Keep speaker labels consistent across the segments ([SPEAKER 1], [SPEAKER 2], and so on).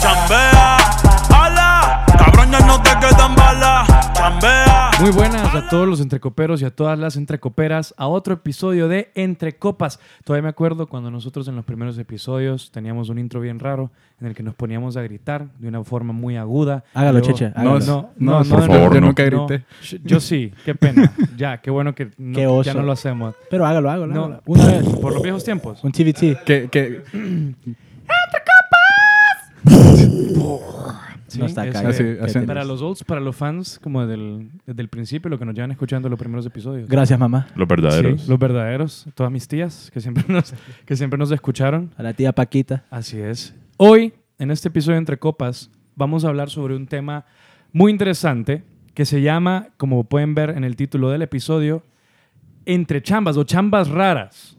[SPEAKER 1] Chambea, ala, cabrón, ya no te quedan balas. Chambea.
[SPEAKER 2] Muy buenas a todos los entrecoperos y a todas las entrecoperas a otro episodio de Entre Copas. Todavía me acuerdo cuando nosotros en los primeros episodios teníamos un intro bien raro en el que nos poníamos a gritar de una forma muy aguda.
[SPEAKER 3] Hágalo,
[SPEAKER 2] Luego-
[SPEAKER 3] Cheche,
[SPEAKER 2] No,
[SPEAKER 3] hágalo.
[SPEAKER 2] no,
[SPEAKER 4] No,
[SPEAKER 2] no,
[SPEAKER 4] por
[SPEAKER 2] no,
[SPEAKER 4] favor,
[SPEAKER 2] no,
[SPEAKER 4] yo
[SPEAKER 2] no,
[SPEAKER 4] nunca
[SPEAKER 2] no.
[SPEAKER 4] grité.
[SPEAKER 2] Sh- Yo sí, qué pena. Ya, qué bueno que no-
[SPEAKER 3] Qué
[SPEAKER 2] ya
[SPEAKER 3] oso.
[SPEAKER 2] no lo hacemos.
[SPEAKER 3] Pero hágalo, hágalo.
[SPEAKER 2] No,
[SPEAKER 3] hágalo. Una vez.
[SPEAKER 2] por los viejos tiempos.
[SPEAKER 3] Un TBT.
[SPEAKER 4] Que, que,
[SPEAKER 2] Sí,
[SPEAKER 3] no está
[SPEAKER 2] ese-
[SPEAKER 3] acá.
[SPEAKER 4] Así,
[SPEAKER 3] Qué
[SPEAKER 4] así.
[SPEAKER 3] tenis.
[SPEAKER 2] Para los olds, para los fans, como del, desde el principio, lo que nos llevan escuchando los primeros episodios.
[SPEAKER 3] Gracias, mamá.
[SPEAKER 4] Los
[SPEAKER 2] Sí,
[SPEAKER 4] verdaderos.
[SPEAKER 2] los verdaderos, todas mis tías que siempre nos, que siempre nos escucharon.
[SPEAKER 3] A la tía Paquita.
[SPEAKER 2] Así es. Hoy, en este episodio de Entre Copas, vamos a hablar sobre un tema muy interesante que se llama, como pueden ver en el título del episodio, Entre chambas o chambas raras.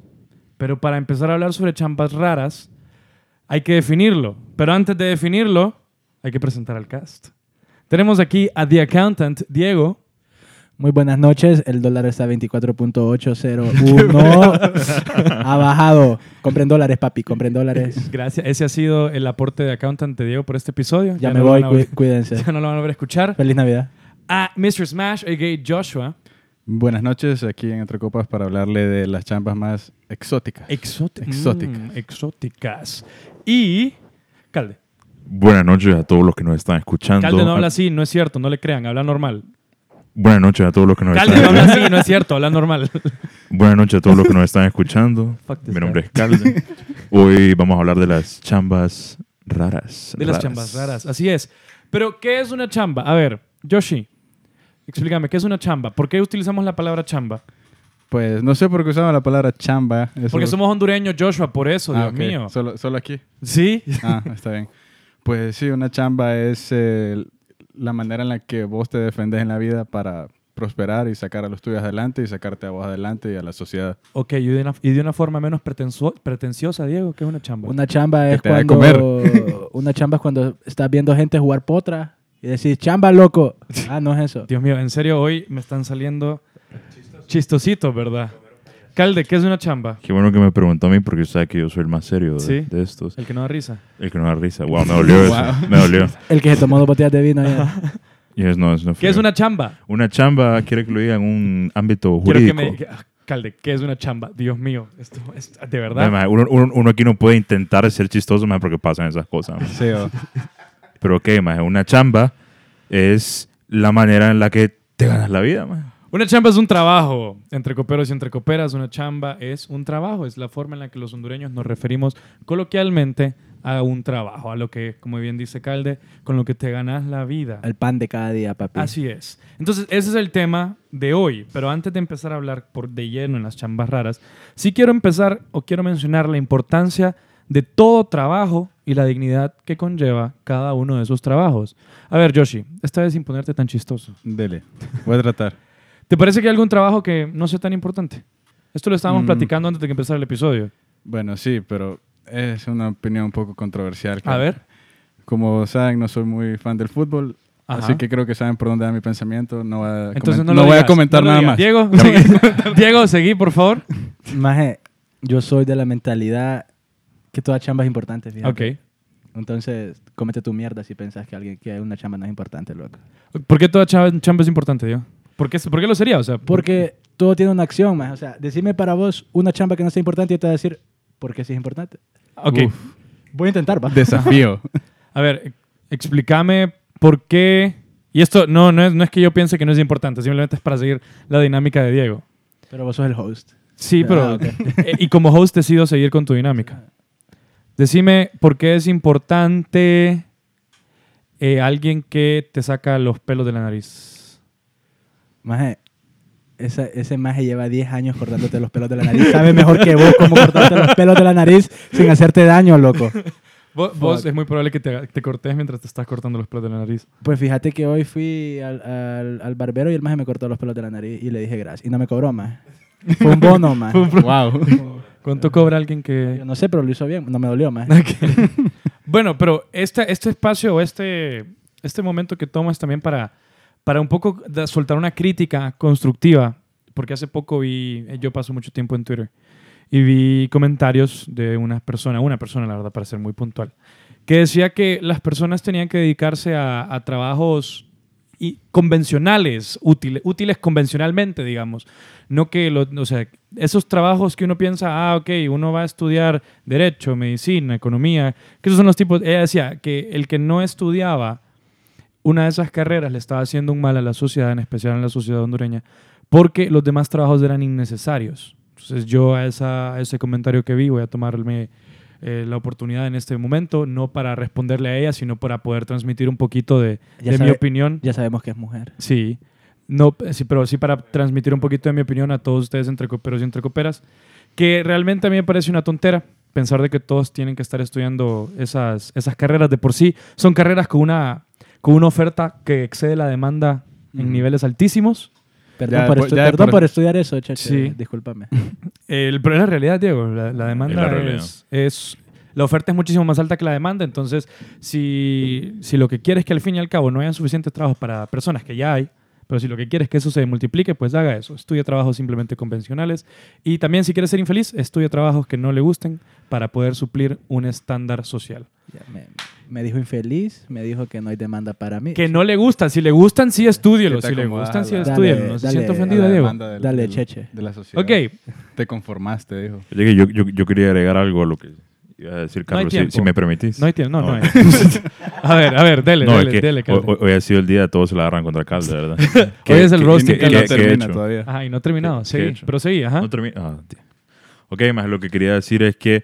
[SPEAKER 2] Pero para empezar a hablar sobre chambas raras, hay que definirlo. Pero antes de definirlo, hay que presentar al cast. Tenemos aquí a The Accountant, Diego.
[SPEAKER 3] Muy buenas noches. El dólar está a 24.801. ha bajado. Compren dólares, papi. Compren dólares.
[SPEAKER 2] Gracias. Ese ha sido el aporte de Accountant de Diego por este episodio.
[SPEAKER 3] Ya,
[SPEAKER 2] no
[SPEAKER 3] me
[SPEAKER 2] lo
[SPEAKER 3] voy.
[SPEAKER 2] van a volver-
[SPEAKER 3] cuí- Cuídense.
[SPEAKER 2] Ya no lo van a volver a escuchar.
[SPEAKER 3] Feliz Navidad.
[SPEAKER 2] A Mr. Smash, a.k.a. Joshua.
[SPEAKER 4] Buenas noches, aquí en Entre Copas para hablarle de las chambas más exóticas.
[SPEAKER 2] Exóti-
[SPEAKER 4] Exóticas.
[SPEAKER 2] Mm, exóticas. Y. Calde.
[SPEAKER 5] Buenas noches a todos los que nos están escuchando.
[SPEAKER 2] Calde no habla así, no es cierto, no le crean, habla normal.
[SPEAKER 5] Buenas noches a todos los que nos
[SPEAKER 2] Calde
[SPEAKER 5] están
[SPEAKER 2] no habla así, no es cierto, habla normal.
[SPEAKER 5] Buenas noches a todos los que nos están escuchando.
[SPEAKER 2] Fuck this
[SPEAKER 5] Mi nombre es Calde. Hoy vamos a hablar de las chambas raras.
[SPEAKER 2] De las
[SPEAKER 5] raras.
[SPEAKER 2] chambas raras, así es. Pero, ¿qué es una chamba? A ver, Yoshi, explícame, ¿qué es una chamba? ¿Por qué utilizamos la palabra chamba?
[SPEAKER 4] Pues no sé por qué usaban la palabra chamba. eso-
[SPEAKER 2] Porque somos hondureños, Joshua, por eso,
[SPEAKER 4] Ah,
[SPEAKER 2] Dios
[SPEAKER 4] ok.
[SPEAKER 2] mío.
[SPEAKER 4] Solo, solo aquí.
[SPEAKER 2] ¿Sí?
[SPEAKER 4] Ah, está bien. Pues sí, una chamba es eh, la manera en la que vos te defendés en la vida para prosperar y sacar a los tuyos adelante y sacarte a vos adelante y a la sociedad.
[SPEAKER 2] Ok, y de una, y de una forma menos pretenso- pretenciosa, Diego, ¿qué es una chamba?
[SPEAKER 3] Una chamba
[SPEAKER 4] Que
[SPEAKER 3] es
[SPEAKER 4] te da de
[SPEAKER 3] cuando. una chamba es cuando estás viendo gente jugar potra y decís, chamba, loco. Ah, no es eso.
[SPEAKER 2] Dios mío, en serio, hoy me están saliendo chistositos, ¿verdad? Calde, ¿qué es una chamba?
[SPEAKER 5] Qué bueno que me preguntó a mí porque sabe que yo soy el más serio de,
[SPEAKER 2] Sí.
[SPEAKER 5] de estos.
[SPEAKER 2] El que no da risa.
[SPEAKER 5] El que no da risa. Wow, me dolió eso. Me dolió.
[SPEAKER 3] El que se tomó dos botellas de vino. ya.
[SPEAKER 5] Y es- no, eso no
[SPEAKER 2] ¿Qué
[SPEAKER 5] fue.
[SPEAKER 2] es una chamba?
[SPEAKER 5] Una chamba? Quiere que lo diga en un ámbito
[SPEAKER 2] Quiero que
[SPEAKER 5] jurídico.
[SPEAKER 2] me... que- ah, Calde, ¿qué es una chamba? Dios mío, esto es de verdad.
[SPEAKER 5] Además, uno, uno- uno aquí no puede intentar ser chistoso más porque pasan esas cosas. man.
[SPEAKER 4] Sí, o-
[SPEAKER 5] Pero qué, más una chamba es la manera en la que te ganas la vida, man.
[SPEAKER 2] Una chamba es un trabajo. Entre coperos y entre coperas, una chamba es un trabajo. Es la forma en la que los hondureños nos referimos coloquialmente a un trabajo, a lo que, como bien dice Calde, con lo que te ganas la vida.
[SPEAKER 3] El pan de cada día, papi.
[SPEAKER 2] Así es. Entonces, ese es el tema de hoy. Pero antes de empezar a hablar por de lleno en las chambas raras, sí quiero empezar o quiero mencionar la importancia de todo trabajo y la dignidad que conlleva cada uno de esos trabajos. A ver, Yoshi, esta vez sin ponerte tan chistoso.
[SPEAKER 4] dele. Voy a tratar.
[SPEAKER 2] ¿Te parece que hay algún trabajo que no sea tan importante? Esto lo estábamos
[SPEAKER 4] Mm.
[SPEAKER 2] platicando antes de que empezara el episodio.
[SPEAKER 4] Bueno, sí, pero es una opinión un poco controversial.
[SPEAKER 2] A ver.
[SPEAKER 4] Como saben, no soy muy fan del fútbol,
[SPEAKER 2] Ajá.
[SPEAKER 4] así que creo que saben por dónde va mi pensamiento. No, voy a
[SPEAKER 2] Entonces
[SPEAKER 4] comen-
[SPEAKER 2] no,
[SPEAKER 4] no
[SPEAKER 2] lo
[SPEAKER 4] voy a
[SPEAKER 2] digas,
[SPEAKER 4] comentar
[SPEAKER 2] no lo
[SPEAKER 4] nada
[SPEAKER 2] digas.
[SPEAKER 4] más.
[SPEAKER 2] Diego, Diego, seguí, por favor.
[SPEAKER 3] Maje, yo soy de la mentalidad que toda chamba es importante. fíjate.
[SPEAKER 2] Ok.
[SPEAKER 3] Entonces, comete tu mierda si pensás que alguien que una chamba no es importante, loco.
[SPEAKER 2] ¿Por qué toda chamba, chamba es importante, Diego? ¿Por qué, por qué lo sería? O sea, ¿por
[SPEAKER 3] Porque todo tiene una acción, maje. O sea, decime para vos una chamba que no sea importante y yo te voy a decir por qué sí es importante.
[SPEAKER 2] Ok.
[SPEAKER 4] Uf,
[SPEAKER 3] Voy a intentar, va.
[SPEAKER 4] desafío.
[SPEAKER 2] A ver, e- explícame por qué. Y esto no, no, es, no es que yo piense que no es importante, simplemente es para seguir la dinámica de Diego.
[SPEAKER 3] Pero vos sos el host.
[SPEAKER 2] Sí, pero.
[SPEAKER 3] Ah, ok.
[SPEAKER 2] e- y como host decido seguir con tu dinámica. Decime por qué es importante eh, alguien que te saca los pelos de la nariz.
[SPEAKER 3] Maje, eh, esa- ese maje lleva 10 años cortándote los pelos de la nariz. Sabe mejor que vos cómo cortarte los pelos de la nariz sin hacerte daño, loco.
[SPEAKER 2] Vo- Vos
[SPEAKER 3] Fuck.
[SPEAKER 2] es muy probable que te, te cortes mientras te estás cortando los pelos de la nariz.
[SPEAKER 3] Pues fíjate que hoy fui al, al- al barbero y el maje me cortó los pelos de la nariz y le dije gracias. Y no me cobró más. Fue un bono más.
[SPEAKER 4] wow.
[SPEAKER 3] Eh,
[SPEAKER 2] ¿Cuánto cobra alguien que.?
[SPEAKER 3] Yo no sé, pero lo hizo bien. No me dolió más.
[SPEAKER 2] Ok. bueno, pero este, este espacio o este, este momento que tomas también para, para un poco da- soltar una crítica constructiva, porque hace poco vi, eh, yo paso mucho tiempo en Twitter, y vi comentarios de una persona, una persona, la verdad, para ser muy puntual, que decía que las personas tenían que dedicarse a, a trabajos y convencionales, útiles, útiles convencionalmente, digamos. No que, lo- o sea, esos trabajos que uno piensa, ah, ok, uno va a estudiar derecho, medicina, economía, que esos son los tipos, ella decía que el que no estudiaba una de esas carreras le estaba haciendo un mal a la sociedad, en especial a la sociedad hondureña, porque los demás trabajos eran innecesarios. Entonces yo a, esa, a ese comentario que vi voy a tomarme eh, la oportunidad en este momento, no para responderle a ella, sino para poder transmitir un poquito de, de
[SPEAKER 3] Ya
[SPEAKER 2] mi
[SPEAKER 3] sabe-
[SPEAKER 2] opinión.
[SPEAKER 3] Ya sabemos que es mujer.
[SPEAKER 2] Sí. No, p- sí, pero sí para transmitir un poquito de mi opinión a todos ustedes entre coperos y entre coperas, que realmente a mí me parece una tontera pensar de que todos tienen que estar estudiando esas, esas carreras de por sí. Son carreras con una, con una oferta que excede la demanda en
[SPEAKER 4] Ujú.
[SPEAKER 2] niveles altísimos.
[SPEAKER 3] Perdón,
[SPEAKER 4] Ya
[SPEAKER 3] por,
[SPEAKER 2] pues,
[SPEAKER 4] después-
[SPEAKER 3] estu-
[SPEAKER 4] ya
[SPEAKER 3] perdón
[SPEAKER 4] por-
[SPEAKER 3] por estudiar eso, chacho.
[SPEAKER 2] Sí.
[SPEAKER 3] Discúlpame.
[SPEAKER 2] El, pero es la realidad, Diego. La, la demanda
[SPEAKER 5] Es la realidad.
[SPEAKER 2] es, es- La oferta es muchísimo más alta que la demanda. Entonces, si, si lo que quieres es que al fin y al cabo no hayan suficientes trabajos para personas que ya hay, pero si lo que quieres es que eso se multiplique, pues haga eso. Estudia trabajos simplemente convencionales. Y también, si quieres ser infeliz, estudia trabajos que no le gusten para poder suplir un estándar social.
[SPEAKER 3] Ya, me, me dijo infeliz, me dijo que no hay demanda para mí.
[SPEAKER 2] Que no le gustan. Si le gustan, sí estúdielo.
[SPEAKER 4] Que te
[SPEAKER 2] Si le
[SPEAKER 4] acomodas
[SPEAKER 2] gustan, sí
[SPEAKER 4] a la-
[SPEAKER 2] estúdielo. No
[SPEAKER 3] Dale,
[SPEAKER 2] se siente
[SPEAKER 3] dale,
[SPEAKER 2] ofendido,
[SPEAKER 3] a la
[SPEAKER 2] Diego.
[SPEAKER 4] demanda del-
[SPEAKER 3] Dale,
[SPEAKER 4] del-
[SPEAKER 3] Cheche.
[SPEAKER 4] De la sociedad.
[SPEAKER 2] Ok,
[SPEAKER 4] Te conformaste, dijo.
[SPEAKER 5] Oye, que Yo, yo, yo quería agregar algo a lo que iba a decir,
[SPEAKER 2] No hay
[SPEAKER 5] Carlos, si- si,
[SPEAKER 2] tiempo.
[SPEAKER 5] me permitís.
[SPEAKER 2] no hay tiempo. No, no
[SPEAKER 5] No.
[SPEAKER 2] hay. a ver, a ver, dele,
[SPEAKER 5] No,
[SPEAKER 2] dele,
[SPEAKER 5] es que
[SPEAKER 2] dele,
[SPEAKER 5] hoy,
[SPEAKER 2] Carlos.
[SPEAKER 5] hoy- hoy ha sido el día de todos se la agarran contra Calde, ¿verdad?
[SPEAKER 2] Hoy es el
[SPEAKER 5] qué-
[SPEAKER 2] roasting,
[SPEAKER 5] qué-
[SPEAKER 4] Y no
[SPEAKER 5] qué- qué he
[SPEAKER 4] termina
[SPEAKER 5] hecho?
[SPEAKER 4] todavía.
[SPEAKER 2] Ajá, y no ha terminado.
[SPEAKER 5] ¿Qué-
[SPEAKER 2] Sí,
[SPEAKER 5] qué he hecho?
[SPEAKER 2] pero seguí, ajá.
[SPEAKER 5] No termi- ah, tío. ok, más lo que quería decir es que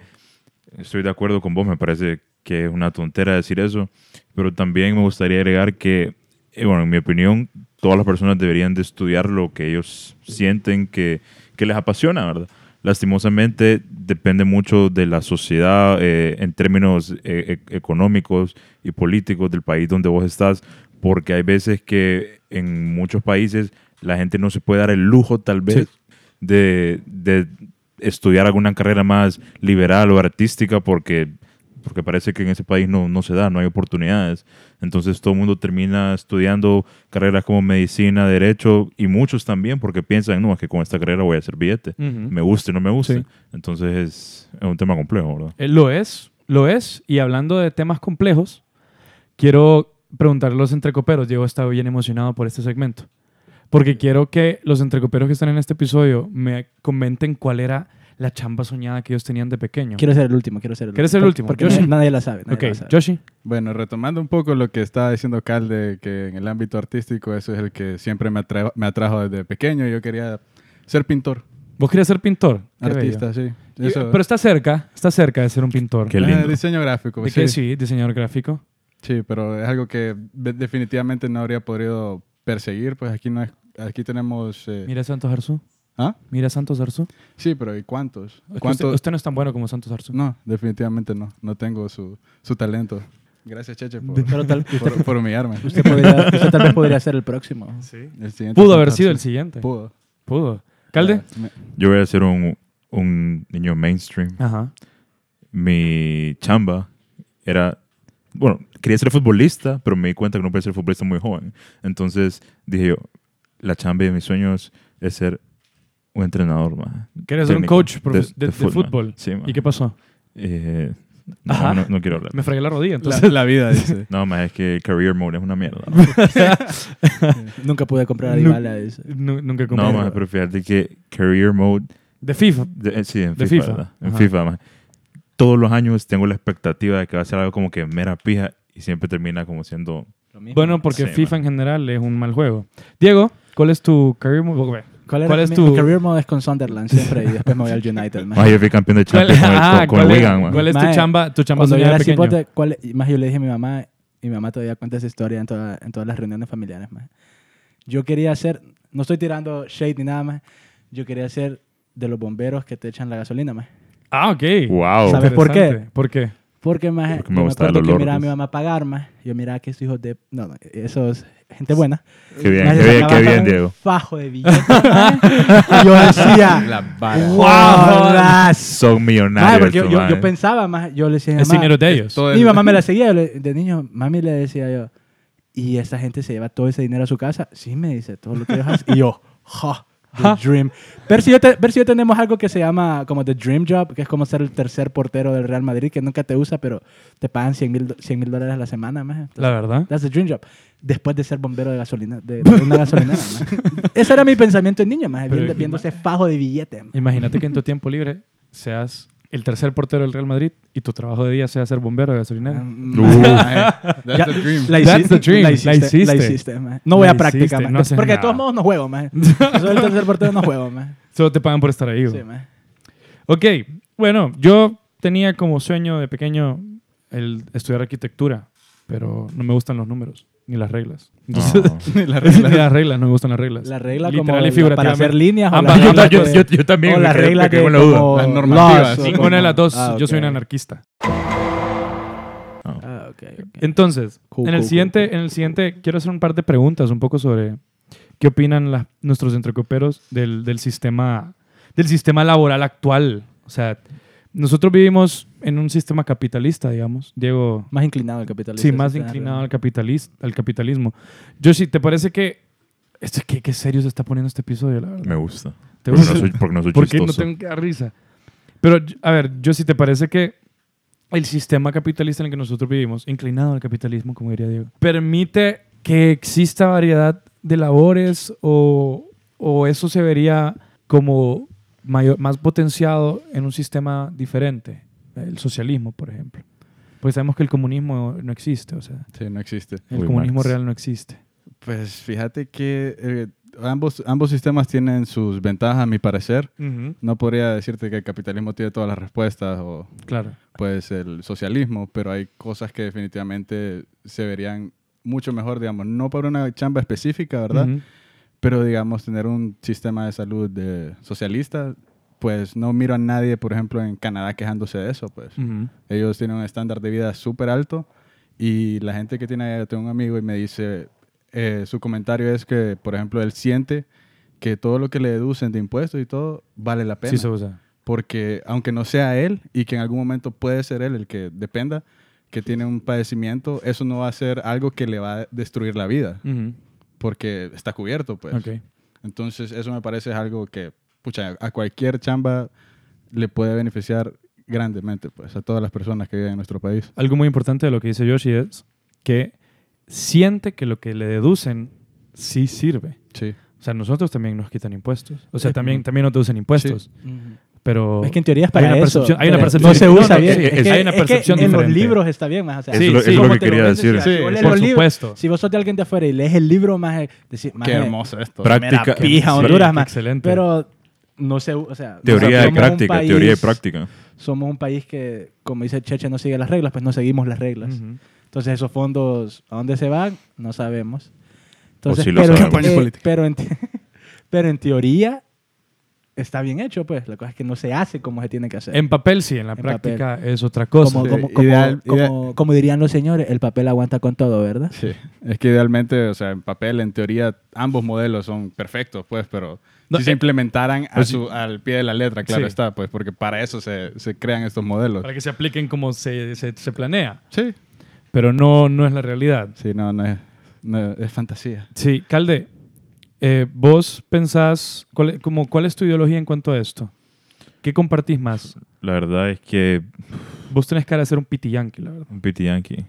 [SPEAKER 5] estoy de acuerdo con vos, me parece que es una tontera decir eso, pero también me gustaría agregar que, eh, bueno, en mi opinión, todas las personas deberían de estudiar lo que ellos sienten que, que les apasiona, ¿verdad? Lastimosamente depende mucho de la sociedad eh, en términos eh, e- económicos y políticos del país donde vos estás, porque hay veces que en muchos países la gente no se puede dar el lujo tal
[SPEAKER 2] Sí.
[SPEAKER 5] vez de, de estudiar alguna carrera más liberal o artística porque, porque parece que en ese país no, no se da, no hay oportunidades. Entonces todo el mundo termina estudiando carreras como medicina, derecho y muchos también porque piensan, no, es que con esta carrera voy a hacer billete,
[SPEAKER 2] Ujú.
[SPEAKER 5] me guste o no me guste.
[SPEAKER 2] Sí.
[SPEAKER 5] Entonces es, es un tema complejo, ¿verdad?
[SPEAKER 2] Eh, Lo es, lo es. Y hablando de temas complejos, quiero preguntarle a los entrecoperos. Diego está bien emocionado por este segmento. Porque quiero que los entrecoperos que están en este episodio me comenten cuál era la chamba soñada que ellos tenían de pequeño.
[SPEAKER 3] Quiero ser el último, quiero ser el
[SPEAKER 2] ¿Quieres ser el
[SPEAKER 3] Por-
[SPEAKER 2] último?
[SPEAKER 3] Porque
[SPEAKER 2] Yo sí.
[SPEAKER 3] nadie la sabe. nadie
[SPEAKER 2] ok,
[SPEAKER 3] la sabe.
[SPEAKER 2] Joshi.
[SPEAKER 4] Bueno, retomando un poco lo que estaba diciendo Calde, que en el ámbito artístico eso es el que siempre me, atra- me atrajo desde pequeño. Yo quería ser pintor,
[SPEAKER 2] ¿Vos querías ser pintor? Qué
[SPEAKER 4] artista, sí.
[SPEAKER 2] bello.
[SPEAKER 4] Eso-
[SPEAKER 2] Y- Pero está cerca, está cerca de ser un pintor.
[SPEAKER 5] Qué
[SPEAKER 4] Ah,
[SPEAKER 5] lindo.
[SPEAKER 4] diseño gráfico,
[SPEAKER 2] ¿De
[SPEAKER 4] sí.
[SPEAKER 2] qué sí? Diseñador gráfico.
[SPEAKER 4] Sí, pero es algo que de- definitivamente no habría podido perseguir, pues aquí no es, aquí tenemos... eh,
[SPEAKER 2] Mira a Santos Arzú.
[SPEAKER 4] ¿Ah?
[SPEAKER 2] Mira a Santos Arzú.
[SPEAKER 4] Sí, pero ¿y cuántos?
[SPEAKER 2] Es que Usted,
[SPEAKER 4] ¿Cuántos?
[SPEAKER 2] usted no es tan bueno como Santos Arzú.
[SPEAKER 4] No, definitivamente no. No tengo su, su talento. Gracias, Cheche, por,
[SPEAKER 3] Pero tal-
[SPEAKER 4] por, por humillarme.
[SPEAKER 3] Usted, podría- usted tal vez podría ser el próximo.
[SPEAKER 4] El siguiente
[SPEAKER 2] Pudo haber
[SPEAKER 4] contacto,
[SPEAKER 2] sido el
[SPEAKER 4] ah, sí.
[SPEAKER 2] siguiente.
[SPEAKER 4] Pudo.
[SPEAKER 2] Pudo. ¿Calde?
[SPEAKER 4] Me-
[SPEAKER 5] Yo voy a ser un, un niño mainstream.
[SPEAKER 2] Ajá.
[SPEAKER 5] mi chamba era, bueno, quería ser futbolista, pero me di cuenta que no podía ser futbolista muy joven. Entonces dije yo, la chamba de mis sueños es ser un entrenador, más.
[SPEAKER 2] Quieres ser un coach profes- de, de fútbol.
[SPEAKER 5] Sí, ma.
[SPEAKER 2] ¿Y qué pasó?
[SPEAKER 5] Eh,
[SPEAKER 2] Ajá.
[SPEAKER 5] no, no, no quiero hablar.
[SPEAKER 2] Me fregué la rodilla,
[SPEAKER 4] La,
[SPEAKER 2] entonces.
[SPEAKER 4] la vida, dice.
[SPEAKER 5] No, más es que career mode es una mierda.
[SPEAKER 3] Nunca pude comprar a
[SPEAKER 2] Nu-
[SPEAKER 3] Dybala. dice.
[SPEAKER 2] Nu- nunca compré.
[SPEAKER 5] No, más, pero fíjate que career mode
[SPEAKER 2] De FIFA.
[SPEAKER 5] De- eh, sí, en
[SPEAKER 2] De
[SPEAKER 5] FIFA.
[SPEAKER 2] FIFA.
[SPEAKER 5] ¿verdad? En
[SPEAKER 2] Ajá.
[SPEAKER 5] FIFA, maje. Todos los años tengo la expectativa de que va a ser algo como que mera pija y siempre termina como siendo...
[SPEAKER 2] Bueno, porque
[SPEAKER 5] Sí,
[SPEAKER 2] FIFA en general es un mal juego. Diego, ¿cuál es tu career move? Bueno,
[SPEAKER 3] ¿Cuál, era
[SPEAKER 2] ¿Cuál
[SPEAKER 3] mi-
[SPEAKER 2] es
[SPEAKER 3] mi
[SPEAKER 2] tu-
[SPEAKER 3] career mode es con Sunderland siempre y después me voy al United. man.
[SPEAKER 5] Ay, yo fui campeón de Champions con, el-
[SPEAKER 2] ah,
[SPEAKER 5] con- con
[SPEAKER 2] ¿cuál es-
[SPEAKER 5] Wigan, maje.
[SPEAKER 2] ¿Cuál es tu
[SPEAKER 3] Mae,
[SPEAKER 2] chamba, tu chamba
[SPEAKER 3] Cuando yo
[SPEAKER 2] soñada
[SPEAKER 3] era
[SPEAKER 2] de pequeño?
[SPEAKER 3] cipote, ¿cuál- más yo le dije a mi mamá, y mi mamá todavía cuenta esa historia en, toda- en todas las reuniones familiares. más Yo quería ser, no estoy tirando shade ni nada más, yo quería ser de los bomberos que te echan la gasolina. más
[SPEAKER 2] Ah, ok.
[SPEAKER 5] Wow.
[SPEAKER 3] ¿Sabes por qué?
[SPEAKER 2] Interesante. ¿Por qué?
[SPEAKER 3] Porque más
[SPEAKER 5] Porque me
[SPEAKER 3] yo me
[SPEAKER 5] gusta el
[SPEAKER 3] acuerdo que
[SPEAKER 5] olor,
[SPEAKER 3] miraba a mi
[SPEAKER 5] pues.
[SPEAKER 3] mamá pagar más. Yo miraba que esos hijos de. No, no, esos. Gente buena.
[SPEAKER 5] Qué bien,
[SPEAKER 3] Mae,
[SPEAKER 5] qué
[SPEAKER 3] se
[SPEAKER 5] bien, qué
[SPEAKER 3] sacaban
[SPEAKER 5] bien,
[SPEAKER 3] un
[SPEAKER 5] Diego.
[SPEAKER 3] Fajo de billetes. mae. Y yo decía.
[SPEAKER 4] La vara.
[SPEAKER 3] ¡Guau!
[SPEAKER 5] Son
[SPEAKER 3] Mae,
[SPEAKER 5] millonarios.
[SPEAKER 3] porque yo,
[SPEAKER 5] estos,
[SPEAKER 3] yo, yo
[SPEAKER 5] maje.
[SPEAKER 3] pensaba más. Yo le decía. a mi
[SPEAKER 2] Es
[SPEAKER 3] mamá,
[SPEAKER 2] dinero de ellos.
[SPEAKER 4] Todo el-
[SPEAKER 3] Mi mamá me la seguía yo le- de niño. Mami le decía yo. y esta gente se lleva todo ese dinero a su casa. Sí, me dice, todo lo que ellos hacen. Y yo, ja, the dream. Ver si, yo te- ver si yo tenemos algo que se llama como the dream job, que es como ser el tercer portero del Real Madrid, que nunca te usa, pero te pagan 100 mil do- 100 mil dólares a la semana, maje.
[SPEAKER 2] La verdad.
[SPEAKER 3] That's the dream job. Después de ser bombero de gasolina, de, de una gasolinera. maje. Ese era mi pensamiento de niño, maje,
[SPEAKER 2] Pero- Em,
[SPEAKER 3] viendo, viendo ese fajo de billetes. maje.
[SPEAKER 2] Imagínate que en tu tiempo libre seas el tercer portero del Real Madrid y tu trabajo de día sea ser bombero de
[SPEAKER 3] Ah,
[SPEAKER 2] gasolinera.
[SPEAKER 4] That's
[SPEAKER 3] Ya,
[SPEAKER 4] the dream.
[SPEAKER 3] La
[SPEAKER 2] That's
[SPEAKER 3] hici-
[SPEAKER 2] the dream.
[SPEAKER 3] La
[SPEAKER 2] La
[SPEAKER 3] hiciste. La
[SPEAKER 2] hiciste.
[SPEAKER 3] hiciste, maje. No voy
[SPEAKER 2] La
[SPEAKER 3] a practicar,
[SPEAKER 2] hiciste,
[SPEAKER 3] maje,
[SPEAKER 2] no haces
[SPEAKER 3] porque de
[SPEAKER 2] nada.
[SPEAKER 3] todos modos no juego, man. Soy el tercer portero, no juego, man.
[SPEAKER 2] Solo te pagan por estar ahí. güey.
[SPEAKER 3] Sí, maje.
[SPEAKER 2] Ok, bueno, yo tenía como sueño de pequeño el estudiar arquitectura, pero no me gustan los números ni las reglas. Entonces,
[SPEAKER 5] No.
[SPEAKER 4] La
[SPEAKER 2] ni
[SPEAKER 4] regla.
[SPEAKER 2] las reglas, no me gustan las reglas.
[SPEAKER 3] La regla
[SPEAKER 2] Literal
[SPEAKER 3] como
[SPEAKER 2] y
[SPEAKER 3] la- para hacer
[SPEAKER 2] figurativamente.
[SPEAKER 3] líneas o
[SPEAKER 2] Ambas.
[SPEAKER 3] la
[SPEAKER 5] Yo,
[SPEAKER 3] regla
[SPEAKER 5] ta- yo-
[SPEAKER 3] que-
[SPEAKER 5] yo- yo también.
[SPEAKER 3] o la
[SPEAKER 5] me quedé-
[SPEAKER 3] regla
[SPEAKER 5] me
[SPEAKER 3] que
[SPEAKER 5] quedé con la duda.
[SPEAKER 3] como
[SPEAKER 4] Las normativas.
[SPEAKER 3] laws o
[SPEAKER 2] Ninguna de las
[SPEAKER 3] como-
[SPEAKER 2] dos,
[SPEAKER 3] Ah,
[SPEAKER 2] yo soy
[SPEAKER 3] ok.
[SPEAKER 2] un anarquista.
[SPEAKER 3] Ah, ok, ok.
[SPEAKER 2] Entonces,
[SPEAKER 3] Cool,
[SPEAKER 2] en, el
[SPEAKER 3] cool,
[SPEAKER 2] siguiente,
[SPEAKER 3] cool, cool.
[SPEAKER 2] en el siguiente quiero hacer un par de preguntas un poco sobre qué opinan las- nuestros entrecoperos del, del sistema, del sistema laboral actual. O sea, nosotros vivimos en un sistema capitalista, digamos. Diego,
[SPEAKER 3] Más inclinado al capitalismo.
[SPEAKER 2] sí, más inclinado al, capitalis- al capitalismo. Yoshi, ¿te parece que... Este, ¿qué, qué serio se está poniendo este episodio, la verdad?
[SPEAKER 5] Me gusta.
[SPEAKER 2] ¿Te
[SPEAKER 5] Porque
[SPEAKER 2] gusta?
[SPEAKER 5] no soy, porque no soy
[SPEAKER 2] Porque no
[SPEAKER 5] chistoso.
[SPEAKER 2] tengo que dar risa. Pero, a ver, yo sí te parece que el sistema capitalista en el que nosotros vivimos, inclinado al capitalismo, como diría Diego, permite que exista variedad de labores o, o eso se vería como mayor- más potenciado en un sistema diferente. El socialismo, por ejemplo. Porque sabemos que el comunismo no existe, o sea,
[SPEAKER 4] Sí, no existe.
[SPEAKER 2] el
[SPEAKER 5] Uy,
[SPEAKER 2] comunismo
[SPEAKER 5] Marx.
[SPEAKER 2] real no existe.
[SPEAKER 4] Pues fíjate que eh, ambos, ambos sistemas tienen sus ventajas, a mi parecer. No podría decirte que el capitalismo tiene todas las respuestas o
[SPEAKER 2] Claro.
[SPEAKER 4] pues el socialismo, pero hay cosas que definitivamente se verían mucho mejor, digamos, no por una chamba específica, ¿verdad?
[SPEAKER 2] Ujú.
[SPEAKER 4] Pero digamos, tener un sistema de salud de socialista, pues no miro a nadie, por ejemplo, en Canadá quejándose de eso, pues.
[SPEAKER 2] Ujú.
[SPEAKER 4] Ellos tienen un estándar de vida súper alto y la gente que tiene allá, yo tengo un amigo y me dice, eh, su comentario es que, por ejemplo, él siente que todo lo que le deducen de impuestos y todo vale la pena.
[SPEAKER 2] Sí se usa.
[SPEAKER 4] porque aunque no sea él y que en algún momento puede ser él el que dependa, que tiene un padecimiento, eso no va a ser algo que le va a destruir la vida,
[SPEAKER 2] Ujú.
[SPEAKER 4] porque está cubierto, pues.
[SPEAKER 2] Ok.
[SPEAKER 4] Entonces, eso me parece es algo que, pucha, a cualquier chamba le puede beneficiar grandemente, pues, a todas las personas que viven en nuestro país.
[SPEAKER 2] Algo muy importante de lo que dice Yoshi es que siente que lo que le deducen sí sirve.
[SPEAKER 4] Sí.
[SPEAKER 2] O sea, nosotros también nos quitan impuestos. O sea, también, también nos deducen impuestos.
[SPEAKER 3] Ujú.
[SPEAKER 2] Pero
[SPEAKER 3] Es que en teoría es para
[SPEAKER 2] hay una
[SPEAKER 3] eso,
[SPEAKER 2] percepción, hay una
[SPEAKER 3] pero
[SPEAKER 2] percepción.
[SPEAKER 3] No se
[SPEAKER 2] No,
[SPEAKER 3] usa
[SPEAKER 2] no,
[SPEAKER 3] bien.
[SPEAKER 5] es-
[SPEAKER 3] Es,
[SPEAKER 5] es-
[SPEAKER 3] que,
[SPEAKER 2] hay una
[SPEAKER 3] es que
[SPEAKER 2] percepción
[SPEAKER 3] en los
[SPEAKER 2] diferente.
[SPEAKER 3] libros está bien, más. O sea,
[SPEAKER 5] Eso es
[SPEAKER 3] sí,
[SPEAKER 5] lo- eso es lo
[SPEAKER 3] cómo
[SPEAKER 5] que
[SPEAKER 3] te
[SPEAKER 5] quería
[SPEAKER 3] venden,
[SPEAKER 5] decir.
[SPEAKER 3] o sea,
[SPEAKER 4] Sí,
[SPEAKER 3] yo leo
[SPEAKER 4] por
[SPEAKER 3] los libros,
[SPEAKER 2] supuesto.
[SPEAKER 3] Si vos sos de alguien de afuera y lees el libro, más. Decís, maje,
[SPEAKER 4] Qué hermoso esto.
[SPEAKER 5] Práctica.
[SPEAKER 3] mera pija,
[SPEAKER 2] Sí,
[SPEAKER 3] Honduras,
[SPEAKER 2] qué
[SPEAKER 3] más.
[SPEAKER 2] excelente.
[SPEAKER 3] Pero no se u- o sea,
[SPEAKER 5] Teoría
[SPEAKER 3] somos
[SPEAKER 5] de
[SPEAKER 3] un
[SPEAKER 5] práctica,
[SPEAKER 3] país-
[SPEAKER 5] teoría de práctica.
[SPEAKER 3] Somos un país que, como dice Cheche, no sigue las reglas, pues no seguimos las reglas.
[SPEAKER 2] Ujú.
[SPEAKER 3] Entonces, esos fondos, ¿a dónde se van? No sabemos. Entonces,
[SPEAKER 5] Pues sí lo
[SPEAKER 3] pero,
[SPEAKER 5] sabemos.
[SPEAKER 3] eh,
[SPEAKER 4] Campaña política.
[SPEAKER 3] pero, en te- pero en teoría está bien hecho, pues. La cosa es que no se hace como se tiene que hacer.
[SPEAKER 2] En papel sí, en la
[SPEAKER 3] En
[SPEAKER 2] práctica es otra cosa.
[SPEAKER 3] como,
[SPEAKER 4] Sí,
[SPEAKER 3] como, como-
[SPEAKER 4] Eh, ideal-
[SPEAKER 3] como-
[SPEAKER 4] ideal.
[SPEAKER 3] como dirían los señores, el papel aguanta con todo, ¿verdad?
[SPEAKER 4] Sí. Es que idealmente, o sea, en papel, en teoría, ambos modelos son perfectos, pues, pero
[SPEAKER 2] No,
[SPEAKER 4] si se
[SPEAKER 2] eh,
[SPEAKER 4] implementaran a
[SPEAKER 5] pues sí.
[SPEAKER 4] su- al pie de la letra, claro
[SPEAKER 2] Sí.
[SPEAKER 4] está, pues, porque para eso se, se crean estos modelos.
[SPEAKER 2] Para que se apliquen como se, se, se planea.
[SPEAKER 4] Sí.
[SPEAKER 2] Pero no, no es la realidad.
[SPEAKER 4] Sí, no, no es, no es fantasía.
[SPEAKER 2] Sí, Calde, eh, vos pensás, cuál, es- como, ¿cuál es tu ideología en cuanto a esto? ¿Qué compartís más?
[SPEAKER 5] La verdad es que
[SPEAKER 2] Vos tenés cara de ser un piti yankee, la verdad.
[SPEAKER 5] un piti yankee.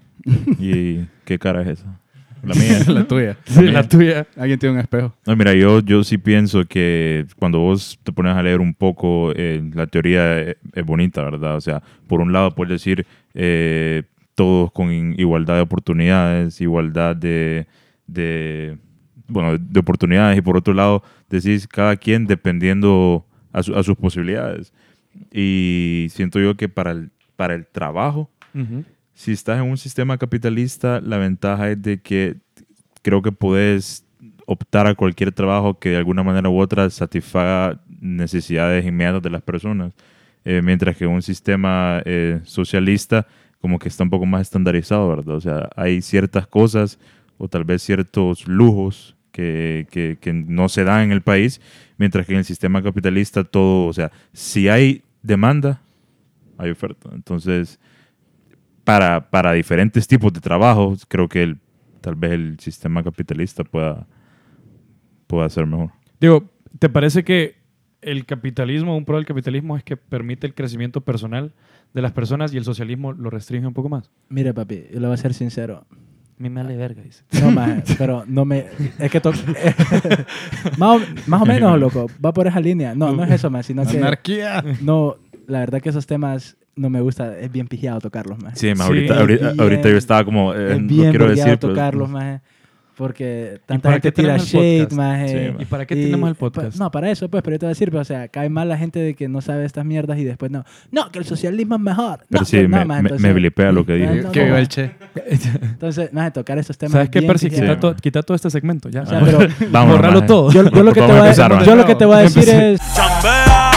[SPEAKER 5] ¿Y qué cara es esa? La mía.
[SPEAKER 4] la tuya.
[SPEAKER 2] La tuya.
[SPEAKER 4] Alguien tiene un espejo.
[SPEAKER 5] No, mira, yo, yo sí pienso que cuando vos te pones a leer un poco, eh, la teoría es, es bonita, ¿verdad? O sea, por un lado puedes decir eh, todos con in- igualdad de oportunidades, igualdad de, de, bueno, de oportunidades, y por otro lado decís cada quien dependiendo a, su- a sus posibilidades. Y siento yo que para el, para el trabajo,
[SPEAKER 2] Ujú.
[SPEAKER 5] si estás en un sistema capitalista, la ventaja es de que creo que puedes optar a cualquier trabajo que de alguna manera u otra satisfaga necesidades inmediatas de las personas. Eh, mientras que un sistema eh, socialista como que está un poco más estandarizado, ¿verdad? O sea, hay ciertas cosas o tal vez ciertos lujos que, que- que no se dan en el país, mientras que en el sistema capitalista todo, o sea, si hay demanda, hay oferta. Entonces, para, para diferentes tipos de trabajos, creo que el tal vez el sistema capitalista pueda, pueda ser mejor.
[SPEAKER 2] Digo, ¿te parece que el capitalismo, un pro del capitalismo es que permite el crecimiento personal de las personas y el socialismo lo restringe un poco más?
[SPEAKER 3] Mira, papi, yo le voy a ser sincero.
[SPEAKER 2] Me vale verga, dice.
[SPEAKER 3] No, maje, pero no me... Es que to- más, o, más o menos, loco. Va por esa línea. No, no es eso, más, sino que...
[SPEAKER 4] Anarquía.
[SPEAKER 3] No, la verdad que esos temas no me gusta. Es bien pijado tocarlos, más.
[SPEAKER 5] Sí, ma,
[SPEAKER 2] Sí,
[SPEAKER 5] ahorita,
[SPEAKER 2] es
[SPEAKER 5] ahorita,
[SPEAKER 3] bien-
[SPEAKER 5] ahorita yo estaba como, eh,
[SPEAKER 3] es
[SPEAKER 5] no
[SPEAKER 3] bien
[SPEAKER 5] quiero
[SPEAKER 3] pillado
[SPEAKER 5] decir, pero-
[SPEAKER 3] tocarlos, maje, Porque tanta
[SPEAKER 2] para qué
[SPEAKER 3] gente tira
[SPEAKER 2] tenemos el
[SPEAKER 3] shade,
[SPEAKER 2] podcast?
[SPEAKER 3] maje,
[SPEAKER 5] Sí, maje.
[SPEAKER 2] ¿Y para qué tenemos el podcast?
[SPEAKER 3] pa- no, para eso, pues, pero yo te voy a decir, pues, o sea, cae mal la gente de que no sabe estas mierdas y después no. No, que el socialismo es mejor. No,
[SPEAKER 5] Pero sí,
[SPEAKER 3] que no,
[SPEAKER 5] me-
[SPEAKER 3] maje,
[SPEAKER 5] me- me blipea lo que
[SPEAKER 3] maje,
[SPEAKER 5] dije.
[SPEAKER 3] no,
[SPEAKER 4] Que
[SPEAKER 3] no,
[SPEAKER 4] viva
[SPEAKER 3] maje.
[SPEAKER 4] el Che.
[SPEAKER 3] Entonces, maje, tocar esos temas.
[SPEAKER 2] ¿Sabes qué,
[SPEAKER 3] bien
[SPEAKER 2] Percy?
[SPEAKER 3] pijados.
[SPEAKER 2] Quita,
[SPEAKER 5] Sí,
[SPEAKER 2] todo-
[SPEAKER 5] man.
[SPEAKER 2] quita toda esta segmento, ya.
[SPEAKER 3] O sea, pero
[SPEAKER 5] Vámonos,
[SPEAKER 2] Borralo
[SPEAKER 5] maje.
[SPEAKER 2] todo.
[SPEAKER 3] yo, yo lo que te
[SPEAKER 5] Vamos
[SPEAKER 3] voy
[SPEAKER 5] a
[SPEAKER 3] a,
[SPEAKER 5] empezar, maje.
[SPEAKER 3] yo lo que te voy a decir es.
[SPEAKER 1] Chambea.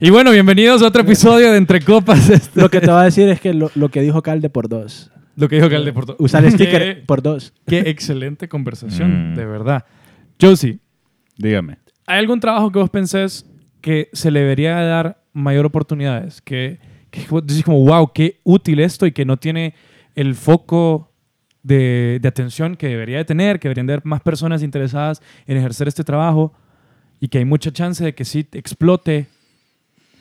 [SPEAKER 2] Y bueno, bienvenidos a otro episodio de Entre Copas. Este-
[SPEAKER 3] Lo que te voy a decir es que lo, lo que dijo Calde por dos.
[SPEAKER 2] Lo que dijo Calde por todo. Eh,
[SPEAKER 3] Usar el sticker
[SPEAKER 2] Qué-
[SPEAKER 3] por dos.
[SPEAKER 2] Qué excelente conversación,
[SPEAKER 5] Mm.
[SPEAKER 2] de verdad. Josie,
[SPEAKER 4] Dígame.
[SPEAKER 2] ¿hay algún trabajo que vos pensés que se le debería dar mayor oportunidades? Que, que vos decís como, wow, qué útil esto y que no tiene el foco de, de atención que debería de tener, que deberían de haber más personas interesadas en ejercer este trabajo y que hay mucha chance de que sí explote.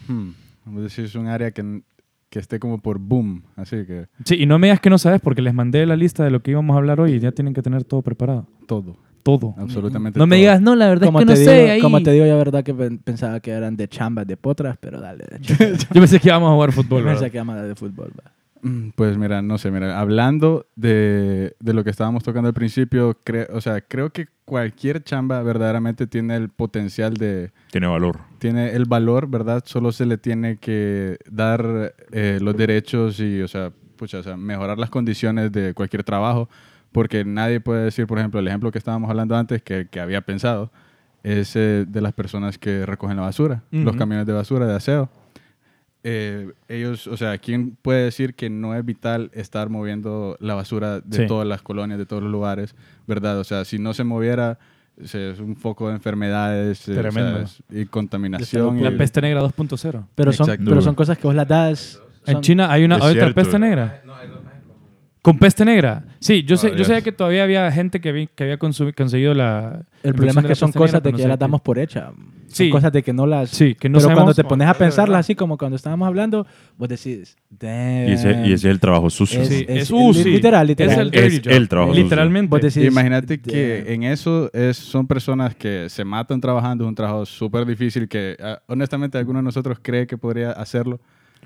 [SPEAKER 4] Hmm. Vamos a decir, es un área que, n- que esté como por boom. Así que
[SPEAKER 2] Sí, y no me digas que no sabes porque les mandé la lista de lo que íbamos a hablar hoy y ya tienen que tener todo preparado.
[SPEAKER 4] todo.
[SPEAKER 3] Mm,
[SPEAKER 2] Todo.
[SPEAKER 4] Absolutamente
[SPEAKER 2] No me
[SPEAKER 4] todo.
[SPEAKER 2] digas, no, la verdad
[SPEAKER 3] Como,
[SPEAKER 2] es que no
[SPEAKER 3] te
[SPEAKER 2] sé.
[SPEAKER 3] digo,
[SPEAKER 2] ahí".
[SPEAKER 3] como te digo, yo la verdad que pen- pensaba que eran de chambas, de potras, pero dale. De chambas.
[SPEAKER 2] Yo pensé que íbamos a jugar fútbol.
[SPEAKER 3] Yo
[SPEAKER 2] ¿verdad?
[SPEAKER 3] pensé que íbamos a hablar de fútbol. va.
[SPEAKER 4] Mm, Pues mira, no sé, mira, hablando de, de lo que estábamos tocando al principio, cre- o sea, creo que cualquier chamba verdaderamente tiene el potencial de,
[SPEAKER 5] Tiene valor.
[SPEAKER 4] tiene el valor, ¿verdad? Solo se le tiene que dar eh, los derechos y, o sea, pucha, o sea, mejorar las condiciones de cualquier trabajo, porque nadie puede decir, por ejemplo, el ejemplo que estábamos hablando antes, que, que había pensado, es eh, de las personas que recogen la basura, los
[SPEAKER 2] Ujú.
[SPEAKER 4] camiones de basura, de aseo. Eh, ellos, o sea, ¿quién puede decir que no es vital estar moviendo la basura de
[SPEAKER 2] Sí.
[SPEAKER 4] todas las colonias, de todos los lugares, verdad? O sea, si no se moviera, o sea, es un foco de enfermedades, eh, o sea,
[SPEAKER 2] Tremendo.
[SPEAKER 4] es- y
[SPEAKER 3] De
[SPEAKER 4] contaminación.
[SPEAKER 2] La
[SPEAKER 4] y-
[SPEAKER 2] peste negra 2.0.
[SPEAKER 3] Pero son,
[SPEAKER 4] Exacto.
[SPEAKER 3] pero son cosas que vos las das.
[SPEAKER 2] En
[SPEAKER 3] son-
[SPEAKER 2] China hay una
[SPEAKER 5] Es
[SPEAKER 2] hay otra
[SPEAKER 5] cierto.
[SPEAKER 2] peste negra. Con peste negra. Sí, yo sé, yo
[SPEAKER 5] Adiós.
[SPEAKER 2] sabía que todavía había gente que, vi- que había consumi- conseguido la.
[SPEAKER 3] El
[SPEAKER 2] la
[SPEAKER 3] problema
[SPEAKER 2] producción
[SPEAKER 3] es
[SPEAKER 2] de
[SPEAKER 3] que
[SPEAKER 2] la
[SPEAKER 3] son
[SPEAKER 2] peste
[SPEAKER 3] cosas
[SPEAKER 2] negra,
[SPEAKER 3] de
[SPEAKER 2] pero
[SPEAKER 3] que
[SPEAKER 2] no sé
[SPEAKER 3] las
[SPEAKER 2] qué.
[SPEAKER 3] damos por hecha.
[SPEAKER 2] Sí,
[SPEAKER 3] Son cosas de que no las.
[SPEAKER 2] Sí, que no
[SPEAKER 3] pero cuando
[SPEAKER 2] sabemos-
[SPEAKER 3] te pones a pensarlas así, como cuando estábamos hablando, vos decís. Damn.
[SPEAKER 5] Y ese, y ese es el trabajo sucio.
[SPEAKER 3] Eh, Es-
[SPEAKER 2] Sí,
[SPEAKER 3] es-
[SPEAKER 2] es, uh, sí.
[SPEAKER 3] literal, literal.
[SPEAKER 2] Es el, dirty
[SPEAKER 5] Es
[SPEAKER 2] job.
[SPEAKER 5] el trabajo
[SPEAKER 2] Literalmente.
[SPEAKER 3] Vos decís.
[SPEAKER 4] Imagínate que
[SPEAKER 3] "Damn".
[SPEAKER 4] en eso es, son personas que se matan trabajando, es un trabajo súper difícil que ah, honestamente alguno de nosotros cree que podría hacerlo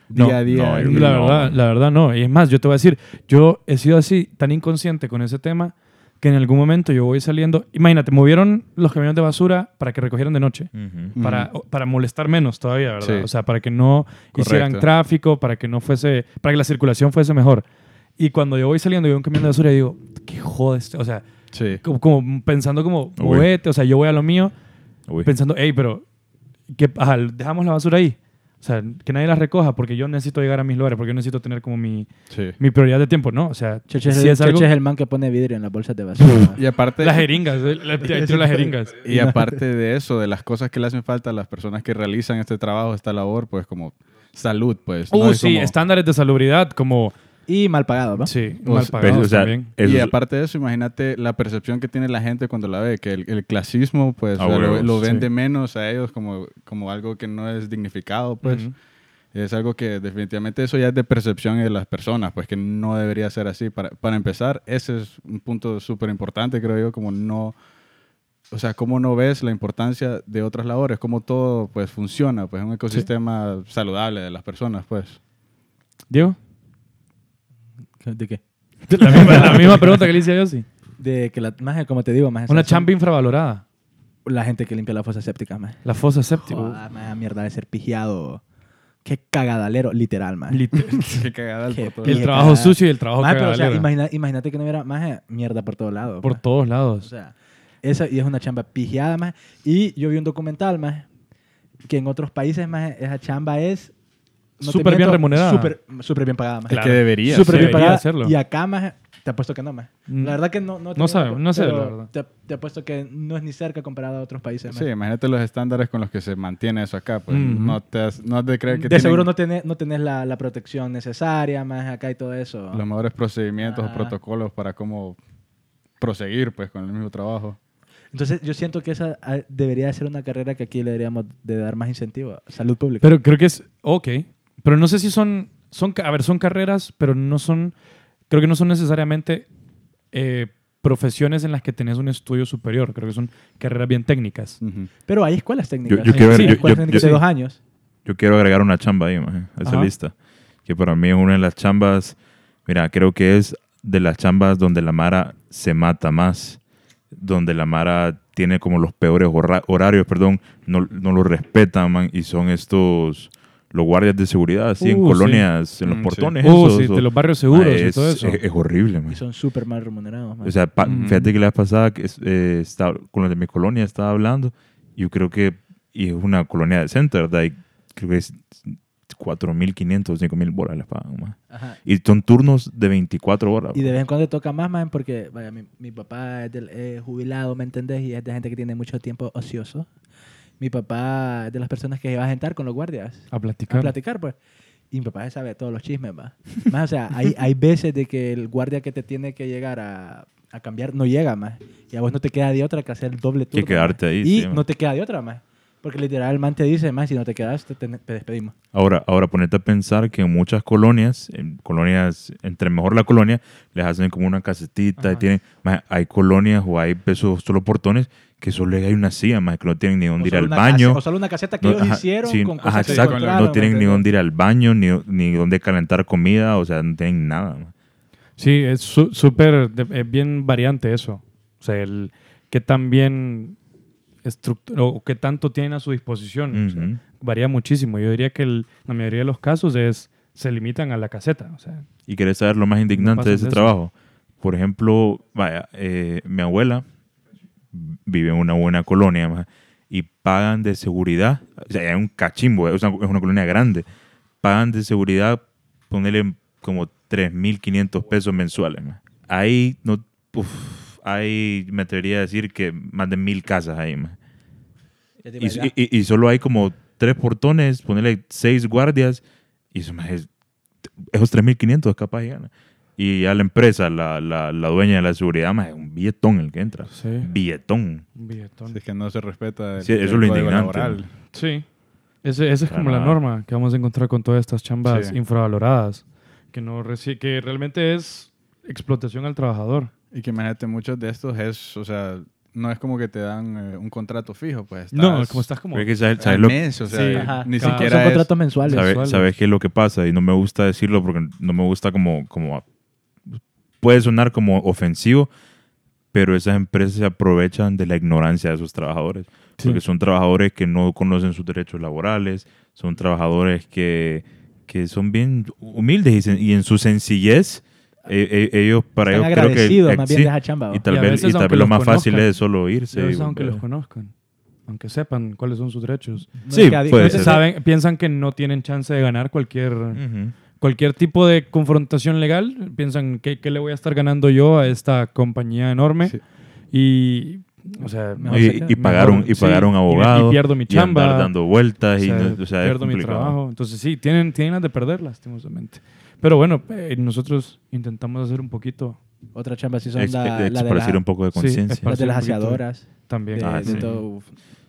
[SPEAKER 4] día
[SPEAKER 2] No,
[SPEAKER 4] a día.
[SPEAKER 5] no,
[SPEAKER 4] y-
[SPEAKER 5] yo-
[SPEAKER 2] La verdad,
[SPEAKER 5] No.
[SPEAKER 2] la verdad no. Y es más, yo te voy a decir, yo he sido así, tan inconsciente con ese tema, que en algún momento yo voy saliendo. Imagínate, movieron los camiones de basura para que recogieran de noche.
[SPEAKER 5] Ujú.
[SPEAKER 4] Ujú.
[SPEAKER 2] para, o- para molestar menos todavía, ¿verdad?
[SPEAKER 4] Sí.
[SPEAKER 2] O sea, para que no hicieran
[SPEAKER 4] Correcto.
[SPEAKER 2] tráfico, para que no fuese, para que la circulación fuese mejor. Y cuando yo voy saliendo y veo un camión de basura, digo, qué jodes, o sea,
[SPEAKER 4] sí.
[SPEAKER 2] como, como pensando como,
[SPEAKER 5] Uy.
[SPEAKER 2] movete, o sea, yo voy a lo mío,
[SPEAKER 5] Uy.
[SPEAKER 2] pensando, hey, pero, ¿qué, ajá, dejamos la basura ahí. O sea, que nadie la recoja porque yo necesito llegar a mis lugares, porque yo necesito tener como mi,
[SPEAKER 4] sí.
[SPEAKER 2] mi prioridad de tiempo, ¿no? O sea,
[SPEAKER 3] Choche es,
[SPEAKER 2] si
[SPEAKER 3] el,
[SPEAKER 2] es algo-
[SPEAKER 3] Choche es el man que pone vidrio en las bolsas de basura.
[SPEAKER 4] Y aparte,
[SPEAKER 2] las jeringas, eh, la- entre las jeringas.
[SPEAKER 4] y aparte de eso, de las cosas que le hacen falta a las personas que realizan este trabajo, esta labor, pues como salud, pues.
[SPEAKER 2] Uh,
[SPEAKER 4] ¿no? Es
[SPEAKER 2] sí,
[SPEAKER 4] como-
[SPEAKER 2] estándares de salubridad como,
[SPEAKER 3] y mal pagado, ¿va?
[SPEAKER 2] sí,
[SPEAKER 4] O
[SPEAKER 2] mal
[SPEAKER 4] sea,
[SPEAKER 5] Pues,
[SPEAKER 2] pagados
[SPEAKER 5] o sea,
[SPEAKER 2] también.
[SPEAKER 5] eso
[SPEAKER 4] y
[SPEAKER 5] es-
[SPEAKER 4] aparte de eso, imagínate la percepción que tiene la gente cuando la ve, que el, el clasismo, pues,
[SPEAKER 5] Ah,
[SPEAKER 4] o sea, lo,
[SPEAKER 5] huevos,
[SPEAKER 4] lo ven
[SPEAKER 2] sí.
[SPEAKER 4] de menos a ellos como, como algo que no es dignificado, pues.
[SPEAKER 2] Ujú.
[SPEAKER 4] Es algo que definitivamente eso ya es de percepción de las personas, pues que no debería ser así. Para, para empezar, ese es un punto súper importante, creo yo, como no... O sea, cómo no ves la importancia de otras labores, cómo todo pues funciona, pues es un ecosistema saludable de las personas, pues.
[SPEAKER 2] Diego.
[SPEAKER 3] ¿De qué?
[SPEAKER 2] La misma, la misma pregunta que le hice a Yossi.
[SPEAKER 3] De que la más, como te digo, más.
[SPEAKER 2] Una chamba infravalorada.
[SPEAKER 3] La gente que limpia las fosas sépticas, más.
[SPEAKER 2] La fosa séptica.
[SPEAKER 3] Joda, maje, mierda de ser pigiado. Qué cagadalero, literal, más.
[SPEAKER 4] Qué cagada el
[SPEAKER 3] Qué
[SPEAKER 4] puto.
[SPEAKER 2] El
[SPEAKER 3] Mierda.
[SPEAKER 2] trabajo sucio y el trabajo
[SPEAKER 3] Maje, pero, o sea,
[SPEAKER 2] cagadero.
[SPEAKER 3] imagina- imagínate que no hubiera más eh, mierda por todos lados.
[SPEAKER 2] Por
[SPEAKER 3] maje.
[SPEAKER 2] todos
[SPEAKER 3] O
[SPEAKER 2] lados.
[SPEAKER 3] sea, esa y es una chamba pigiada más. Y yo vi un documental más que en otros países más esa chamba es te
[SPEAKER 2] Súper bien
[SPEAKER 3] miento,
[SPEAKER 2] remunerada.
[SPEAKER 3] Súper súper bien pagada más.
[SPEAKER 2] Claro.
[SPEAKER 4] Que debería
[SPEAKER 3] Súper
[SPEAKER 4] ser.
[SPEAKER 3] bien
[SPEAKER 2] debería
[SPEAKER 3] pagada.
[SPEAKER 2] hacerlo.
[SPEAKER 3] Y acá más te apuesto que no más.
[SPEAKER 2] Mm.
[SPEAKER 3] La verdad que no no
[SPEAKER 2] No sabe, no sé, la
[SPEAKER 3] pero
[SPEAKER 2] verdad.
[SPEAKER 3] Te, te apuesto que no es ni cerca comparado a otros países más.
[SPEAKER 4] Sí, imagínate los estándares con los que se mantiene eso acá, pues
[SPEAKER 2] Ujú.
[SPEAKER 4] no te has- no has de creer que
[SPEAKER 3] de seguro
[SPEAKER 4] tienen
[SPEAKER 3] no tenés, no tenés la, la protección necesaria más acá y todo eso.
[SPEAKER 4] los mejores procedimientos
[SPEAKER 3] Ajá.
[SPEAKER 4] o protocolos para cómo proseguir pues con el mismo trabajo.
[SPEAKER 3] Entonces yo siento que esa ah, debería ser una carrera que aquí le deberíamos de dar más incentivo. Salud pública.
[SPEAKER 2] Pero creo que es. Ok. Pero no sé si son. son ca- a ver, son carreras, pero no son. Creo que no son necesariamente eh, profesiones en las que tenés un estudio superior. Creo que son carreras bien técnicas.
[SPEAKER 4] Ujú.
[SPEAKER 3] Pero hay escuelas técnicas.
[SPEAKER 5] yo quiero-
[SPEAKER 3] Sí,
[SPEAKER 5] yo-
[SPEAKER 3] escuelas
[SPEAKER 5] yo-
[SPEAKER 3] técnicas
[SPEAKER 5] yo-
[SPEAKER 3] de dos años.
[SPEAKER 5] Yo quiero agregar una chamba ahí, maje, a esa
[SPEAKER 2] Ajá.
[SPEAKER 5] lista. Que para mí es una de las chambas. Mira, creo que es de las chambas donde la Mara se mata más. Donde la Mara tiene como los peores horra- horarios, perdón. No, no lo respetan, man. Y son estos. Los guardias de seguridad, así en
[SPEAKER 2] Uh, sí.
[SPEAKER 5] colonias, en los
[SPEAKER 4] Mm, sí.
[SPEAKER 5] portones.
[SPEAKER 2] Uh,
[SPEAKER 5] esos,
[SPEAKER 2] sí,
[SPEAKER 5] o-
[SPEAKER 2] de los barrios
[SPEAKER 5] Maje,
[SPEAKER 2] seguros y
[SPEAKER 5] es,
[SPEAKER 2] todo eso.
[SPEAKER 5] es- es horrible, man.
[SPEAKER 3] Y son súper mal remunerados. man.
[SPEAKER 5] O sea, pa-
[SPEAKER 2] Ujú.
[SPEAKER 5] fíjate que la vez pasada que es- eh, estaba- con los de mi colonia estaba hablando, yo creo que y es una colonia decente, ¿verdad? Y creo que es 4.500, 5.000 bolas les pagan, ma.
[SPEAKER 3] Ajá.
[SPEAKER 5] Y son turnos de 24 horas.
[SPEAKER 3] Y de vez en cuando te toca más, man, porque vaya, mi, mi papá es, del- es jubilado, ¿me entendés? Y es de gente que tiene mucho tiempo ocioso. Mi papá es de las personas que va a sentar con los guardias
[SPEAKER 2] A
[SPEAKER 3] a
[SPEAKER 2] platicar.
[SPEAKER 3] platicar, pues. Y mi papá se sabe todos los chismes, más. más o sea, hay, hay veces de que el guardia que te tiene que llegar a, a cambiar no llega, más. Y a vos no te queda de otra que hacer el doble turno.
[SPEAKER 5] quedarte
[SPEAKER 3] ma.
[SPEAKER 5] ahí,
[SPEAKER 3] Y
[SPEAKER 5] sí, ma.
[SPEAKER 3] no te queda de otra, más. Porque literal, el man te dice, más, si no te quedas, te, ten- te despedimos.
[SPEAKER 5] Ahora, ahora ponete a pensar que en muchas colonias, en colonias, entre mejor la colonia, les hacen como una casetita y
[SPEAKER 2] Ajá.
[SPEAKER 5] tienen, ma, hay colonias o hay esos solo portones que solo hay una silla, más que no tienen ni
[SPEAKER 3] O
[SPEAKER 5] dónde ir
[SPEAKER 3] solo
[SPEAKER 5] al
[SPEAKER 3] una
[SPEAKER 5] baño.
[SPEAKER 3] case- O solo una caseta que
[SPEAKER 5] No,
[SPEAKER 3] ellos
[SPEAKER 5] ajá,
[SPEAKER 3] hicieron
[SPEAKER 5] sí,
[SPEAKER 3] con
[SPEAKER 5] ajá,
[SPEAKER 3] cosas que
[SPEAKER 5] exacto.
[SPEAKER 3] encontraron,
[SPEAKER 5] No tienen
[SPEAKER 3] ¿me
[SPEAKER 5] ni
[SPEAKER 3] entendés?
[SPEAKER 5] dónde ir al baño, ni, ni dónde calentar comida, o sea, no tienen nada. ma.
[SPEAKER 2] Sí, es su- súper, de- es bien variante eso. O sea, el que tan bien estructu- o qué tanto tienen a su disposición. O sea,
[SPEAKER 5] Ujú.
[SPEAKER 2] varía muchísimo. Yo diría que el- la mayoría de los casos es se limitan a la caseta. O sea,
[SPEAKER 5] Y querés saber lo más indignante
[SPEAKER 2] pasa
[SPEAKER 5] de ese
[SPEAKER 2] eso.
[SPEAKER 5] trabajo. Por ejemplo, vaya, eh, mi abuela vive en una buena colonia ma, y pagan de seguridad, o sea, es un cachimbo, es una, es una colonia grande, pagan de seguridad, ponerle como 3.500 pesos mensuales. ma. Ahí, no, uf, ahí me atrevería a decir que más de mil casas ahí. ma.
[SPEAKER 3] Ya te
[SPEAKER 5] Y,
[SPEAKER 3] imaginas.
[SPEAKER 5] y- y solo hay como tres portones, ponerle seis guardias, y eso más es, esos 3.500 capaz llegan. Y a la empresa, la, la, la dueña de la seguridad, más es un billetón el que entra.
[SPEAKER 2] Sí.
[SPEAKER 5] Billetón.
[SPEAKER 2] un billetón.
[SPEAKER 4] Si es que no se respeta el,
[SPEAKER 5] Sí, eso es
[SPEAKER 4] el
[SPEAKER 5] lo
[SPEAKER 4] código
[SPEAKER 5] indignante.
[SPEAKER 4] laboral.
[SPEAKER 2] Sí. Ese- esa es como la
[SPEAKER 5] Ajá.
[SPEAKER 2] norma que vamos a encontrar con todas estas chambas
[SPEAKER 4] Sí.
[SPEAKER 2] infravaloradas. Que, no reci- que realmente es explotación al trabajador.
[SPEAKER 4] Y que imagínate, muchos de estos es, o sea, no es como que te dan eh, un contrato fijo, pues. Estás
[SPEAKER 2] no, como estás como...
[SPEAKER 5] Creo que sabes,
[SPEAKER 4] al
[SPEAKER 5] sabes lo-
[SPEAKER 4] mes, o sea,
[SPEAKER 2] Sí,
[SPEAKER 3] Ajá,
[SPEAKER 4] ni
[SPEAKER 2] cada-
[SPEAKER 4] siquiera
[SPEAKER 3] Ah, Son
[SPEAKER 4] es-
[SPEAKER 3] contratos mensuales.
[SPEAKER 5] sabes-
[SPEAKER 2] mensuales.
[SPEAKER 5] sabes qué es lo que pasa, y no me gusta decirlo porque no me gusta como, como puede sonar como ofensivo, pero esas empresas se aprovechan de la ignorancia de sus trabajadores.
[SPEAKER 2] Sí.
[SPEAKER 5] Porque son trabajadores que no conocen sus derechos laborales, son trabajadores que, que son bien humildes y, sen- y en su sencillez, eh, eh, ellos para
[SPEAKER 3] Están
[SPEAKER 5] ellos creo que...
[SPEAKER 3] agradecidos
[SPEAKER 5] eh,
[SPEAKER 3] más
[SPEAKER 5] sí,
[SPEAKER 3] bien de esa chamba.
[SPEAKER 5] y
[SPEAKER 3] ¿va?
[SPEAKER 5] tal
[SPEAKER 2] Y a
[SPEAKER 5] vez,
[SPEAKER 2] veces,
[SPEAKER 5] y tal
[SPEAKER 2] aunque
[SPEAKER 5] vez lo
[SPEAKER 2] los
[SPEAKER 5] más fácil
[SPEAKER 2] conozcan,
[SPEAKER 5] es solo irse.
[SPEAKER 2] Pero
[SPEAKER 5] y
[SPEAKER 2] es aunque
[SPEAKER 5] volver.
[SPEAKER 2] los conozcan. Aunque sepan cuáles son sus derechos.
[SPEAKER 3] No
[SPEAKER 5] sí,
[SPEAKER 3] es que adi-
[SPEAKER 5] puede
[SPEAKER 2] No
[SPEAKER 3] no es
[SPEAKER 2] se
[SPEAKER 5] ser. Mm.
[SPEAKER 3] que-
[SPEAKER 2] saben, piensan que no tienen chance de ganar cualquier,
[SPEAKER 5] Ujú.
[SPEAKER 2] cualquier tipo de confrontación legal. Piensan, ¿qué, qué le voy a estar ganando yo a esta compañía enorme?
[SPEAKER 4] Sí.
[SPEAKER 2] Y, o sea,
[SPEAKER 3] No,
[SPEAKER 5] y,
[SPEAKER 2] mejor-
[SPEAKER 5] y
[SPEAKER 2] mejor-
[SPEAKER 5] pagaron, y
[SPEAKER 2] sí,
[SPEAKER 5] pagaron
[SPEAKER 2] y-
[SPEAKER 5] abogados.
[SPEAKER 2] Y, pierdo mi chamba.
[SPEAKER 5] andar dando vueltas. y
[SPEAKER 2] o sea,
[SPEAKER 5] no- o sea, es
[SPEAKER 2] pierdo mi
[SPEAKER 5] complicado.
[SPEAKER 2] trabajo. Entonces, sí, tienen, tienen las de perder, lastimosamente. Pero bueno, eh, nosotros intentamos hacer un poquito
[SPEAKER 3] Otra chamba sí son
[SPEAKER 5] Ex-
[SPEAKER 3] la, la de
[SPEAKER 5] Esparcir
[SPEAKER 3] las,
[SPEAKER 5] un poco de
[SPEAKER 2] sí,
[SPEAKER 5] conciencia.
[SPEAKER 2] esparcir-
[SPEAKER 3] las de las
[SPEAKER 2] un poquito de-
[SPEAKER 3] aseadoras.
[SPEAKER 2] también.
[SPEAKER 3] de-
[SPEAKER 5] Ah,
[SPEAKER 3] de
[SPEAKER 5] sí.
[SPEAKER 3] todo, uf.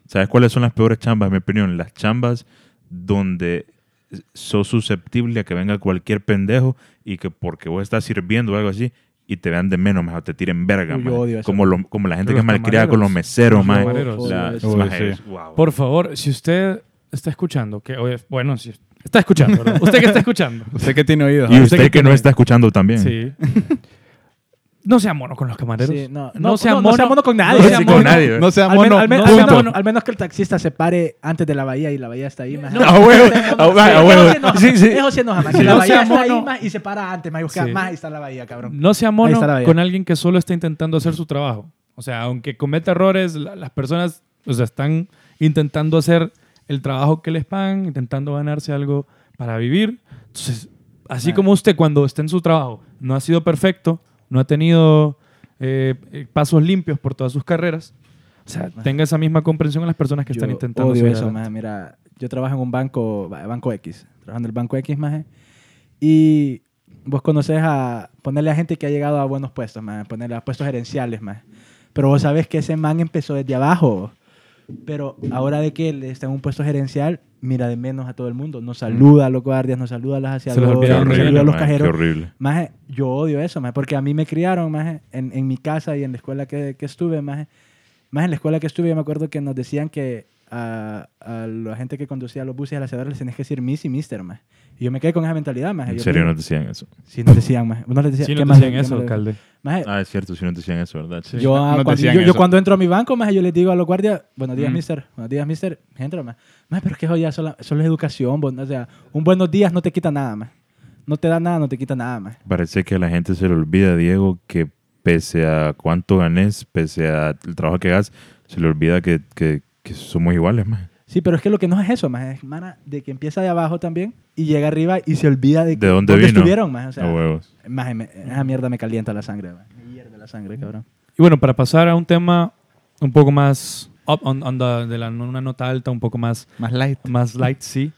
[SPEAKER 5] ¿Sabes cuáles son las peores chambas, en mi opinión? Las chambas donde sos susceptible a que venga cualquier pendejo y que porque vos estás sirviendo o algo así y te vean de menos, mejor te tiren verga,
[SPEAKER 3] Uy, yo
[SPEAKER 5] maje.
[SPEAKER 3] odio eso.
[SPEAKER 5] como, lo- como la gente que
[SPEAKER 2] Los
[SPEAKER 5] es malcriada con los
[SPEAKER 2] camareros.
[SPEAKER 5] meseros,
[SPEAKER 2] Los
[SPEAKER 5] maje.
[SPEAKER 2] camareros.
[SPEAKER 5] La-
[SPEAKER 3] Uy,
[SPEAKER 4] sí.
[SPEAKER 5] maje,
[SPEAKER 4] Uy,
[SPEAKER 5] es-
[SPEAKER 4] sí.
[SPEAKER 5] wow.
[SPEAKER 2] Por favor, si usted está escuchando, que oye, bueno, si está escuchando, ¿verdad? usted que está escuchando.
[SPEAKER 4] Usted que tiene oídos.
[SPEAKER 5] Y
[SPEAKER 4] ¿no?
[SPEAKER 5] usted que, no está escuchando también.
[SPEAKER 2] Sí. No sea mono con los camareros.
[SPEAKER 3] Sí, no,
[SPEAKER 2] no,
[SPEAKER 3] no,
[SPEAKER 2] sea
[SPEAKER 3] no, no
[SPEAKER 2] mono,
[SPEAKER 3] sea mono con nadie.
[SPEAKER 2] No
[SPEAKER 5] Sí,
[SPEAKER 2] sea
[SPEAKER 5] con
[SPEAKER 2] mono.
[SPEAKER 5] nadie.
[SPEAKER 4] No sea
[SPEAKER 3] Al, men-
[SPEAKER 4] mono.
[SPEAKER 3] al men- al
[SPEAKER 4] punto.
[SPEAKER 3] menos- al menos que el taxista se pare antes de la bahía y la bahía está ahí. más.
[SPEAKER 5] A Ah, huevo, a huevo, a huevo. Sí, sí.
[SPEAKER 3] Eso sí enoja, más.
[SPEAKER 2] Sí.
[SPEAKER 3] Que la
[SPEAKER 2] No
[SPEAKER 3] bahía
[SPEAKER 2] sea
[SPEAKER 3] está ahí
[SPEAKER 2] mono.
[SPEAKER 3] más y se para antes, más. y busca-
[SPEAKER 2] Sí.
[SPEAKER 3] Más ahí está la bahía, cabrón.
[SPEAKER 2] No sea
[SPEAKER 3] Ahí
[SPEAKER 2] mono
[SPEAKER 3] está la valla.
[SPEAKER 2] con alguien que solo está intentando hacer su trabajo. O sea, aunque cometa errores, la- las personas o sea, están intentando hacer el trabajo que les pagan, intentando ganarse algo para vivir. Entonces, así
[SPEAKER 3] Ah.
[SPEAKER 2] como usted cuando está en su trabajo no ha sido perfecto, no ha tenido eh, eh, pasos limpios por todas sus carreras, o sea, tenga esa misma comprensión a las personas que están
[SPEAKER 3] Yo
[SPEAKER 2] intentando
[SPEAKER 3] odio
[SPEAKER 2] salir
[SPEAKER 3] eso,
[SPEAKER 2] adelante.
[SPEAKER 3] maje. Mira, yo trabajo en un banco, va, Banco X, trabajando en el Banco X, maje. Y vos conoces a ponerle a gente que ha llegado a buenos puestos, más, ponerle a puestos gerenciales, más. Pero vos sabés que ese man empezó desde abajo. Pero ahora de que él está en un puesto gerencial, mira de menos a todo el mundo. No saluda a los guardias, no saluda a las
[SPEAKER 2] les olvida
[SPEAKER 3] aseadoras, no
[SPEAKER 2] horrible,
[SPEAKER 3] saluda a los
[SPEAKER 5] maje, qué
[SPEAKER 3] cajeros.
[SPEAKER 5] horrible.
[SPEAKER 3] Maje, yo odio eso, maje, porque a mí me criaron, maje, en, en mi casa y en la escuela que, que estuve, maje. Maje, en la escuela que estuve, yo me acuerdo que nos decían que a, a la gente que conducía los buses y a las les tenías que decir Miss y Mister, maje. Y yo me quedé con esa mentalidad, maje.
[SPEAKER 5] En
[SPEAKER 3] Yo
[SPEAKER 5] serio
[SPEAKER 3] pensé-
[SPEAKER 5] no te decían eso.
[SPEAKER 3] Sí, nos decían, maje. No les decía,
[SPEAKER 2] Sí,
[SPEAKER 3] ¿qué
[SPEAKER 2] no te
[SPEAKER 3] más
[SPEAKER 2] decían
[SPEAKER 3] le- qué
[SPEAKER 2] eso,
[SPEAKER 3] más le-
[SPEAKER 2] alcalde.
[SPEAKER 3] Maje,
[SPEAKER 5] Ah, es cierto, si no te decían eso, ¿verdad? Sí.
[SPEAKER 3] yo,
[SPEAKER 4] no-
[SPEAKER 3] ah,
[SPEAKER 4] nos
[SPEAKER 3] cuando,
[SPEAKER 4] decían
[SPEAKER 3] yo, yo
[SPEAKER 4] eso.
[SPEAKER 3] cuando entro a mi banco, maje, yo les digo a los guardias, buenos días,
[SPEAKER 2] Mm.
[SPEAKER 3] mister, buenos días, mister, entra, maje. Maje, pero es que eso ya solo, solo es educación, vos, o sea, un buenos días no te quita nada, maje. No te da nada, no te quita nada, maje.
[SPEAKER 5] Parece que a la gente se le olvida, Diego, que pese a cuánto ganes, pese al trabajo que hagas, se le olvida que, que- que somos iguales, más.
[SPEAKER 3] Sí, pero es que lo que no es eso, más es, mana, de que empieza de abajo también y llega arriba y se olvida de, que-
[SPEAKER 5] ¿De dónde vino?
[SPEAKER 3] estuvieron, más. O sea,
[SPEAKER 5] A huevos.
[SPEAKER 3] maje, me- esa mierda me calienta la sangre, maje. Me hierve la sangre, cabrón.
[SPEAKER 2] Y bueno, para pasar a un tema un poco más up on, on the- de la- una nota alta, un poco más,
[SPEAKER 4] Más light.
[SPEAKER 2] más light, sí.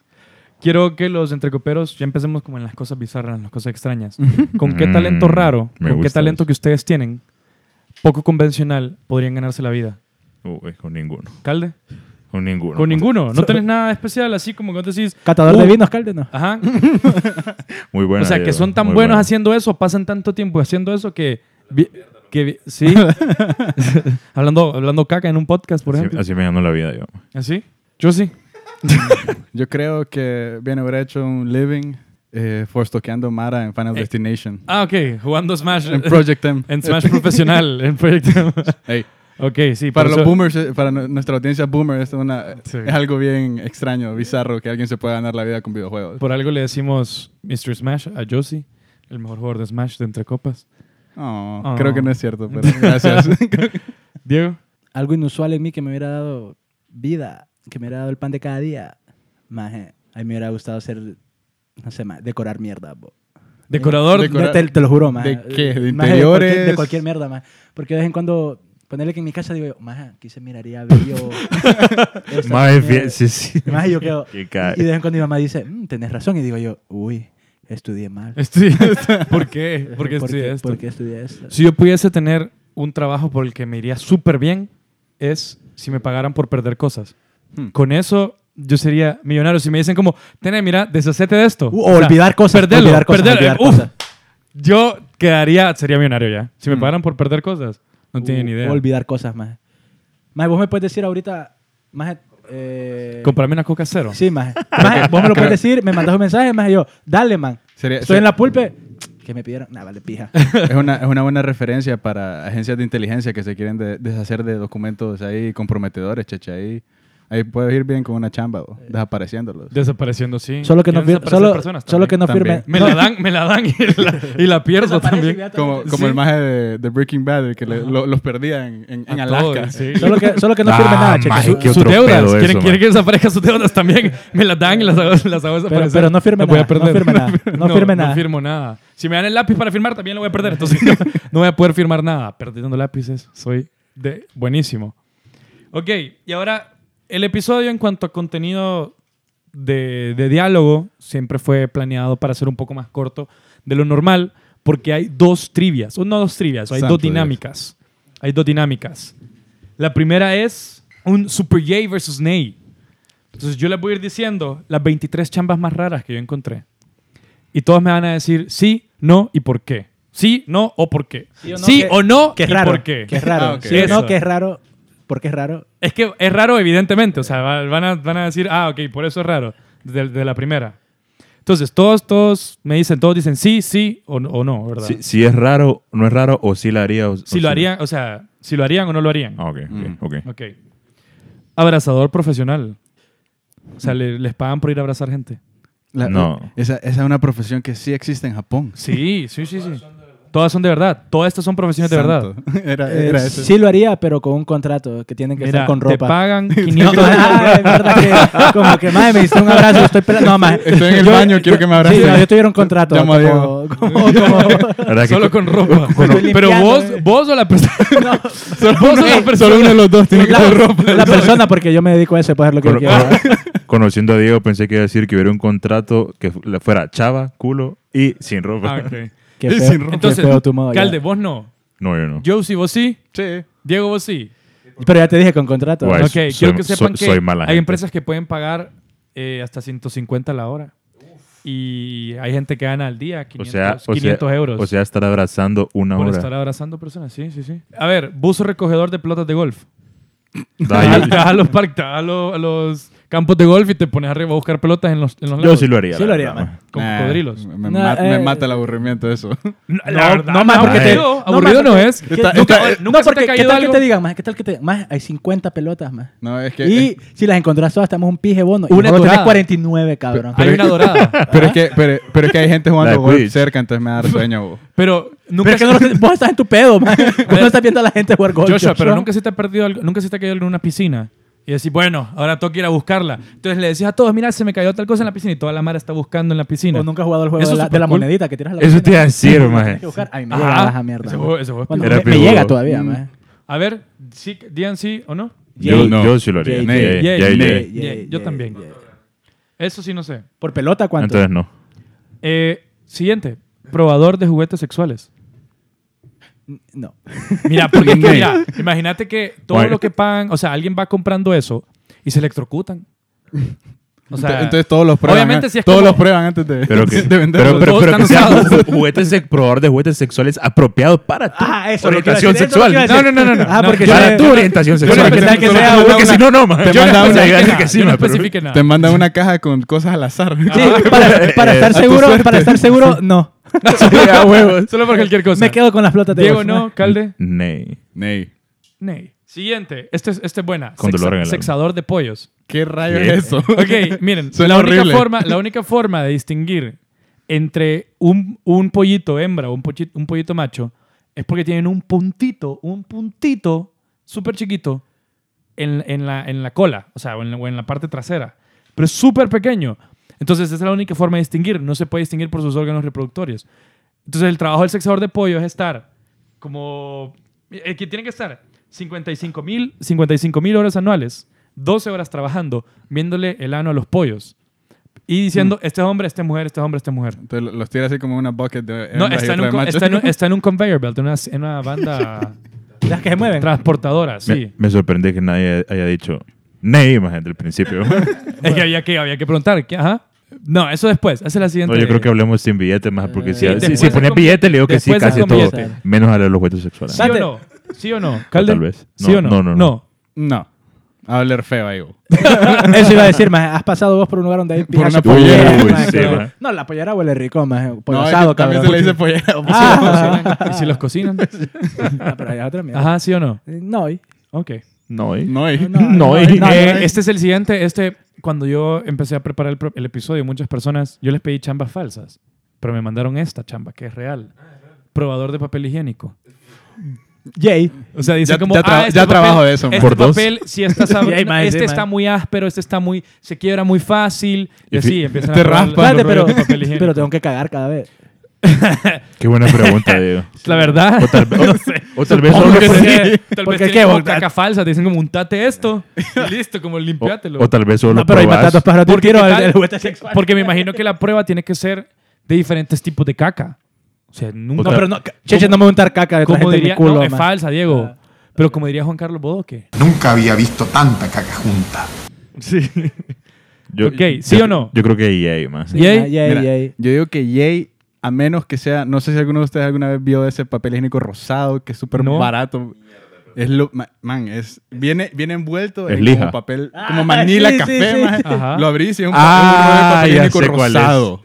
[SPEAKER 2] Quiero que los entrecoperos ya empecemos como en las cosas bizarras, en las cosas extrañas. ¿Con qué talento
[SPEAKER 5] Mm,
[SPEAKER 2] raro,
[SPEAKER 5] me
[SPEAKER 2] con qué
[SPEAKER 5] gusta
[SPEAKER 2] talento
[SPEAKER 5] eso.
[SPEAKER 2] que ustedes tienen, poco convencional, podrían ganarse la vida?
[SPEAKER 5] Uy, con ninguno.
[SPEAKER 2] ¿Calde?
[SPEAKER 5] Con ninguno.
[SPEAKER 2] Con ninguno. No tenés nada especial, así como cuando decís...
[SPEAKER 3] Catador de
[SPEAKER 2] "Uh,
[SPEAKER 3] vinos, Calde, no.
[SPEAKER 2] Ajá.
[SPEAKER 5] Muy bueno.
[SPEAKER 2] o sea, que son tan buenos haciendo eso, pasan tanto tiempo haciendo eso que... vi- que vi- sí. hablando, hablando caca en un podcast, por
[SPEAKER 5] Así,
[SPEAKER 2] ejemplo.
[SPEAKER 5] así me ganó la vida, yo.
[SPEAKER 2] ¿Así? Yo sí.
[SPEAKER 4] Yo creo que bien hubiera hecho un living eh, forstoqueando Mara en Final
[SPEAKER 2] Eh.
[SPEAKER 4] Destination.
[SPEAKER 2] Ah, ok. Jugando Smash.
[SPEAKER 4] En Project M.
[SPEAKER 2] en Smash profesional. En Project
[SPEAKER 4] Ey,
[SPEAKER 2] ok, sí.
[SPEAKER 4] para
[SPEAKER 2] por
[SPEAKER 4] los
[SPEAKER 2] eso-
[SPEAKER 4] boomers, eh, para nu- nuestra audiencia boomer, esto es, una-
[SPEAKER 2] Sí.
[SPEAKER 4] es algo bien extraño, bizarro, que alguien se pueda ganar la vida con videojuegos.
[SPEAKER 2] Por algo le decimos Mr. Smash a Josie, el mejor jugador de Smash de Entre Copas.
[SPEAKER 4] Oh,
[SPEAKER 2] Oh.
[SPEAKER 4] Creo que no es cierto, pero gracias.
[SPEAKER 2] Diego.
[SPEAKER 3] Algo inusual en mí que me hubiera dado vida, que me hubiera dado el pan de cada día. Maje, a mí me hubiera gustado ser, no sé, maje, decorar mierda, bo.
[SPEAKER 2] Decorador.
[SPEAKER 4] Deco- Decorar-
[SPEAKER 3] te, te lo juro, maje.
[SPEAKER 4] ¿De
[SPEAKER 3] Maje,
[SPEAKER 4] qué? ¿De
[SPEAKER 3] cualquier-
[SPEAKER 4] interiores?
[SPEAKER 3] de cualquier mierda, maje. Porque de vez en cuando, ponerle que en mi casa digo yo, maje, aquí se miraría bello. Esta
[SPEAKER 5] Más
[SPEAKER 3] mierda.
[SPEAKER 5] bien, sí, sí.
[SPEAKER 3] Más yo quedo.
[SPEAKER 5] Qué ca-
[SPEAKER 3] Y de vez en cuando mi mamá dice, "Mm, tenés razón. Y digo yo, uy, estudié mal.
[SPEAKER 2] Estudié- ¿Por qué? ¿Por qué estudié esto?
[SPEAKER 3] ¿Por qué estudié esto?
[SPEAKER 2] Si yo pudiese tener un trabajo por el que me iría súper bien, es si me pagaran por perder cosas.
[SPEAKER 4] Hmm.
[SPEAKER 2] Con eso yo sería millonario. Si me dicen como, tené, mira, deshacete de esto.
[SPEAKER 3] Uh,
[SPEAKER 2] O sea,
[SPEAKER 3] olvidar cosas.
[SPEAKER 2] perderlo,
[SPEAKER 3] olvidar cosas.
[SPEAKER 2] perder- eh,
[SPEAKER 3] olvidar
[SPEAKER 2] uf.
[SPEAKER 3] cosas.
[SPEAKER 2] Yo quedaría, sería millonario ya. Si me pagaran por perder cosas, no tienen
[SPEAKER 3] Mm. Uh,
[SPEAKER 2] idea.
[SPEAKER 3] Olvidar cosas, más. Más, vos me puedes decir ahorita, más. Eh,
[SPEAKER 2] Comprarme una coca cero.
[SPEAKER 3] Sí, más. vos me lo puedes decir, me mandas un mensaje, más yo, dale, man.
[SPEAKER 4] Sería-
[SPEAKER 3] Estoy
[SPEAKER 4] ser-
[SPEAKER 3] en la pulpe. Que me pidieron. Nah, vale, pija.
[SPEAKER 4] es, una, es una buena referencia para agencias de inteligencia que se quieren de- deshacer de documentos ahí comprometedores, cheche. Ahí, ahí puedes ir bien con una chamba, bo,
[SPEAKER 2] Eh,
[SPEAKER 4] desapareciéndolos.
[SPEAKER 2] Desapareciendo, sí.
[SPEAKER 3] Solo que no,
[SPEAKER 2] Quieren
[SPEAKER 3] fir-
[SPEAKER 2] desaparecer
[SPEAKER 3] solo,
[SPEAKER 2] personas
[SPEAKER 3] solo que
[SPEAKER 2] también.
[SPEAKER 3] no
[SPEAKER 4] También.
[SPEAKER 3] firme.
[SPEAKER 2] Me la dan, me la dan y la, y la pierdo también.
[SPEAKER 4] Como, como el maje de, de Breaking Bad, el que le- lo- los perdía en, en- en
[SPEAKER 2] A
[SPEAKER 4] Alaska.
[SPEAKER 2] todos, sí.
[SPEAKER 3] Solo que, solo que no firme
[SPEAKER 5] Ah,
[SPEAKER 3] nada, checa.
[SPEAKER 5] maje,
[SPEAKER 3] Su-
[SPEAKER 5] qué
[SPEAKER 2] Sus
[SPEAKER 5] otro
[SPEAKER 2] deudas.
[SPEAKER 5] pedo eso,
[SPEAKER 2] ¿Quieren,
[SPEAKER 5] man.
[SPEAKER 2] quieren que desaparezca sus deudas también. Me las dan y las hago, las hago
[SPEAKER 3] Pero,
[SPEAKER 2] desaparecer.
[SPEAKER 3] pero no firme
[SPEAKER 2] Las voy
[SPEAKER 3] nada.
[SPEAKER 2] a perder.
[SPEAKER 3] No firme nada. No firme nada.
[SPEAKER 2] No firmo nada. Si me dan el lápiz para firmar, también lo voy a perder. Entonces no, no voy a poder firmar nada. Perdiendo lápices, soy de buenísimo. Ok, y ahora el episodio en cuanto a contenido de, de diálogo siempre fue planeado para ser un poco más corto de lo normal, porque hay dos trivias, o no dos trivias, hay
[SPEAKER 4] Santo
[SPEAKER 2] dos dinámicas. Hay dos dinámicas. La primera es un Super Yay versus Nay. Entonces yo les voy a ir diciendo las 23 chambas más raras que yo encontré. Y todos me van a decir sí, no y por qué. Sí, no o por qué. Sí o no,
[SPEAKER 3] que- que es
[SPEAKER 2] y
[SPEAKER 3] raro.
[SPEAKER 2] por qué.
[SPEAKER 3] Que es raro.
[SPEAKER 4] Ah, ok.
[SPEAKER 3] Sí o no,
[SPEAKER 2] Eso.
[SPEAKER 3] que es raro. Porque es raro.
[SPEAKER 2] Es que es raro, evidentemente. O sea, va- van a, van a decir, ah, ok, por eso es raro. De, de la primera. Entonces, todos, todos me dicen, todos dicen sí, sí o, no- o no, ¿verdad?
[SPEAKER 5] Si, si es raro, no es raro, o si la haría. O,
[SPEAKER 2] Si lo harían, o sea, si lo harían o no lo harían.
[SPEAKER 5] Ah, ok, ok,
[SPEAKER 4] Mm.
[SPEAKER 5] ok.
[SPEAKER 2] Ok. Abrazador profesional. O sea, le- les pagan por ir a abrazar gente.
[SPEAKER 4] La-
[SPEAKER 5] No.
[SPEAKER 4] Esa, esa es una profesión que sí existe en Japón.
[SPEAKER 2] Sí, sí, sí, sí. Todas son de verdad. Todas estas son profesiones de verdad.
[SPEAKER 4] Santo. Era,
[SPEAKER 3] Eh,
[SPEAKER 4] era eso.
[SPEAKER 3] sí lo haría, pero con un contrato que tienen que
[SPEAKER 2] Mira,
[SPEAKER 3] estar con
[SPEAKER 2] te
[SPEAKER 3] ropa.
[SPEAKER 2] pagan
[SPEAKER 3] No,
[SPEAKER 2] 500
[SPEAKER 3] ah, es verdad que como que madre me diste un abrazo, estoy pelando. No, madre.
[SPEAKER 4] Estoy en el baño, quiero que me abraces.
[SPEAKER 3] Sí, no, yo tuviera un contrato.
[SPEAKER 4] Llamo a
[SPEAKER 3] como, como, como-
[SPEAKER 5] La verdad que
[SPEAKER 2] solo
[SPEAKER 5] cu-
[SPEAKER 2] con ropa.
[SPEAKER 3] Estoy
[SPEAKER 2] pero
[SPEAKER 3] limpiando,
[SPEAKER 2] vos,
[SPEAKER 3] eh.
[SPEAKER 2] vos o la persona. solo, vos o la persona.
[SPEAKER 4] Solo uno de los dos tiene que
[SPEAKER 3] la,
[SPEAKER 4] ser ropa.
[SPEAKER 3] la persona, porque yo me dedico a eso, puedo hacer lo que yo
[SPEAKER 5] Con- Ah.
[SPEAKER 3] quiera.
[SPEAKER 5] Conociendo a Diego, pensé que iba a decir que hubiera un contrato que fu- le fuera chava, culo Y sin ropa.
[SPEAKER 2] Ah, ok.
[SPEAKER 3] Qué
[SPEAKER 5] Es
[SPEAKER 3] feo,
[SPEAKER 5] sin
[SPEAKER 3] qué
[SPEAKER 5] ropa.
[SPEAKER 2] Entonces,
[SPEAKER 3] feo tu modo, ya.
[SPEAKER 2] Calde, vos no.
[SPEAKER 5] No, yo no.
[SPEAKER 2] Josie, vos sí.
[SPEAKER 4] Sí.
[SPEAKER 2] Diego, vos sí.
[SPEAKER 3] Pero ya te dije con contrato.
[SPEAKER 5] Guay.
[SPEAKER 3] ¿no?
[SPEAKER 2] Ok,
[SPEAKER 5] soy-
[SPEAKER 2] quiero que
[SPEAKER 5] soy-
[SPEAKER 2] sepan que
[SPEAKER 5] soy mala
[SPEAKER 2] hay
[SPEAKER 5] gente.
[SPEAKER 2] empresas que pueden pagar eh, hasta 150 la hora. Y hay gente que gana al día 500,
[SPEAKER 5] o sea,
[SPEAKER 2] 500 euros
[SPEAKER 5] O sea, estar abrazando una
[SPEAKER 2] por
[SPEAKER 5] hora.
[SPEAKER 2] estar abrazando personas. Sí, sí, sí. A ver, buzo recogedor de pelotas de golf.
[SPEAKER 5] Da,
[SPEAKER 2] Te
[SPEAKER 5] yo-
[SPEAKER 2] vas a los parques, te vas a los, a los campos de golf y te pones arriba a buscar pelotas en los, en los
[SPEAKER 5] yo
[SPEAKER 2] lagos.
[SPEAKER 5] sí lo haría.
[SPEAKER 3] Sí
[SPEAKER 5] la
[SPEAKER 3] lo haría,
[SPEAKER 5] verdad,
[SPEAKER 3] man.
[SPEAKER 2] Con
[SPEAKER 4] Nah,
[SPEAKER 2] cocodrilos.
[SPEAKER 4] Me, me
[SPEAKER 3] No,
[SPEAKER 4] mata- me
[SPEAKER 3] eh.
[SPEAKER 4] mata el aburrimiento eso.
[SPEAKER 2] No,
[SPEAKER 3] No, no más
[SPEAKER 5] porque te-
[SPEAKER 2] aburrido,
[SPEAKER 3] no más
[SPEAKER 2] aburrido no
[SPEAKER 3] porque-
[SPEAKER 2] es.
[SPEAKER 4] Está-
[SPEAKER 2] nunca nunca
[SPEAKER 4] está-
[SPEAKER 3] no,
[SPEAKER 2] se te ha
[SPEAKER 3] porque ¿qué
[SPEAKER 2] caído
[SPEAKER 3] tal que
[SPEAKER 2] algo?
[SPEAKER 3] te digan más? ¿Qué tal que te más? Hay 50 pelotas más.
[SPEAKER 4] No, es que. eh,
[SPEAKER 3] Y si las encontrás todas, estamos un pije bono.
[SPEAKER 2] Una
[SPEAKER 3] y vos tenés
[SPEAKER 2] dorada.
[SPEAKER 3] 49, cabrón.
[SPEAKER 2] Hay una dorada.
[SPEAKER 4] Pero es que, pero, pero es que hay gente jugando
[SPEAKER 5] La
[SPEAKER 4] golf
[SPEAKER 5] Quidditch.
[SPEAKER 4] cerca, entonces me da sueño. bo.
[SPEAKER 2] Pero nunca
[SPEAKER 3] Pero es que no lo tenés- vos estás en tu pedo, man. Vos no estás viendo a la gente jugar golf.
[SPEAKER 2] Joshua, pero nunca se te ha perdido algo, nunca se te ha caído algo en una piscina. Y decís, bueno, ahora tengo que ir a buscarla. Entonces le decís a todos, mira, se me cayó tal cosa en la piscina y toda la mara está buscando en la piscina.
[SPEAKER 3] O nunca has jugado el juego
[SPEAKER 2] Eso
[SPEAKER 3] de
[SPEAKER 2] es
[SPEAKER 3] la, de la
[SPEAKER 2] supercool.
[SPEAKER 3] monedita que tiras a la
[SPEAKER 5] Eso te iba a decir,
[SPEAKER 3] Sí,
[SPEAKER 5] maje.
[SPEAKER 3] tienes que buscar. Ay, me
[SPEAKER 2] Ajá.
[SPEAKER 3] llega la mierda.
[SPEAKER 2] Ah. Ese
[SPEAKER 3] man.
[SPEAKER 2] juego- ese juego es
[SPEAKER 3] Bueno,
[SPEAKER 5] Era
[SPEAKER 3] me, me
[SPEAKER 5] pijudo.
[SPEAKER 3] llega todavía, man.
[SPEAKER 2] A ver, sí, digan sí o no.
[SPEAKER 5] Yo,
[SPEAKER 4] Yay. No.
[SPEAKER 5] yo sí lo haría.
[SPEAKER 3] Yay,
[SPEAKER 2] yay,
[SPEAKER 5] Yay, yay,
[SPEAKER 2] yay,
[SPEAKER 5] yay.
[SPEAKER 2] yay. yo también. Eso sí no sé.
[SPEAKER 3] ¿Por pelota cuánto?
[SPEAKER 5] Entonces no.
[SPEAKER 2] Eh, siguiente, probador de juguetes sexuales.
[SPEAKER 3] no.
[SPEAKER 2] Mira, porque es que, mira, imagínate que todo
[SPEAKER 5] Bueno.
[SPEAKER 2] lo que pagan, o sea, alguien va comprando eso y se electrocutan. O sea,
[SPEAKER 4] Ente- entonces todos los prueban.
[SPEAKER 2] obviamente
[SPEAKER 4] an-
[SPEAKER 2] si es
[SPEAKER 4] todos
[SPEAKER 2] como-
[SPEAKER 4] los prueban antes de,
[SPEAKER 5] Pero que,
[SPEAKER 4] de venderlos.
[SPEAKER 5] pero, pero,
[SPEAKER 2] Todos
[SPEAKER 5] pero que sea
[SPEAKER 2] cansados.
[SPEAKER 5] ju- juguetes de, probador de juguetes sexuales apropiados para tu
[SPEAKER 3] Ah, eso, lo que iba a decir,
[SPEAKER 5] orientación
[SPEAKER 3] eso es lo
[SPEAKER 5] sexual.
[SPEAKER 3] que iba a decir.
[SPEAKER 5] No, no, no, no. no.
[SPEAKER 3] Ah, porque
[SPEAKER 2] yo
[SPEAKER 5] para
[SPEAKER 2] le-
[SPEAKER 5] tu
[SPEAKER 2] yo le-
[SPEAKER 5] orientación
[SPEAKER 2] yo le
[SPEAKER 5] sexual.
[SPEAKER 2] pensaba que
[SPEAKER 5] Solo-
[SPEAKER 2] sea
[SPEAKER 5] solo Porque
[SPEAKER 4] una-
[SPEAKER 5] si no, no, man.
[SPEAKER 4] te
[SPEAKER 5] Yo
[SPEAKER 4] manda
[SPEAKER 5] no
[SPEAKER 4] una-
[SPEAKER 5] pensaba
[SPEAKER 2] especifique
[SPEAKER 5] que
[SPEAKER 2] nada,
[SPEAKER 5] que sí,
[SPEAKER 2] yo no
[SPEAKER 5] man, pero-
[SPEAKER 2] especifique nada.
[SPEAKER 4] Te mandan una caja con cosas al azar.
[SPEAKER 3] Sí, para, para estar
[SPEAKER 4] Eh, tu
[SPEAKER 3] seguro,
[SPEAKER 4] suerte.
[SPEAKER 3] para estar seguro, no.
[SPEAKER 2] Solo por cualquier cosa.
[SPEAKER 3] Me quedo con las pelotas de
[SPEAKER 2] Diego,
[SPEAKER 3] golf,
[SPEAKER 2] no,
[SPEAKER 3] man.
[SPEAKER 2] Calde.
[SPEAKER 5] Ney.
[SPEAKER 4] Ney,
[SPEAKER 2] Ney. Siguiente. Este es, este es buena.
[SPEAKER 5] Con dolor en el alma.
[SPEAKER 2] sexador de pollos.
[SPEAKER 4] ¿qué rayo
[SPEAKER 5] ¿Qué?
[SPEAKER 4] es eso?
[SPEAKER 2] Ok, miren.
[SPEAKER 4] Suena
[SPEAKER 2] la, única
[SPEAKER 4] horrible.
[SPEAKER 2] forma, la única forma de distinguir entre un, un pollito hembra o un, pochi- un pollito macho es porque tienen un puntito, un puntito súper chiquito en, en la, en la cola, o sea, o en la, o en la parte trasera. Pero es súper pequeño. Entonces, esa es la única forma de distinguir. No se puede distinguir por sus órganos reproductores. Entonces, el trabajo del sexador de pollo es estar como... eh, que tienen que estar 55 mil horas anuales, 12 horas trabajando, viéndole el ano a los pollos y diciendo,
[SPEAKER 5] Mm.
[SPEAKER 2] este es hombre, esta es mujer, este es hombre, esta es mujer.
[SPEAKER 4] Entonces lo- los tira así como una bucket de
[SPEAKER 2] No,
[SPEAKER 5] Eh,
[SPEAKER 4] hembras y
[SPEAKER 2] está en,
[SPEAKER 4] otra
[SPEAKER 2] un,
[SPEAKER 4] de
[SPEAKER 2] con-
[SPEAKER 4] machos.
[SPEAKER 2] está en un- está en un conveyor belt, en una, en una banda
[SPEAKER 3] Las que se mueven.
[SPEAKER 2] transportadora, sí.
[SPEAKER 5] Me, me sorprende que nadie haya dicho Ney, man, desde el principio.
[SPEAKER 2] Es que había que, había que preguntar, ¿qué? Ajá. No, eso después, esa es la siguiente.
[SPEAKER 5] No, yo creo que hablemos sin billete más, porque si,
[SPEAKER 3] Eh,
[SPEAKER 5] si,
[SPEAKER 2] después
[SPEAKER 5] si
[SPEAKER 2] de
[SPEAKER 5] ponían
[SPEAKER 2] com-
[SPEAKER 5] billete, le digo que sí,
[SPEAKER 2] después de
[SPEAKER 5] casi
[SPEAKER 2] com-
[SPEAKER 5] todo.
[SPEAKER 2] billete.
[SPEAKER 5] Menos a los juguetes sexuales.
[SPEAKER 2] ¿Sí o no? ¿Sí o no? Calde?
[SPEAKER 5] Tal vez.
[SPEAKER 2] ¿Sí
[SPEAKER 5] No,
[SPEAKER 2] o no?
[SPEAKER 5] no, no, no.
[SPEAKER 4] No. A oler feo ahí. bo.
[SPEAKER 3] Eso iba a decir, más has pasado vos por un lugar donde hay pijas
[SPEAKER 4] una
[SPEAKER 3] con pollera,
[SPEAKER 5] pollera,
[SPEAKER 3] maje,
[SPEAKER 5] sí,
[SPEAKER 3] que-
[SPEAKER 5] maje.
[SPEAKER 3] No, la pollera huele rico, más pollo
[SPEAKER 4] No, es que
[SPEAKER 3] asado,
[SPEAKER 4] también
[SPEAKER 3] cabrón.
[SPEAKER 4] se le dice pollera.
[SPEAKER 2] ¿Y si los
[SPEAKER 3] Ah.
[SPEAKER 2] cocinan? ¿Y si los cocinan?
[SPEAKER 3] Ah, pero hay otra mierda.
[SPEAKER 2] Ajá, ¿sí o no?
[SPEAKER 3] Eh, No, y-
[SPEAKER 2] Ok.
[SPEAKER 5] No, ¿eh?
[SPEAKER 4] No, y-
[SPEAKER 5] No, ¿eh?
[SPEAKER 3] no,
[SPEAKER 2] Eh,
[SPEAKER 3] no.
[SPEAKER 2] este es el siguiente. Este, cuando yo empecé a preparar el, pro- el episodio, muchas personas, yo les pedí chambas falsas, pero me mandaron esta chamba, que es real. Probador de papel higiénico.
[SPEAKER 3] Yay.
[SPEAKER 2] O sea, dice
[SPEAKER 4] Ya-
[SPEAKER 2] como.
[SPEAKER 4] ya tra-
[SPEAKER 2] "Ah, este
[SPEAKER 4] ya
[SPEAKER 2] papel-
[SPEAKER 4] trabajo de eso,
[SPEAKER 2] Este
[SPEAKER 5] por dos".
[SPEAKER 2] papel, si está sab-
[SPEAKER 3] Ya, imagínate,
[SPEAKER 2] este está
[SPEAKER 3] man.
[SPEAKER 2] muy áspero, este está muy. Se quiebra muy fácil. Y
[SPEAKER 5] Y fi-
[SPEAKER 2] así empiezan
[SPEAKER 4] te
[SPEAKER 2] a probar
[SPEAKER 4] raspa.
[SPEAKER 2] los
[SPEAKER 3] Espérate,
[SPEAKER 2] rollos
[SPEAKER 3] pero,
[SPEAKER 2] de papel higiénico.
[SPEAKER 3] pero tengo que cagar cada vez.
[SPEAKER 5] Qué buena pregunta, Diego.
[SPEAKER 2] La verdad.
[SPEAKER 5] O tal, o- o tal vez
[SPEAKER 2] Supongo
[SPEAKER 5] solo
[SPEAKER 2] que
[SPEAKER 5] fue-
[SPEAKER 2] sí. Tal vez
[SPEAKER 3] Porque
[SPEAKER 2] tienen
[SPEAKER 3] qué,
[SPEAKER 2] como
[SPEAKER 3] bol-
[SPEAKER 2] caca falsa, te dicen como untate esto y listo, como
[SPEAKER 5] o-
[SPEAKER 2] limpiátelo.
[SPEAKER 5] o tal vez solo
[SPEAKER 3] No, pero ahí matas dos
[SPEAKER 5] probás.
[SPEAKER 3] pájaros de un
[SPEAKER 2] Porque,
[SPEAKER 3] tiro
[SPEAKER 2] ¿qué
[SPEAKER 3] el-
[SPEAKER 2] tal?
[SPEAKER 3] el juguete sexual.
[SPEAKER 2] Porque me imagino que la prueba tiene que ser de diferentes tipos de caca. O sea, nunca.
[SPEAKER 3] No,
[SPEAKER 5] Otra-
[SPEAKER 3] pero no, ca- Cheche, no me voy a untar caca de otra
[SPEAKER 2] como
[SPEAKER 3] gente en mi
[SPEAKER 2] diría,
[SPEAKER 3] culo,
[SPEAKER 2] no, es
[SPEAKER 3] man.
[SPEAKER 2] falsa, Diego. Pero como diría Juan Carlos Bodoque.
[SPEAKER 6] Nunca había visto tanta caca junta.
[SPEAKER 2] Sí.
[SPEAKER 5] Yo-
[SPEAKER 2] Ok, ¿sí
[SPEAKER 5] yo-
[SPEAKER 2] o no?
[SPEAKER 5] Yo creo que EA más.
[SPEAKER 2] Yay.
[SPEAKER 3] Ah, Yay,
[SPEAKER 4] Mira,
[SPEAKER 3] yay.
[SPEAKER 4] Yo digo que Yay, a menos que sea, no sé si alguno de ustedes alguna vez vio ese papel higiénico rosado que es súper
[SPEAKER 2] No.
[SPEAKER 4] barato. Es lo, ma- man, es, viene, viene envuelto
[SPEAKER 5] Es
[SPEAKER 4] en
[SPEAKER 5] lija.
[SPEAKER 4] como papel, como manila
[SPEAKER 3] Ah, sí, sí,
[SPEAKER 4] café,
[SPEAKER 3] sí.
[SPEAKER 4] man.
[SPEAKER 2] Ajá.
[SPEAKER 4] Lo abrís y es un,
[SPEAKER 5] Ah,
[SPEAKER 4] un rollo
[SPEAKER 5] ya
[SPEAKER 4] de papel
[SPEAKER 5] sé
[SPEAKER 4] higiénico
[SPEAKER 5] cuál es.
[SPEAKER 4] rosado.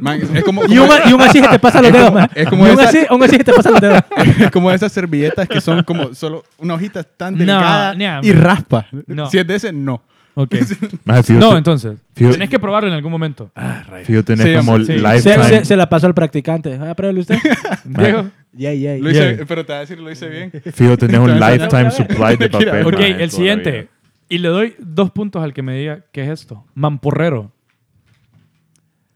[SPEAKER 4] Man, es como,
[SPEAKER 3] Y un,
[SPEAKER 4] como-
[SPEAKER 3] y un así se te pasan los dedos, man.
[SPEAKER 4] es como
[SPEAKER 3] y un
[SPEAKER 4] esa-
[SPEAKER 3] así, un así se te pasan los dedos.
[SPEAKER 4] es como esas servilletas que son como solo una hojita tan
[SPEAKER 2] No,
[SPEAKER 4] delgada
[SPEAKER 2] no.
[SPEAKER 4] y raspa.
[SPEAKER 2] No.
[SPEAKER 4] Si es de ese, no.
[SPEAKER 2] Ok.
[SPEAKER 5] Más fijo,
[SPEAKER 2] No,
[SPEAKER 5] te-
[SPEAKER 2] entonces.
[SPEAKER 5] Fijo-
[SPEAKER 2] Tenés que probarlo en algún momento.
[SPEAKER 5] fijo tenés
[SPEAKER 4] Sí,
[SPEAKER 5] como
[SPEAKER 4] sí, sí.
[SPEAKER 5] lifetime.
[SPEAKER 3] Se, se- se la pasó al practicante. Ah, pruébele usted.
[SPEAKER 2] Diego.
[SPEAKER 3] Yay, yay.
[SPEAKER 4] Lo hice, pero te voy a decir, lo hice bien.
[SPEAKER 5] Fijo tenés un
[SPEAKER 4] Entonces,
[SPEAKER 5] lifetime supply de
[SPEAKER 4] Mira,
[SPEAKER 5] papel.
[SPEAKER 2] Ok,
[SPEAKER 5] maje, toda
[SPEAKER 2] el
[SPEAKER 5] la
[SPEAKER 2] siguiente.
[SPEAKER 5] vida.
[SPEAKER 2] Y le doy dos puntos al que me diga qué es esto. Mamporrero.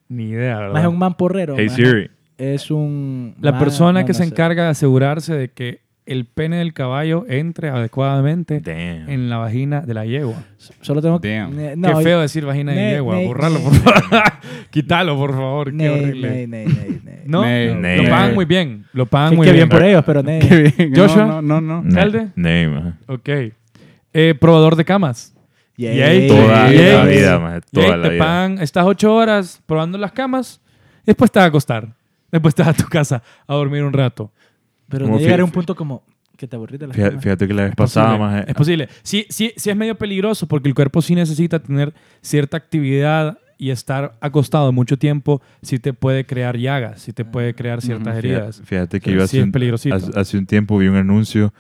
[SPEAKER 2] Ni idea, ¿verdad?
[SPEAKER 3] Más es un man porrero.
[SPEAKER 5] Hey
[SPEAKER 3] man.
[SPEAKER 5] Siri.
[SPEAKER 3] Es un.
[SPEAKER 2] La
[SPEAKER 3] man-
[SPEAKER 2] persona
[SPEAKER 3] no,
[SPEAKER 2] que
[SPEAKER 3] no
[SPEAKER 2] se
[SPEAKER 3] sé.
[SPEAKER 2] encarga de asegurarse de que el pene del caballo entre adecuadamente
[SPEAKER 5] Damn.
[SPEAKER 2] en la vagina de la yegua.
[SPEAKER 3] Solo tengo que...
[SPEAKER 4] Damn.
[SPEAKER 3] Ne- no,
[SPEAKER 2] Qué feo decir vagina de
[SPEAKER 3] Ne-
[SPEAKER 2] yegua.
[SPEAKER 3] ne-
[SPEAKER 2] Borralo, por favor. Quítalo, por favor. Qué
[SPEAKER 3] ne-
[SPEAKER 2] horrible.
[SPEAKER 3] ne- ne- ne- ne.
[SPEAKER 2] No,
[SPEAKER 4] Ne-
[SPEAKER 5] ne-
[SPEAKER 2] lo pagan
[SPEAKER 5] ne-
[SPEAKER 2] muy bien. Lo pagan
[SPEAKER 3] Sí,
[SPEAKER 2] muy
[SPEAKER 3] qué
[SPEAKER 2] bien.
[SPEAKER 3] bien por ellos, pero ne-
[SPEAKER 4] Qué bien. No,
[SPEAKER 2] Joshua.
[SPEAKER 4] No, no, no.
[SPEAKER 5] Ne-
[SPEAKER 2] ¿Calde?
[SPEAKER 5] Name, ajá.
[SPEAKER 2] Ok. Eh, probador de camas.
[SPEAKER 3] Yay.
[SPEAKER 2] Yay.
[SPEAKER 5] Toda
[SPEAKER 2] Yay.
[SPEAKER 5] la vida, maje,
[SPEAKER 2] Y
[SPEAKER 5] Toda
[SPEAKER 2] ahí
[SPEAKER 5] la
[SPEAKER 2] te
[SPEAKER 5] vida.
[SPEAKER 2] pagan estas ocho horas probando las camas. Después te vas a acostar. Después te vas a tu casa a dormir un rato.
[SPEAKER 3] Pero
[SPEAKER 5] Como
[SPEAKER 3] no llegar a un
[SPEAKER 5] fí-
[SPEAKER 3] punto como que te aburrís de las
[SPEAKER 5] Fíjate,
[SPEAKER 3] camas.
[SPEAKER 5] fíjate que la vez pasada,
[SPEAKER 2] posible,
[SPEAKER 5] maje,
[SPEAKER 2] Es posible. Sí, sí, sí es medio peligroso porque el cuerpo sí necesita tener cierta actividad y estar acostado mucho tiempo sí te puede crear llagas, sí te puede crear ciertas
[SPEAKER 5] Ah, mm, Fíjate-
[SPEAKER 2] heridas.
[SPEAKER 5] Fíjate que
[SPEAKER 2] Pero
[SPEAKER 5] yo
[SPEAKER 2] sí
[SPEAKER 5] hace,
[SPEAKER 2] es
[SPEAKER 5] un,
[SPEAKER 2] peligrosito.
[SPEAKER 5] hace- hace un tiempo vi un anuncio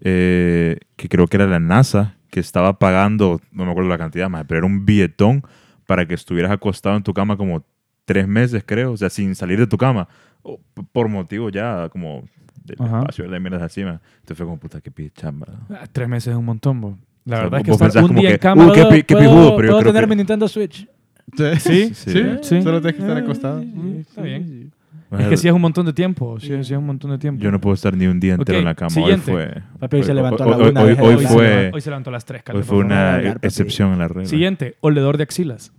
[SPEAKER 5] eh, que creo que era la NASA que estaba pagando, no me acuerdo la cantidad más, pero era un billetón para que estuvieras acostado en tu cama como tres meses, creo, o sea, sin salir de tu cama, o p- por motivo ya como del
[SPEAKER 2] Ajá.
[SPEAKER 5] espacio de mierdas así, man. Entonces fue como, puta, qué pichamba.
[SPEAKER 2] Ah, Tres meses es un montón, bo. La
[SPEAKER 5] O sea,
[SPEAKER 2] verdad es que
[SPEAKER 5] vos
[SPEAKER 2] estar
[SPEAKER 5] pensás
[SPEAKER 2] un
[SPEAKER 5] como
[SPEAKER 2] día
[SPEAKER 5] que,
[SPEAKER 2] en cama...
[SPEAKER 5] uh, qué pi- qué
[SPEAKER 3] ¿Puedo-
[SPEAKER 5] pijudo, pero yo
[SPEAKER 3] puedo
[SPEAKER 5] creo
[SPEAKER 3] tener
[SPEAKER 5] que-
[SPEAKER 3] mi Nintendo Switch?
[SPEAKER 2] Sí,
[SPEAKER 5] Sí.
[SPEAKER 2] Sí.
[SPEAKER 4] Solo tienes que estar acostado.
[SPEAKER 2] Está bien. Es que sí es un montón de tiempo. Sí, sí es un montón de tiempo.
[SPEAKER 5] Yo no puedo estar ni un día entero
[SPEAKER 2] Ok,
[SPEAKER 5] en la cama.
[SPEAKER 2] siguiente.
[SPEAKER 5] Hoy fue.
[SPEAKER 3] Papi, hoy se
[SPEAKER 5] hoy-
[SPEAKER 3] levantó a
[SPEAKER 5] hoy-
[SPEAKER 3] la una,
[SPEAKER 5] hoy-
[SPEAKER 3] deja
[SPEAKER 5] hoy
[SPEAKER 3] de
[SPEAKER 2] se
[SPEAKER 5] fue,
[SPEAKER 2] levantó- hoy se levantó a las tres, Calde,
[SPEAKER 5] hoy
[SPEAKER 2] por
[SPEAKER 5] fue
[SPEAKER 2] favor.
[SPEAKER 5] una
[SPEAKER 3] hablar, papi.
[SPEAKER 5] excepción en la regla.
[SPEAKER 2] Siguiente, oledor de axilas.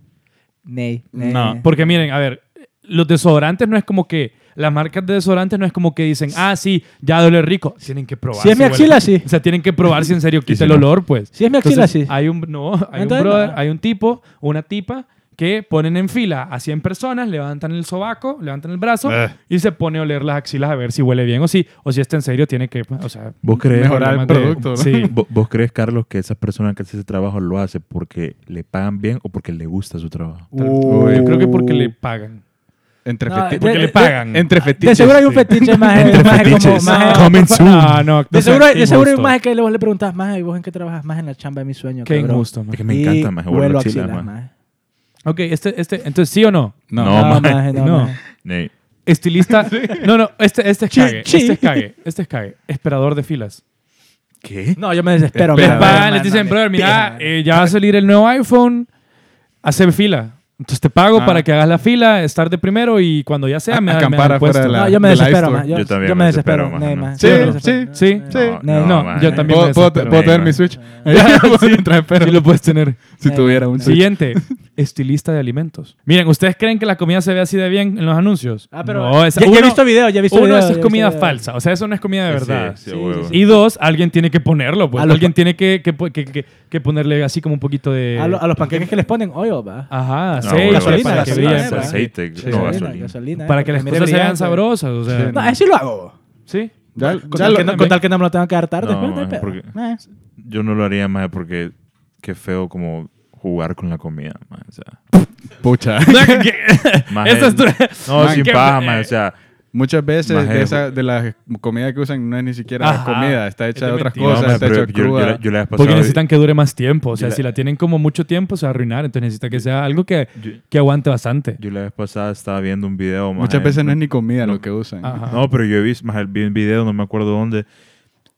[SPEAKER 3] Ney, ney,
[SPEAKER 4] No.
[SPEAKER 3] ney.
[SPEAKER 2] Porque miren, a ver, los desodorantes no es como que, las marcas de desodorantes no es como que dicen, ah, sí, ya duele rico. Tienen que probar.
[SPEAKER 3] Si es mi
[SPEAKER 2] huele.
[SPEAKER 3] axila, sí.
[SPEAKER 2] O sea, tienen que probar si en serio quita
[SPEAKER 5] si
[SPEAKER 2] el
[SPEAKER 5] no?
[SPEAKER 2] olor, pues.
[SPEAKER 3] Si es mi axila,
[SPEAKER 2] Entonces,
[SPEAKER 3] sí.
[SPEAKER 2] Hay un, no, hay un,
[SPEAKER 3] Entonces, ah.
[SPEAKER 2] brother-
[SPEAKER 3] no.
[SPEAKER 2] hay un tipo, una tipa, que ponen en fila a 100 personas, levantan el sobaco, levantan el brazo
[SPEAKER 4] Ugh.
[SPEAKER 2] y se pone a oler las axilas a ver si huele bien o si, o si está en serio, tiene que, o sea...
[SPEAKER 5] ¿Vos crees?
[SPEAKER 4] Mejorar el
[SPEAKER 2] problemas de-
[SPEAKER 4] producto, ¿no?
[SPEAKER 2] Sí.
[SPEAKER 5] ¿Vo- ¿Vos crees, Carlos, que esa persona que hace ese trabajo lo hace porque le pagan bien o porque le gusta su trabajo?
[SPEAKER 3] Uh.
[SPEAKER 2] Yo creo que porque le pagan.
[SPEAKER 4] Entre
[SPEAKER 3] No,
[SPEAKER 4] feti-
[SPEAKER 3] porque
[SPEAKER 2] le pagan.
[SPEAKER 4] Entre fetiches.
[SPEAKER 3] De seguro hay un
[SPEAKER 4] sí.
[SPEAKER 3] fetiche más
[SPEAKER 5] Entre fetiches. Coming soon.
[SPEAKER 2] No, Ah, no,
[SPEAKER 3] De
[SPEAKER 2] no
[SPEAKER 3] seguro,
[SPEAKER 2] seas
[SPEAKER 3] de seguro hay un
[SPEAKER 2] injusto.
[SPEAKER 3] maje que vos le preguntás más y vos en qué trabajas más en la chamba de mi sueño.
[SPEAKER 2] Qué
[SPEAKER 3] cabrón.
[SPEAKER 2] injusto, man.
[SPEAKER 5] Es que me
[SPEAKER 3] Y
[SPEAKER 5] encanta, más
[SPEAKER 3] huelo
[SPEAKER 5] huelo
[SPEAKER 3] a
[SPEAKER 5] chila,
[SPEAKER 3] axilas,
[SPEAKER 5] maje.
[SPEAKER 3] maje.
[SPEAKER 2] Ok, este, este, entonces sí o no.
[SPEAKER 4] No,
[SPEAKER 5] No,
[SPEAKER 3] No,
[SPEAKER 5] maje,
[SPEAKER 3] maje, no,
[SPEAKER 2] no.
[SPEAKER 3] maje.
[SPEAKER 5] Ney,
[SPEAKER 2] Estilista. No, no, este, este es
[SPEAKER 3] Chi-
[SPEAKER 2] cague.
[SPEAKER 3] chi.
[SPEAKER 2] Este es cague. Este es cague. Esperador de filas.
[SPEAKER 5] ¿Qué?
[SPEAKER 3] No, yo me desespero.
[SPEAKER 2] Les
[SPEAKER 4] Espera,
[SPEAKER 3] maje,
[SPEAKER 2] pagan,
[SPEAKER 3] maje,
[SPEAKER 2] les dicen,
[SPEAKER 3] maje.
[SPEAKER 2] brother, mira,
[SPEAKER 3] Pija.
[SPEAKER 2] eh, ya va a salir el nuevo iPhone, hace fila. Entonces te pago
[SPEAKER 4] Ah.
[SPEAKER 2] para que hagas la fila, estar de primero y cuando ya sea me, me
[SPEAKER 4] Acampar
[SPEAKER 2] dan el
[SPEAKER 4] afuera
[SPEAKER 2] puesto.
[SPEAKER 4] de la-
[SPEAKER 3] No, yo me
[SPEAKER 4] de la
[SPEAKER 3] desespero,
[SPEAKER 4] store.
[SPEAKER 3] maje. Yo,
[SPEAKER 5] Yo también
[SPEAKER 3] yo me
[SPEAKER 5] me
[SPEAKER 3] desespero,
[SPEAKER 5] desespero, maje,
[SPEAKER 3] maje, maje.
[SPEAKER 4] Sí,
[SPEAKER 3] Yo me
[SPEAKER 4] sí,
[SPEAKER 3] desespero.
[SPEAKER 2] sí.
[SPEAKER 3] Maje.
[SPEAKER 4] Sí.
[SPEAKER 2] No,
[SPEAKER 5] No,
[SPEAKER 2] yo
[SPEAKER 5] man.
[SPEAKER 2] también.
[SPEAKER 4] ¿Puedo,
[SPEAKER 2] me
[SPEAKER 4] puedo,
[SPEAKER 2] desespero.
[SPEAKER 4] puedo tener
[SPEAKER 5] Ey,
[SPEAKER 4] mi
[SPEAKER 5] man.
[SPEAKER 4] Switch?
[SPEAKER 2] Sí, sí lo puedes tener.
[SPEAKER 4] Si tuviera un Switch.
[SPEAKER 2] Siguiente, estilista de alimentos. Miren, ¿ustedes creen que la comida se ve así de bien en los anuncios?
[SPEAKER 3] Ah, pero
[SPEAKER 2] no, esa-
[SPEAKER 3] ya, ya he
[SPEAKER 2] uno-
[SPEAKER 3] visto videos, ya he visto
[SPEAKER 2] uno,
[SPEAKER 3] videos.
[SPEAKER 2] eso
[SPEAKER 3] ya
[SPEAKER 2] es
[SPEAKER 3] he
[SPEAKER 2] comida
[SPEAKER 3] visto videos.
[SPEAKER 2] falsa. O sea, eso no es comida de verdad.
[SPEAKER 5] Sí, sí, huevo.
[SPEAKER 2] Y dos, alguien tiene que ponerlo, pues.
[SPEAKER 3] A los
[SPEAKER 2] Alguien tiene que, que po- que- que- que ponerle así como un poquito de...
[SPEAKER 3] A, lo- a los panqueques que les ponen oil, va.
[SPEAKER 2] Ajá,
[SPEAKER 5] No,
[SPEAKER 2] aceite,
[SPEAKER 5] huevo,
[SPEAKER 3] gasolina,
[SPEAKER 2] para, que
[SPEAKER 3] gasolina,
[SPEAKER 2] brillen,
[SPEAKER 3] ¿verdad?
[SPEAKER 2] para,
[SPEAKER 5] aceite,
[SPEAKER 3] Sí,
[SPEAKER 5] no
[SPEAKER 3] gasolina,
[SPEAKER 5] gasolina.
[SPEAKER 3] gasolina, eh,
[SPEAKER 2] para que las
[SPEAKER 3] mire
[SPEAKER 2] cosas se vean
[SPEAKER 3] brillante.
[SPEAKER 2] sabrosas. O sea,
[SPEAKER 4] Sí.
[SPEAKER 3] No, eso sí lo hago.
[SPEAKER 2] ¿Sí?
[SPEAKER 4] Ya-
[SPEAKER 3] Con
[SPEAKER 4] ya
[SPEAKER 3] tal
[SPEAKER 4] lo-
[SPEAKER 3] que no- con tal que no me lo tengo que dar tarde.
[SPEAKER 5] No,
[SPEAKER 3] pues, hay
[SPEAKER 5] maje,
[SPEAKER 3] pedo.
[SPEAKER 5] porque-
[SPEAKER 3] Eh.
[SPEAKER 5] Yo no lo haría más porque qué feo como jugar con la comida, man. O sea,
[SPEAKER 4] Pucha.
[SPEAKER 5] maje,
[SPEAKER 2] Esa es tu-
[SPEAKER 5] No,
[SPEAKER 4] Man,
[SPEAKER 5] sin
[SPEAKER 2] qué-
[SPEAKER 5] paja, man. O sea,
[SPEAKER 4] Muchas veces
[SPEAKER 5] Maje,
[SPEAKER 4] de, esa, de la comida que usan no es ni siquiera
[SPEAKER 2] Ajá.
[SPEAKER 4] comida. Está hecha de
[SPEAKER 2] Es de
[SPEAKER 4] otras
[SPEAKER 2] mentira.
[SPEAKER 5] no,
[SPEAKER 4] cosas.
[SPEAKER 5] man,
[SPEAKER 4] está
[SPEAKER 5] pero
[SPEAKER 4] hecha
[SPEAKER 5] yo, yo,
[SPEAKER 4] cruda.
[SPEAKER 5] la- yo la vez
[SPEAKER 2] Porque
[SPEAKER 5] pasada-
[SPEAKER 2] necesitan que dure más tiempo. O sea,
[SPEAKER 5] Yo la-
[SPEAKER 2] si la tienen como mucho tiempo, se va a arruinar. Entonces necesita que sea algo que,
[SPEAKER 5] Yo,
[SPEAKER 2] que aguante bastante.
[SPEAKER 5] yo la vez pasada estaba viendo un video, maje,
[SPEAKER 4] Muchas veces no es ni comida lo que usan.
[SPEAKER 2] Ajá.
[SPEAKER 5] No, pero yo he visto, más vi un video, no me acuerdo dónde,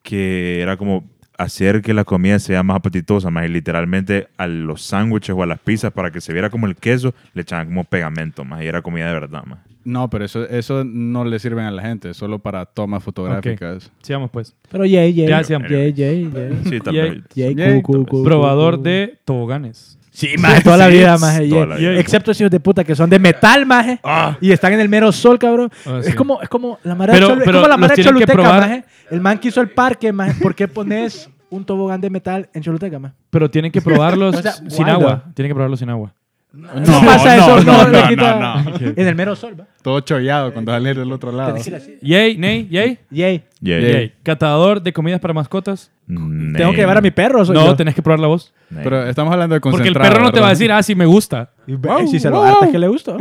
[SPEAKER 5] que era como hacer que la comida sea más apetitosa, más literalmente a los sándwiches o a las pizzas para que se viera como el queso, le echaban como pegamento, más y era comida de verdad, más.
[SPEAKER 4] No, pero eso, eso no le sirven a la gente. Solo para tomas fotográficas.
[SPEAKER 2] Sigamos, pues.
[SPEAKER 3] Pero yay, yay.
[SPEAKER 2] Gracias.
[SPEAKER 3] Yay, yay, yay.
[SPEAKER 5] Sí, tal
[SPEAKER 2] Y hay-
[SPEAKER 5] vez.
[SPEAKER 3] Yay,
[SPEAKER 4] Yay,
[SPEAKER 3] cu, cu, cu,
[SPEAKER 2] Probador
[SPEAKER 3] cu.
[SPEAKER 2] de toboganes.
[SPEAKER 3] Sí, maje, toda la
[SPEAKER 5] sí,
[SPEAKER 3] vida,
[SPEAKER 5] es
[SPEAKER 3] maje.
[SPEAKER 5] toda
[SPEAKER 3] y-
[SPEAKER 5] la vida.
[SPEAKER 3] Excepto esos hijos de puta que son de metal, maje. Y están en el mero sol, cabrón.
[SPEAKER 2] Ah,
[SPEAKER 3] es,
[SPEAKER 2] sí.
[SPEAKER 3] como, es como la mara
[SPEAKER 2] Pero-
[SPEAKER 3] de Chol- es
[SPEAKER 2] pero
[SPEAKER 3] como la
[SPEAKER 2] los
[SPEAKER 3] mara de
[SPEAKER 2] tienen que
[SPEAKER 3] Choluteca,
[SPEAKER 2] probar.
[SPEAKER 3] maje. El man que hizo el parque, maje. ¿Por qué pones un tobogán de metal en Choluteca, maje?
[SPEAKER 2] Pero tienen que probarlos
[SPEAKER 3] O sea,
[SPEAKER 2] sin
[SPEAKER 3] guarda.
[SPEAKER 2] agua. Tienen que probarlos sin agua.
[SPEAKER 3] No, pasa
[SPEAKER 4] no,
[SPEAKER 3] eso, no,
[SPEAKER 4] no,
[SPEAKER 3] le
[SPEAKER 4] no,
[SPEAKER 3] quita-
[SPEAKER 4] no,
[SPEAKER 3] En el mero sol, va.
[SPEAKER 4] Todo chollado cuando sale del otro lado.
[SPEAKER 3] Tenés que ir así.
[SPEAKER 2] Yay, nay, yay.
[SPEAKER 3] Yay.
[SPEAKER 5] Yeah.
[SPEAKER 4] Yay.
[SPEAKER 2] Yay. Catador de comidas para mascotas.
[SPEAKER 5] Mm,
[SPEAKER 3] Tengo que
[SPEAKER 5] name,
[SPEAKER 3] llevar a mi perro, soy
[SPEAKER 2] No,
[SPEAKER 3] yo.
[SPEAKER 2] tenés que probar la voz.
[SPEAKER 5] name.
[SPEAKER 4] Pero estamos hablando de
[SPEAKER 2] Porque el
[SPEAKER 4] concentrado.
[SPEAKER 2] perro no te va a
[SPEAKER 4] ¿verdad?
[SPEAKER 2] decir, ah, sí, me gusta.
[SPEAKER 3] Y ve, si se lo hartas, que le gustó.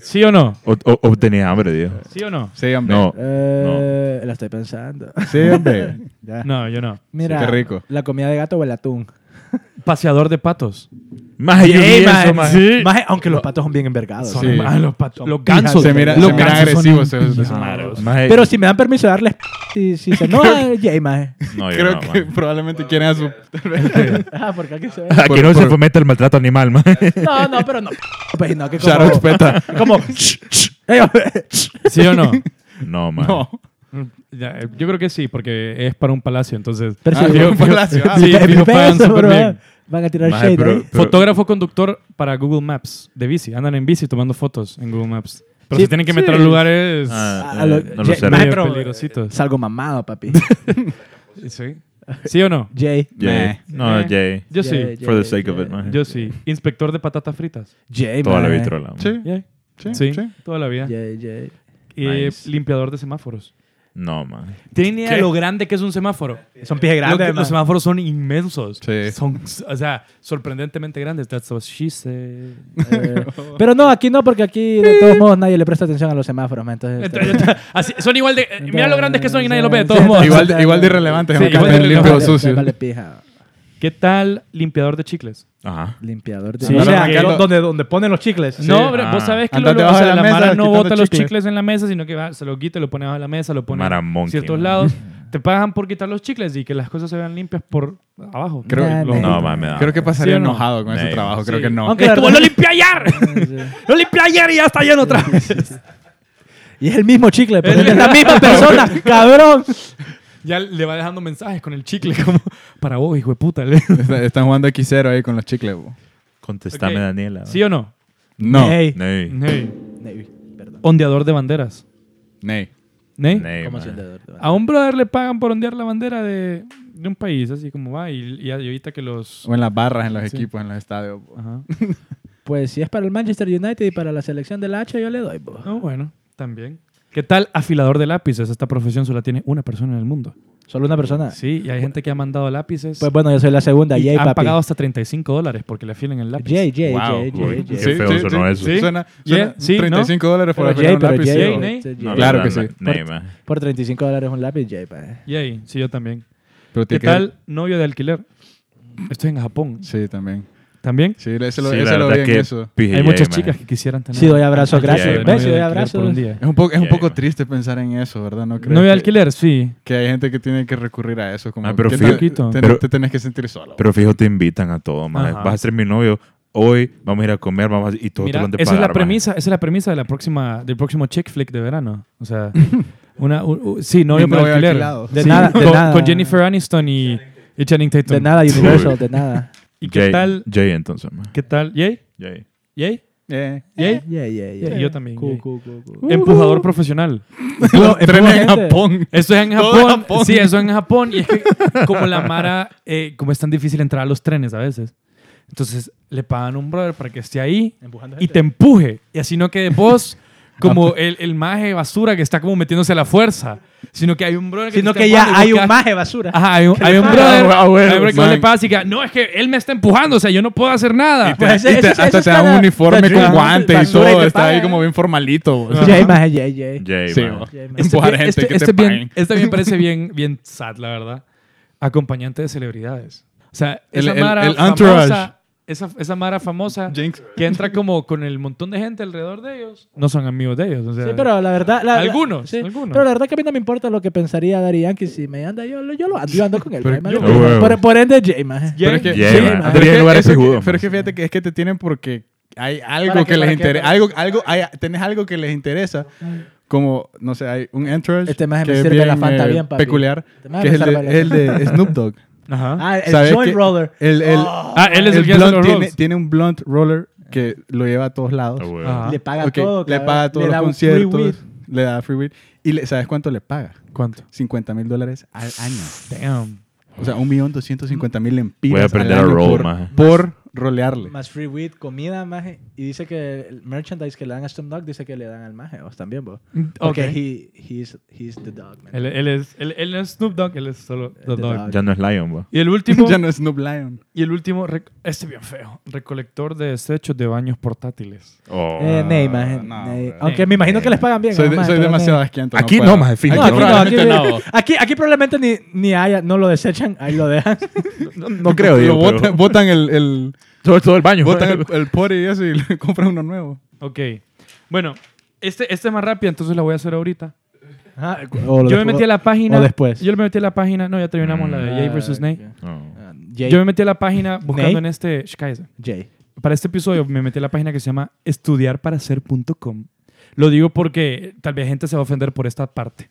[SPEAKER 2] ¿Sí o no?
[SPEAKER 5] O, o- o tenía hambre, Dios.
[SPEAKER 2] ¿Sí o no?
[SPEAKER 4] Sí, hombre.
[SPEAKER 5] No.
[SPEAKER 3] Eh, La estoy pensando.
[SPEAKER 4] Sí, hombre. Ya.
[SPEAKER 2] No, yo no.
[SPEAKER 3] Mira,
[SPEAKER 4] qué rico.
[SPEAKER 3] la comida de gato o el atún.
[SPEAKER 2] Paseador de patos.
[SPEAKER 5] Más yo vi
[SPEAKER 3] Ey,
[SPEAKER 5] eso,
[SPEAKER 3] maje,
[SPEAKER 5] maje.
[SPEAKER 2] Sí.
[SPEAKER 3] maje, aunque los patos son bien envergados.
[SPEAKER 2] Son
[SPEAKER 4] Sí.
[SPEAKER 2] ma- los patos. Los
[SPEAKER 3] pijas.
[SPEAKER 2] gansos.
[SPEAKER 4] Se mira,
[SPEAKER 2] los
[SPEAKER 4] se mira
[SPEAKER 2] gansos son
[SPEAKER 4] agresivo.
[SPEAKER 2] un-
[SPEAKER 4] se- se- se-
[SPEAKER 5] Maje,
[SPEAKER 3] Pero si me dan permiso de darles si, si se enoja, yay, maje.
[SPEAKER 5] no, yo
[SPEAKER 4] Creo
[SPEAKER 5] no,
[SPEAKER 4] que
[SPEAKER 5] maje.
[SPEAKER 4] probablemente quieren a su...
[SPEAKER 3] Ah, porque aquí se ve.
[SPEAKER 5] Aquí
[SPEAKER 4] Por-
[SPEAKER 5] no se
[SPEAKER 4] por-
[SPEAKER 5] fomenta el maltrato animal, más.
[SPEAKER 3] No, no, pero no. Pues no, que como...
[SPEAKER 4] Charo Espeta.
[SPEAKER 3] como... Ey,
[SPEAKER 2] ¿Sí o no?
[SPEAKER 5] No, más.
[SPEAKER 4] No.
[SPEAKER 2] Mm, ya, Yo creo que sí, porque es para un palacio, entonces.
[SPEAKER 3] Pero
[SPEAKER 4] Ah,
[SPEAKER 3] sí,
[SPEAKER 4] yo-
[SPEAKER 3] yo-
[SPEAKER 4] palacio, ah.
[SPEAKER 2] sí,
[SPEAKER 3] Pero
[SPEAKER 2] fijo,
[SPEAKER 3] ve
[SPEAKER 2] pagan
[SPEAKER 3] eso,
[SPEAKER 2] súper
[SPEAKER 3] bro,
[SPEAKER 2] bien.
[SPEAKER 3] Van a tirar
[SPEAKER 5] Maje,
[SPEAKER 3] shade
[SPEAKER 5] pero- eh,
[SPEAKER 3] ahí.
[SPEAKER 5] pero-
[SPEAKER 2] Fotógrafo conductor para Google Maps de bici. Andan en bici tomando fotos en Google Maps. Pero
[SPEAKER 3] Sí,
[SPEAKER 2] se tienen que meter
[SPEAKER 3] sí.
[SPEAKER 2] a lugares
[SPEAKER 5] Ah,
[SPEAKER 3] A lo-
[SPEAKER 5] eh, no lo
[SPEAKER 3] Ye-
[SPEAKER 5] sé.
[SPEAKER 3] Maje,
[SPEAKER 2] medio
[SPEAKER 3] pero-
[SPEAKER 2] peligrositos.
[SPEAKER 3] Salgo mamado, papi.
[SPEAKER 2] ¿Sí? ¿Sí o no?
[SPEAKER 3] Jay.
[SPEAKER 5] Jay. No,
[SPEAKER 2] Eh.
[SPEAKER 5] Jay.
[SPEAKER 2] Yo
[SPEAKER 3] Jay,
[SPEAKER 2] sí.
[SPEAKER 3] Jay,
[SPEAKER 5] For the sake of
[SPEAKER 3] Jay.
[SPEAKER 5] it, man.
[SPEAKER 2] Yo sí. Inspector de patatas fritas.
[SPEAKER 3] Jay,
[SPEAKER 5] Toda la
[SPEAKER 3] maje.
[SPEAKER 5] vitrola. man.
[SPEAKER 4] Sí,
[SPEAKER 2] Yeah.
[SPEAKER 4] sí,
[SPEAKER 2] Sí,
[SPEAKER 4] sí.
[SPEAKER 2] toda la vida.
[SPEAKER 3] Jay, Jay.
[SPEAKER 2] Y
[SPEAKER 5] Nice.
[SPEAKER 2] limpiador de semáforos.
[SPEAKER 5] No, man.
[SPEAKER 2] ¿Tienen idea de lo grande que es un semáforo?
[SPEAKER 3] Son pies
[SPEAKER 2] Lo que- los semáforos son inmensos.
[SPEAKER 4] Sí.
[SPEAKER 2] Son, o sea, sorprendentemente grandes. That's what she said.
[SPEAKER 3] Eh, pero no, aquí no, porque aquí de todos modos nadie le presta atención a los semáforos, man, entonces,
[SPEAKER 2] Entonces, así- son igual de... eh, Mira lo grandes que son y nadie los ve, de
[SPEAKER 3] Sí,
[SPEAKER 2] todos modos.
[SPEAKER 3] sí,
[SPEAKER 4] Igual, igual de irrelevante,
[SPEAKER 2] Sí,
[SPEAKER 4] es
[SPEAKER 2] igual de
[SPEAKER 4] limpio o
[SPEAKER 2] irrelevante.
[SPEAKER 4] sucio.
[SPEAKER 3] Vale pija.
[SPEAKER 2] ¿Qué tal limpiador de chicles?
[SPEAKER 5] Ajá.
[SPEAKER 3] Limpiador de...
[SPEAKER 2] Sí,
[SPEAKER 3] O sea,
[SPEAKER 2] sí.
[SPEAKER 3] acá donde, donde ponen los chicles.
[SPEAKER 2] No, bro,
[SPEAKER 5] Ah.
[SPEAKER 2] vos sabés que
[SPEAKER 4] Andá
[SPEAKER 2] lo- lo- o
[SPEAKER 4] debajo
[SPEAKER 2] sea,
[SPEAKER 4] de la
[SPEAKER 2] la,
[SPEAKER 4] mesa
[SPEAKER 2] mano no
[SPEAKER 4] quitando
[SPEAKER 2] bota los
[SPEAKER 4] chicles.
[SPEAKER 2] chicles en la mesa, sino que va- se lo quita y lo pone abajo de la mesa, lo pone
[SPEAKER 5] Mara
[SPEAKER 2] en
[SPEAKER 5] monkey,
[SPEAKER 2] ciertos
[SPEAKER 5] man.
[SPEAKER 2] lados. Te pagan por quitar los chicles y que las cosas se vean limpias por abajo.
[SPEAKER 4] Creo-
[SPEAKER 2] Los-
[SPEAKER 3] No,
[SPEAKER 5] No, man, me da.
[SPEAKER 4] Creo que pasaría
[SPEAKER 2] ¿Sí o no?
[SPEAKER 4] enojado con ese
[SPEAKER 5] Sí.
[SPEAKER 4] trabajo, creo
[SPEAKER 2] Sí.
[SPEAKER 4] que no.
[SPEAKER 3] Aunque-
[SPEAKER 2] Estuvo, lo limpié ayer. lo limpié ayer y ya está lleno otra vez.
[SPEAKER 3] Y es el mismo chicle, pero es la misma persona, cabrón.
[SPEAKER 2] ya le va dejando mensajes con el chicle como para vos, hijo de puta. le-
[SPEAKER 4] Está- Están jugando X0 ahí con los chicles. bo.
[SPEAKER 5] Contestame,
[SPEAKER 2] Ok.
[SPEAKER 5] Daniela.
[SPEAKER 2] ¿Sí Mm. o no?
[SPEAKER 4] No.
[SPEAKER 3] Ney.
[SPEAKER 5] Ney.
[SPEAKER 2] Ney.
[SPEAKER 3] Ney, Perdón.
[SPEAKER 2] Ondeador de banderas.
[SPEAKER 4] Ney.
[SPEAKER 2] Ney.
[SPEAKER 5] Ney,
[SPEAKER 3] ¿Cómo se
[SPEAKER 5] man.
[SPEAKER 3] llama?
[SPEAKER 2] A un brother le pagan por ondear la bandera de, de un país, así como va. Y, y ahorita que los...
[SPEAKER 4] O en las barras, en los
[SPEAKER 2] Sí.
[SPEAKER 4] equipos, en los estadios. bo.
[SPEAKER 2] Ajá.
[SPEAKER 3] Pues si es para el Manchester United y para la selección del H, yo le doy, bo.
[SPEAKER 2] No, Ah, bueno, también. ¿Qué tal afilador de lápices? Esta profesión solo la tiene una persona en el mundo.
[SPEAKER 3] Solo una persona.
[SPEAKER 2] Sí, y hay gente que ha mandado lápices.
[SPEAKER 3] Ah. Pues bueno, yo soy la segunda,
[SPEAKER 2] y
[SPEAKER 3] Jay,
[SPEAKER 2] han
[SPEAKER 3] papi.
[SPEAKER 2] pagado hasta 35 dólares porque le afilen el lápiz.
[SPEAKER 3] Jay, Jay,
[SPEAKER 5] Wow,
[SPEAKER 3] Jay,
[SPEAKER 5] güey.
[SPEAKER 3] Jay, Jay.
[SPEAKER 5] Qué feo sonó eso.
[SPEAKER 2] Sí.
[SPEAKER 4] Suena,
[SPEAKER 2] Yeah,
[SPEAKER 4] suena
[SPEAKER 2] sí, ¿no?
[SPEAKER 4] 35 dólares por
[SPEAKER 3] Pero
[SPEAKER 4] afilar
[SPEAKER 3] Jay,
[SPEAKER 4] un
[SPEAKER 3] pero
[SPEAKER 4] lápiz.
[SPEAKER 3] Jay,
[SPEAKER 4] sí,
[SPEAKER 2] Jay,
[SPEAKER 4] bo.
[SPEAKER 2] Ney.
[SPEAKER 3] Jay,
[SPEAKER 5] No,
[SPEAKER 3] Jay.
[SPEAKER 4] Claro
[SPEAKER 5] la
[SPEAKER 4] que
[SPEAKER 5] verdad,
[SPEAKER 4] sí.
[SPEAKER 5] Ney, man.
[SPEAKER 3] Por 35 dólares un lápiz, Jay, pa. eh.
[SPEAKER 2] Yay, sí, yo también.
[SPEAKER 4] Pero
[SPEAKER 2] ¿Qué
[SPEAKER 4] tiene que-
[SPEAKER 2] tal novio de alquiler? Esto es en Japón.
[SPEAKER 4] Sí, también.
[SPEAKER 2] ¿También?
[SPEAKER 4] Sí, ese lo,
[SPEAKER 5] Sí,
[SPEAKER 4] ese
[SPEAKER 5] la
[SPEAKER 4] lo vi
[SPEAKER 5] verdad
[SPEAKER 4] en
[SPEAKER 5] que
[SPEAKER 4] eso.
[SPEAKER 5] PJ,
[SPEAKER 2] hay muchas
[SPEAKER 5] man.
[SPEAKER 2] chicas que quisieran tener.
[SPEAKER 3] Sí, doy abrazos,
[SPEAKER 2] Sí,
[SPEAKER 3] gracias.
[SPEAKER 5] Jay,
[SPEAKER 3] Ve, sí,
[SPEAKER 2] novio
[SPEAKER 3] doy
[SPEAKER 2] de alquiler por
[SPEAKER 3] abrazos.
[SPEAKER 2] un día.
[SPEAKER 4] Es un, poco- es un
[SPEAKER 5] Yeah,
[SPEAKER 4] poco
[SPEAKER 5] man.
[SPEAKER 4] triste pensar en eso, ¿verdad? No creo
[SPEAKER 2] Novio de
[SPEAKER 4] que,
[SPEAKER 2] alquiler, sí.
[SPEAKER 4] que hay gente que tiene que recurrir a eso. Como,
[SPEAKER 5] Ah, pero
[SPEAKER 4] que
[SPEAKER 5] fíjate-
[SPEAKER 4] te, te-
[SPEAKER 5] pero-
[SPEAKER 4] te tenés que sentir solo.
[SPEAKER 5] Pero fijo, te invitan a todo, man.
[SPEAKER 2] Ajá.
[SPEAKER 5] Vas a ser mi novio. Hoy vamos a ir a comer, vamos a... y todo
[SPEAKER 2] Mira,
[SPEAKER 5] te lo han de
[SPEAKER 2] esa es la
[SPEAKER 5] pagar, man.
[SPEAKER 2] premisa, esa es la premisa de la próxima, del próximo chick flick de verano. O sea, una, u- u- sí, novio
[SPEAKER 4] Mi
[SPEAKER 2] por
[SPEAKER 4] novio
[SPEAKER 2] alquiler.
[SPEAKER 4] alquilado.
[SPEAKER 3] De
[SPEAKER 2] Sí,
[SPEAKER 3] nada, de
[SPEAKER 2] con,
[SPEAKER 3] nada.
[SPEAKER 2] con Jennifer Aniston y, y Channing Tatum.
[SPEAKER 3] De nada, Universal, de nada.
[SPEAKER 2] ¿Y qué
[SPEAKER 5] Jay-
[SPEAKER 2] tal?
[SPEAKER 5] Jay, entonces, man.
[SPEAKER 2] ¿Qué tal? ¿Yay?
[SPEAKER 5] Jay.
[SPEAKER 2] ¿Yay?
[SPEAKER 4] Eh.
[SPEAKER 2] ¿Yay?
[SPEAKER 3] Yeah, yeah, yeah.
[SPEAKER 2] Y yo también,
[SPEAKER 3] Cool,
[SPEAKER 2] Jay.
[SPEAKER 3] cool, cool, cool.
[SPEAKER 2] Empujador profesional.
[SPEAKER 3] Lo-
[SPEAKER 4] Tren en
[SPEAKER 3] gente.
[SPEAKER 4] Japón.
[SPEAKER 2] Eso es en
[SPEAKER 4] Todo
[SPEAKER 2] Japón.
[SPEAKER 4] Japón.
[SPEAKER 2] Sí, eso es en Japón. Y es que como la Mara, eh, como es tan difícil entrar a los trenes a veces. Entonces le pagan un brother para que esté ahí y te empuje. Y así no quede vos como el, el maje basura que está como metiéndose a la fuerza. Sino que hay un brother que te
[SPEAKER 3] Sino
[SPEAKER 2] está
[SPEAKER 3] que ya
[SPEAKER 2] empujando y
[SPEAKER 3] hay
[SPEAKER 2] vos
[SPEAKER 3] un
[SPEAKER 2] quedas-
[SPEAKER 3] maje basura.
[SPEAKER 2] Ajá, hay un, hay un
[SPEAKER 3] paga?
[SPEAKER 2] brother.
[SPEAKER 4] Ah, bueno,
[SPEAKER 2] hay un brother que no
[SPEAKER 4] man.
[SPEAKER 2] le pasa y que, no, es que él me está empujando, o sea, yo no puedo hacer nada.
[SPEAKER 4] Te-
[SPEAKER 3] Pues
[SPEAKER 4] y
[SPEAKER 3] ese-
[SPEAKER 4] te-
[SPEAKER 3] ese-
[SPEAKER 4] hasta
[SPEAKER 3] ese
[SPEAKER 4] te dan
[SPEAKER 3] está-
[SPEAKER 4] un uniforme
[SPEAKER 3] está
[SPEAKER 4] con
[SPEAKER 3] chido.
[SPEAKER 4] guantes y
[SPEAKER 3] Basura y
[SPEAKER 4] todo.
[SPEAKER 3] te
[SPEAKER 4] Está ahí
[SPEAKER 3] pagan.
[SPEAKER 4] como bien formalito. bo.
[SPEAKER 3] Jay, maje, Jay, Jay.
[SPEAKER 5] Jay,
[SPEAKER 4] Sí,
[SPEAKER 5] man.
[SPEAKER 4] bo.
[SPEAKER 3] Jay, man.
[SPEAKER 4] Empujar
[SPEAKER 2] Este-
[SPEAKER 4] gente
[SPEAKER 2] este-
[SPEAKER 4] que
[SPEAKER 2] este
[SPEAKER 4] te
[SPEAKER 2] bien-
[SPEAKER 4] paguen.
[SPEAKER 2] este bien parece bien, bien sad, la verdad. Acompañante de celebridades. O sea,
[SPEAKER 4] El-
[SPEAKER 2] esa
[SPEAKER 4] el-
[SPEAKER 2] mara
[SPEAKER 4] el entourage.
[SPEAKER 2] famosa... Esa, esa mara famosa
[SPEAKER 4] Jinx.
[SPEAKER 2] que entra como con el montón de gente alrededor de ellos. No son amigos de ellos. o sea,
[SPEAKER 3] Sí, pero la verdad... la- la-
[SPEAKER 2] Algunos,
[SPEAKER 3] sí,
[SPEAKER 2] algunos.
[SPEAKER 3] Pero la verdad que a mí no me importa lo que pensaría Dari Yankee si me anda. Yo, yo lo ando, yo ando con él.
[SPEAKER 4] Pero-
[SPEAKER 3] maje, me lo-
[SPEAKER 5] yo- Huevo.
[SPEAKER 3] por, por ende, Jay, maje.
[SPEAKER 4] Pero es que,
[SPEAKER 5] Yeah,
[SPEAKER 4] sí,
[SPEAKER 5] man.
[SPEAKER 4] pero
[SPEAKER 5] Antes
[SPEAKER 4] es
[SPEAKER 5] de
[SPEAKER 4] que
[SPEAKER 5] lugar
[SPEAKER 4] eso
[SPEAKER 5] ese
[SPEAKER 4] que-
[SPEAKER 5] juego,
[SPEAKER 4] pero es
[SPEAKER 5] man.
[SPEAKER 4] que fíjate que es que te tienen porque hay
[SPEAKER 3] ¿Para
[SPEAKER 4] algo
[SPEAKER 3] qué,
[SPEAKER 4] que les
[SPEAKER 3] para qué,
[SPEAKER 4] interesa,
[SPEAKER 3] para
[SPEAKER 4] algo, algo, hay- tenés algo que les interesa, como, no sé, hay un entourage
[SPEAKER 3] Este maje me
[SPEAKER 4] que es
[SPEAKER 3] sirve
[SPEAKER 4] bien,
[SPEAKER 3] la Fanta
[SPEAKER 4] eh,
[SPEAKER 3] bien, papi.
[SPEAKER 4] peculiar,
[SPEAKER 3] Este maje
[SPEAKER 4] que
[SPEAKER 3] me
[SPEAKER 4] es el,
[SPEAKER 3] sirve la-
[SPEAKER 4] de, el de Snoop Dogg.
[SPEAKER 2] Ajá.
[SPEAKER 3] Ah, el
[SPEAKER 4] ¿Sabes
[SPEAKER 3] joint
[SPEAKER 4] qué?
[SPEAKER 3] roller. Oh.
[SPEAKER 4] El, el,
[SPEAKER 2] Ah, él es el,
[SPEAKER 4] el
[SPEAKER 2] que hace
[SPEAKER 4] blunt
[SPEAKER 2] los
[SPEAKER 4] tiene,
[SPEAKER 2] rolls.
[SPEAKER 4] tiene un blunt roller que lo lleva a todos lados.
[SPEAKER 5] Ah, güey.
[SPEAKER 2] Ajá.
[SPEAKER 3] Le paga
[SPEAKER 4] Ok,
[SPEAKER 3] todo.
[SPEAKER 4] le
[SPEAKER 3] cabrón.
[SPEAKER 4] paga todos
[SPEAKER 3] Le
[SPEAKER 4] los
[SPEAKER 3] da un free weed.
[SPEAKER 4] conciertos, le da free weed. ¿Y le- sabes cuánto le paga?
[SPEAKER 2] ¿Cuánto?
[SPEAKER 4] 50 mil dólares al año.
[SPEAKER 2] Damn.
[SPEAKER 4] O sea, un millón doscientos cincuenta mil empiras
[SPEAKER 5] Voy a aprender a
[SPEAKER 4] al año
[SPEAKER 5] roll,
[SPEAKER 4] por,
[SPEAKER 5] maje.
[SPEAKER 4] por rolearle.
[SPEAKER 3] Más free weed, comida, maje. Y dice que el merchandise que le dan a Snoop Dogg dice que le dan al maje. Vos también, vos.
[SPEAKER 2] Ok.
[SPEAKER 3] Porque he, he's, he's the dog, man.
[SPEAKER 2] Él, él es, él, él no es Snoop Dogg, él es solo The
[SPEAKER 3] The
[SPEAKER 2] Dogg.
[SPEAKER 3] Dogg.
[SPEAKER 5] Ya no es Lion, bo.
[SPEAKER 2] Y el último,
[SPEAKER 4] ya no es Snoop Lion.
[SPEAKER 2] y el último rec- este bien feo, recolector de desechos de baños portátiles.
[SPEAKER 5] Oh.
[SPEAKER 3] Eh, Ney, maje,
[SPEAKER 4] no,
[SPEAKER 3] Ney.
[SPEAKER 4] bro.
[SPEAKER 3] Aunque me imagino que les pagan bien.
[SPEAKER 4] Soy,
[SPEAKER 3] ¿no,
[SPEAKER 4] de-
[SPEAKER 3] maje?
[SPEAKER 4] soy
[SPEAKER 3] Pero
[SPEAKER 4] demasiado
[SPEAKER 3] Ney.
[SPEAKER 4] asquiento.
[SPEAKER 5] Aquí
[SPEAKER 4] puedo.
[SPEAKER 5] no, maje, fijo.
[SPEAKER 3] No, aquí no, aquí,
[SPEAKER 4] probablemente no.
[SPEAKER 3] aquí, aquí probablemente ni, ni haya, no lo desechan, ahí lo dejan.
[SPEAKER 5] No, creo,
[SPEAKER 4] Lo
[SPEAKER 5] digo,
[SPEAKER 4] botan, botan el, el,
[SPEAKER 5] todo, todo el baño.
[SPEAKER 4] botan el, el potty y eso y le compran uno nuevo.
[SPEAKER 2] Ok. Bueno, este, este es más rápido, entonces la voy a hacer ahorita.
[SPEAKER 3] Ajá,
[SPEAKER 2] Yo me metí a la página.
[SPEAKER 3] o después. Ah,
[SPEAKER 2] Yo me metí a la página. No, ya terminamos la de Jay vs. Ney.
[SPEAKER 5] No.
[SPEAKER 3] Jay.
[SPEAKER 2] Ah, Yo me metí a la página buscando
[SPEAKER 3] Ney.
[SPEAKER 2] en este. Shh, cállese.
[SPEAKER 3] Jay.
[SPEAKER 2] Para este episodio me metí a la página que se llama estudiarparaser.com. Lo digo porque tal vez gente se va a ofender por esta parte.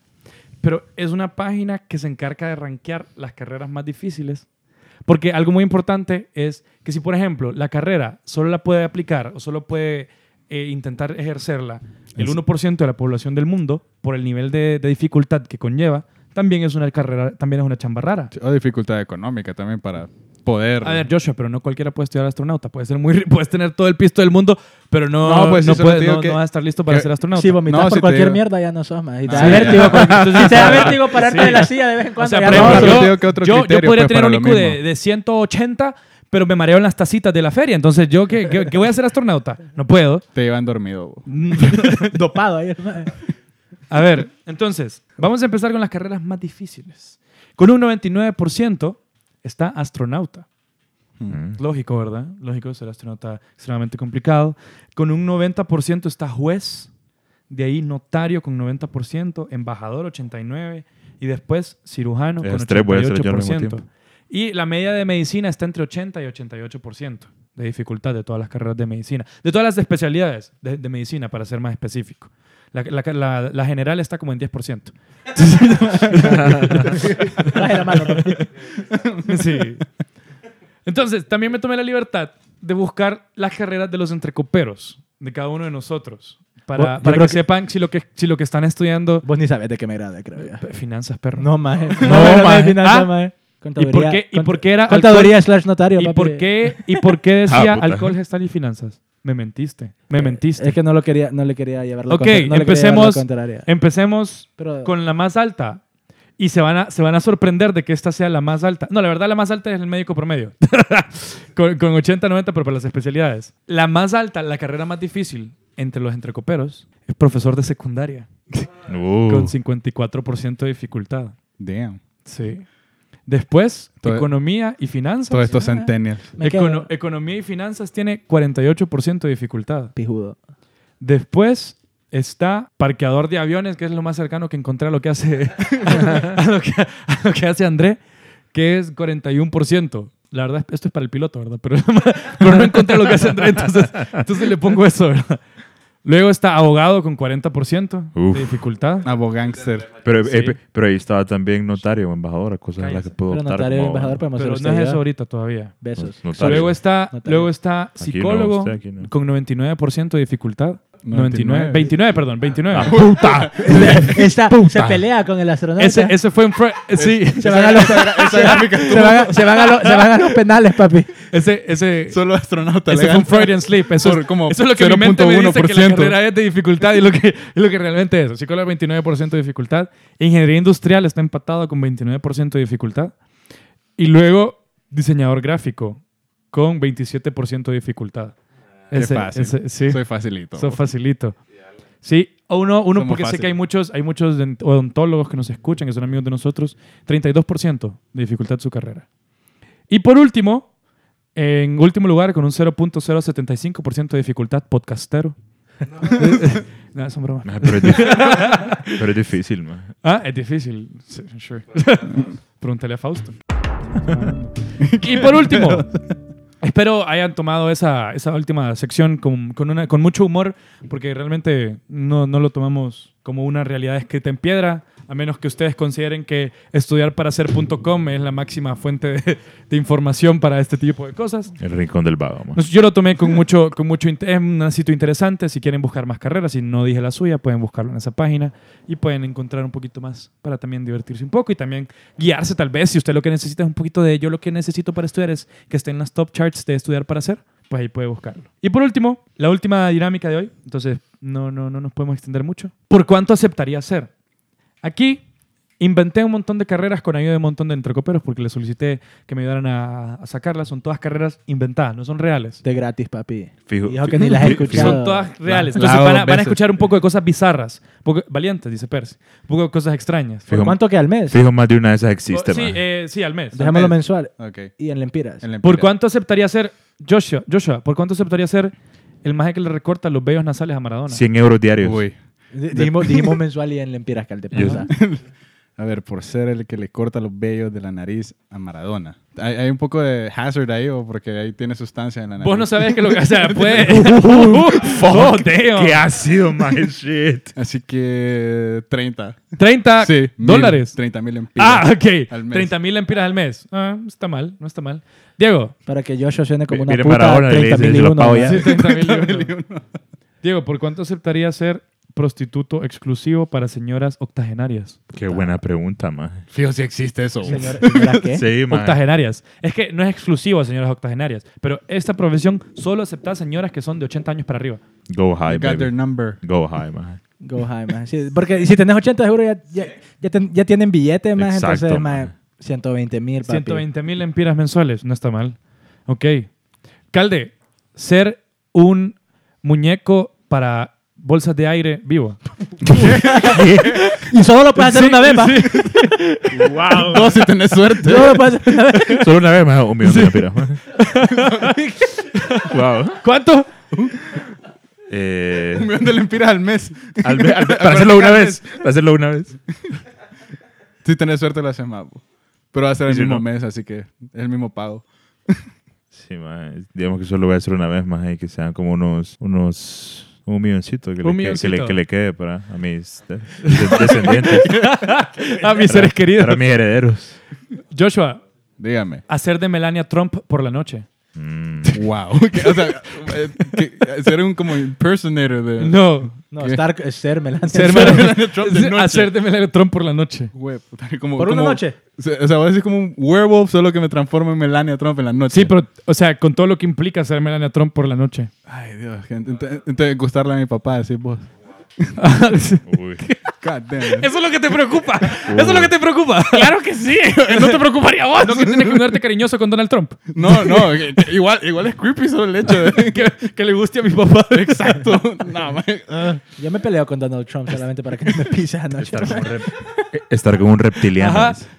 [SPEAKER 2] Pero es una página que se encarga de rankear las carreras más difíciles. Porque algo muy importante es que si, por ejemplo, la carrera solo la puede aplicar o solo puede eh, intentar ejercerla el
[SPEAKER 4] Es-
[SPEAKER 2] 1% de la población del mundo por el nivel de, de dificultad que conlleva, también es una carrera, también es una chamba rara.
[SPEAKER 4] O dificultad económica también para poder.
[SPEAKER 2] A ver, Joshua, pero no cualquiera puede estudiar astronauta. Puedes, ser muy, ri- puedes tener todo el pisto del mundo, pero no, no,
[SPEAKER 4] No, pues, eso no
[SPEAKER 2] puedes-
[SPEAKER 4] te digo
[SPEAKER 2] no-
[SPEAKER 4] que-
[SPEAKER 2] no vas a estar listo para
[SPEAKER 4] que-
[SPEAKER 2] ser astronauta.
[SPEAKER 3] Si vomitas
[SPEAKER 4] No,
[SPEAKER 3] por
[SPEAKER 4] sí te
[SPEAKER 3] cualquier
[SPEAKER 4] digo.
[SPEAKER 3] mierda, ya no sos más. Si te
[SPEAKER 4] Ah,
[SPEAKER 3] da
[SPEAKER 4] sí.
[SPEAKER 3] vértigo, con- si te da
[SPEAKER 2] Sí.
[SPEAKER 3] vértigo pararte de la silla de vez en
[SPEAKER 2] O
[SPEAKER 3] cuando,
[SPEAKER 2] sea,
[SPEAKER 3] ya
[SPEAKER 2] por
[SPEAKER 3] no.
[SPEAKER 2] ejemplo,
[SPEAKER 4] pero
[SPEAKER 2] yo,
[SPEAKER 4] te digo que otro
[SPEAKER 2] yo- yo
[SPEAKER 4] criterio,
[SPEAKER 2] podría
[SPEAKER 4] pues,
[SPEAKER 2] tener un
[SPEAKER 4] para
[SPEAKER 2] IQ
[SPEAKER 4] lo
[SPEAKER 2] de,
[SPEAKER 4] mismo.
[SPEAKER 2] de 180, pero me mareo en las tacitas de la feria. Entonces, ¿yo qué, qué- qué voy a hacer astronauta? No puedo.
[SPEAKER 4] Te llevan dormido. bo.
[SPEAKER 3] dopado ahí. hermano.
[SPEAKER 2] A ver, entonces, vamos a empezar con las carreras más difíciles. Con un 99% está astronauta.
[SPEAKER 5] Mm.
[SPEAKER 2] Lógico, ¿verdad? Lógico, ser astronauta extremadamente complicado. Con un 90% está juez, de ahí notario con 90%, embajador 89% y después cirujano con
[SPEAKER 5] Esas tres voy a hacer yo al mismo
[SPEAKER 2] 88%.
[SPEAKER 5] tiempo.
[SPEAKER 2] Y la media de medicina está entre 80 y 88% de dificultad de todas las carreras de medicina, de todas las especialidades de, de medicina, para ser más específico. La, la- la- la general está como en 10%.
[SPEAKER 3] Traje la mano. papi.
[SPEAKER 2] Sí. Entonces, también me tomé la libertad de buscar las carreras de los entrecoperos, de cada uno de nosotros,
[SPEAKER 3] Bueno,
[SPEAKER 2] para,
[SPEAKER 3] yo
[SPEAKER 2] para que,
[SPEAKER 3] creo que-
[SPEAKER 2] sepan si lo que, si lo que están estudiando...
[SPEAKER 3] Vos ni sabés de qué me grabé, creo yo.
[SPEAKER 2] P- Finanzas, perro.
[SPEAKER 3] No, maje.
[SPEAKER 2] No,
[SPEAKER 3] pero
[SPEAKER 2] maje.
[SPEAKER 3] es finanzas,
[SPEAKER 2] Ah.
[SPEAKER 3] maje.
[SPEAKER 2] ¿Y por qué, y
[SPEAKER 3] Contaduría-
[SPEAKER 2] por qué era
[SPEAKER 3] Contaduría slash notario,
[SPEAKER 2] ¿Y
[SPEAKER 3] papi.
[SPEAKER 2] por qué, ¿Y por qué decía
[SPEAKER 5] Ah, puta.
[SPEAKER 2] alcohol, gestal y finanzas? Me mentiste. Me mentiste.
[SPEAKER 3] Eh, Es que no lo quería, no le quería llevar la
[SPEAKER 2] Ok,
[SPEAKER 3] contra- no le quería llevar la
[SPEAKER 2] empecemos.
[SPEAKER 3] contraria.
[SPEAKER 2] Empecemos
[SPEAKER 3] Pero-
[SPEAKER 2] con la más alta. Y se van, a, se van a sorprender de que esta sea la más alta. No, la verdad, la más alta es el médico promedio. con, con 80, 90, pero para las especialidades. La más alta, la carrera más difícil entre los entrecoperos, es profesor de secundaria.
[SPEAKER 5] Uh.
[SPEAKER 2] Con 54% de dificultad.
[SPEAKER 4] Damn.
[SPEAKER 2] Sí. Después,
[SPEAKER 4] Todo-
[SPEAKER 2] economía y finanzas. Ah.
[SPEAKER 4] Todos estos centennials.
[SPEAKER 3] Me
[SPEAKER 2] Econo-
[SPEAKER 3] quedo
[SPEAKER 2] economía y finanzas tiene 48% de dificultad.
[SPEAKER 3] pijudo.
[SPEAKER 2] Después está parqueador de aviones, que es lo más cercano que encontré a lo que hace, a lo que, a lo que hace André, que es 41%. La verdad, esto es para el piloto, ¿verdad? Pero, pero no encontré lo que hace André, entonces, entonces le pongo eso, ¿verdad? Luego está abogado con 40%
[SPEAKER 5] Uf.
[SPEAKER 2] de dificultad.
[SPEAKER 4] Abogánster.
[SPEAKER 5] Pero,
[SPEAKER 2] Sí.
[SPEAKER 5] eh, pe- pero ahí estaba también notario o embajadora, cosas en las que
[SPEAKER 2] Cállese.
[SPEAKER 5] puedo
[SPEAKER 3] Pero
[SPEAKER 5] optar.
[SPEAKER 3] notario y
[SPEAKER 5] como-
[SPEAKER 3] embajador podemos
[SPEAKER 2] Pero
[SPEAKER 3] hacer
[SPEAKER 2] no es
[SPEAKER 3] usted,
[SPEAKER 2] eso
[SPEAKER 3] ¿verdad?
[SPEAKER 2] ahorita todavía.
[SPEAKER 3] Besos.
[SPEAKER 5] Notario.
[SPEAKER 2] Luego está,
[SPEAKER 3] Notario.
[SPEAKER 2] luego está
[SPEAKER 5] no,
[SPEAKER 2] psicólogo
[SPEAKER 5] usted aquí no.
[SPEAKER 2] con 99% de dificultad. 99,
[SPEAKER 4] 99.
[SPEAKER 2] 29, perdón, 29.
[SPEAKER 5] Ah,
[SPEAKER 2] ¡Puta!
[SPEAKER 3] Esta- se pelea con el astronauta.
[SPEAKER 2] Ese, ese fue en Fre- Sí,
[SPEAKER 3] se, van a los, se, van a, se van a los- se van a los penales, papi.
[SPEAKER 2] ese, ese,
[SPEAKER 4] Solo astronauta.
[SPEAKER 2] ese fue un Freudian sleep. Eso,
[SPEAKER 4] Por
[SPEAKER 2] es,
[SPEAKER 4] como
[SPEAKER 2] eso es lo que mi mente me dice que la
[SPEAKER 4] 0.1%.
[SPEAKER 2] carrera es de dificultad y lo que, y lo que realmente es. Psicólogo 29% de dificultad. Ingeniería industrial está empatado con 29% de dificultad. Y luego diseñador gráfico con 27% de dificultad.
[SPEAKER 4] Qué
[SPEAKER 2] Ese-
[SPEAKER 4] fácil.
[SPEAKER 2] ese- sí.
[SPEAKER 4] Soy facilito.
[SPEAKER 2] Eso facilito. Sí, o uno, uno
[SPEAKER 4] Somos
[SPEAKER 2] porque sé
[SPEAKER 4] fácil.
[SPEAKER 2] que hay muchos, hay muchos dent- odontólogos que nos escuchan, que son amigos de nosotros, 32% de dificultad de su carrera. Y por último, en último lugar, con un 0.075% de dificultad, podcastero. No, son bromas.
[SPEAKER 5] Ah, Pero es, dif- pero es difícil, man.
[SPEAKER 2] Ah, es difícil. Sí, sure. Pregúntale a Fausto. y por último, espero hayan tomado esa, esa última sección con, con una, con mucho humor, porque realmente no, no lo tomamos como una realidad escrita en piedra, a menos que ustedes consideren que estudiar para ser.com es la máxima fuente de, de información para este tipo de cosas.
[SPEAKER 5] El rincón del vago, man.
[SPEAKER 2] No sé, Yo lo tomé con mucho, con mucho int- es un sitio interesante. Si quieren buscar más carreras, si no dije la suya, pueden buscarlo en esa página y pueden encontrar un poquito más para también divertirse un poco y también guiarse tal vez. Si usted lo que necesita es un poquito de yo lo que necesito para estudiar es que esté en las top charts de estudiar para hacer, pues ahí puede buscarlo. Y por último, la última dinámica de hoy. Entonces, no, no, no nos podemos extender mucho. ¿Por cuánto aceptaría hacer? Aquí inventé un montón de carreras con ayuda de un montón de entrecoperos porque les solicité que me ayudaran a, a sacarlas. Son todas carreras inventadas, no son reales.
[SPEAKER 3] De gratis, papi.
[SPEAKER 5] Fijo-
[SPEAKER 3] Dijo que ni las he
[SPEAKER 5] fi-
[SPEAKER 3] escuchado.
[SPEAKER 2] Son todas reales.
[SPEAKER 4] la-
[SPEAKER 2] Entonces
[SPEAKER 4] la
[SPEAKER 2] van a,
[SPEAKER 4] dos
[SPEAKER 2] van a
[SPEAKER 4] veces.
[SPEAKER 2] escuchar un poco de cosas bizarras. Un poco- valientes, dice Percy. Un poco de cosas extrañas.
[SPEAKER 5] Fijo,
[SPEAKER 3] ¿Cuánto que al mes?
[SPEAKER 5] fijo, más de una de esas existe,
[SPEAKER 2] sí,
[SPEAKER 5] man.
[SPEAKER 2] eh, sí, al mes.
[SPEAKER 3] Dejémoslo mensual.
[SPEAKER 4] Ok.
[SPEAKER 3] Y en Lempiras.
[SPEAKER 4] En la
[SPEAKER 2] ¿Por
[SPEAKER 4] empira.
[SPEAKER 2] cuánto aceptaría ser Joshua? Joshua, ¿por cuánto aceptaría ser el maje que le recorta los vellos nasales a Maradona?
[SPEAKER 5] 100 euros diarios.
[SPEAKER 4] Uy.
[SPEAKER 3] Dijimos, dijimos mensual y en Lempiras, Calde.
[SPEAKER 5] Yo-
[SPEAKER 3] pasa.
[SPEAKER 4] A ver, por ser el que le corta los vellos de la nariz a Maradona. Hay, hay un poco de hazard ahí, o porque ahí tiene sustancia en la nariz.
[SPEAKER 2] Vos no sabés que lo que... O sea, puede... Oh,
[SPEAKER 5] Fuck,
[SPEAKER 2] damn.
[SPEAKER 5] ¿Qué ha sido, man? Shit.
[SPEAKER 4] Así que 30.
[SPEAKER 2] 30
[SPEAKER 4] Sí, mil,
[SPEAKER 2] Ah, dólares.
[SPEAKER 4] 30 mil en
[SPEAKER 2] ah, ok. 30.000
[SPEAKER 4] al mes.
[SPEAKER 2] mil lempiras al mes. Ah, está mal, no está mal. Diego,
[SPEAKER 3] Para que Joshua suene como una
[SPEAKER 5] Mire,
[SPEAKER 3] puta
[SPEAKER 5] Maradona, le
[SPEAKER 3] 30
[SPEAKER 5] dice,
[SPEAKER 3] mil
[SPEAKER 5] "Se
[SPEAKER 3] y
[SPEAKER 5] lo
[SPEAKER 3] uno,
[SPEAKER 5] pago
[SPEAKER 3] ¿verdad?
[SPEAKER 5] ya".
[SPEAKER 2] Sí, 30.000 y uno. Diego, ¿por cuánto aceptaría ser prostituto exclusivo para señoras octogenarias?
[SPEAKER 5] Qué buena pregunta, man.
[SPEAKER 4] Fijo si existe eso.
[SPEAKER 3] Señor- señora, ¿qué?
[SPEAKER 5] Sí, man.
[SPEAKER 2] Octogenarias. Es que no es exclusivo a señoras octogenarias, pero esta profesión solo acepta a señoras que son de 80 años para arriba.
[SPEAKER 5] Go high,
[SPEAKER 4] I got their
[SPEAKER 5] baby.
[SPEAKER 4] number.
[SPEAKER 5] Go high, man.
[SPEAKER 3] Go high, man. Sí, porque si tenés 80 euros, ya, ya, ya ten- ya tienen billetes, más
[SPEAKER 5] Exacto,
[SPEAKER 3] entonces,
[SPEAKER 5] man.
[SPEAKER 3] más 120 mil, papi.
[SPEAKER 2] 120 mil empiras mensuales, no está mal. Ok. Calde, ser un muñeco para bolsas de aire vivo.
[SPEAKER 3] Y solo lo puedes
[SPEAKER 2] Sí,
[SPEAKER 3] hacer Ah, una vez, pa.
[SPEAKER 5] wow.
[SPEAKER 4] No, si tenés suerte.
[SPEAKER 3] Solo lo puedes hacer una vez.
[SPEAKER 5] Solo una vez más, un millón de lempiras. man. wow.
[SPEAKER 2] ¿Cuánto?
[SPEAKER 5] Eh,
[SPEAKER 4] Un millón de lempiras al mes.
[SPEAKER 5] al ve- al ve- para hacerlo una vez. Para hacerlo una vez.
[SPEAKER 4] Si tenés suerte, lo haces más. bo. Pero va a ser
[SPEAKER 5] Y
[SPEAKER 4] el
[SPEAKER 5] si
[SPEAKER 4] mismo
[SPEAKER 5] no.
[SPEAKER 4] mes, así que es el mismo pago.
[SPEAKER 5] Sí, man. Digamos que solo voy a hacer una vez más y que sean como unos. unos un milloncito que,
[SPEAKER 2] Un
[SPEAKER 5] le, que- que le-
[SPEAKER 2] milloncito.
[SPEAKER 5] que le quede para a mis de- de- descendientes.
[SPEAKER 2] A Ah, mis seres queridos.
[SPEAKER 5] Para mis herederos.
[SPEAKER 2] Joshua,
[SPEAKER 4] Dígame.
[SPEAKER 2] hacer de Melania Trump por la noche.
[SPEAKER 5] Mm.
[SPEAKER 4] Wow. o sea, eh, que- ser un como impersonator de.
[SPEAKER 2] No.
[SPEAKER 3] No,
[SPEAKER 4] ¿Qué?
[SPEAKER 3] estar, es eh, ser Melania.
[SPEAKER 2] Ser
[SPEAKER 4] Melania Trump de noche.
[SPEAKER 2] Hacer de Melania Trump por la noche.
[SPEAKER 4] Güey, puta, como-
[SPEAKER 3] Por una
[SPEAKER 4] como-
[SPEAKER 3] noche.
[SPEAKER 4] O sea, o sea, voy a decir como un werewolf, solo que me transformo en Melania Trump en la noche.
[SPEAKER 2] Sí, pero, o sea, con todo lo que implica ser Melania Trump por la noche.
[SPEAKER 4] Ay, Dios, gente. Ent- Entonces, gustarle a mi papá, decís vos.
[SPEAKER 5] Uy.
[SPEAKER 4] God damn.
[SPEAKER 2] Eso es lo que te preocupa. Eso es lo que te preocupa. Claro que sí. No te preocuparía vos. No que tienes que ponerte cariñoso con Donald Trump.
[SPEAKER 4] No, no, que- que igual, igual es creepy solo el hecho de que, que le guste a mi papá. Exacto. No, man. Ah.
[SPEAKER 3] Yo me peleo con Donald Trump solamente para que no me pise anoche.
[SPEAKER 5] Estar con, un rep- estar con un reptiliano.
[SPEAKER 2] Ajá.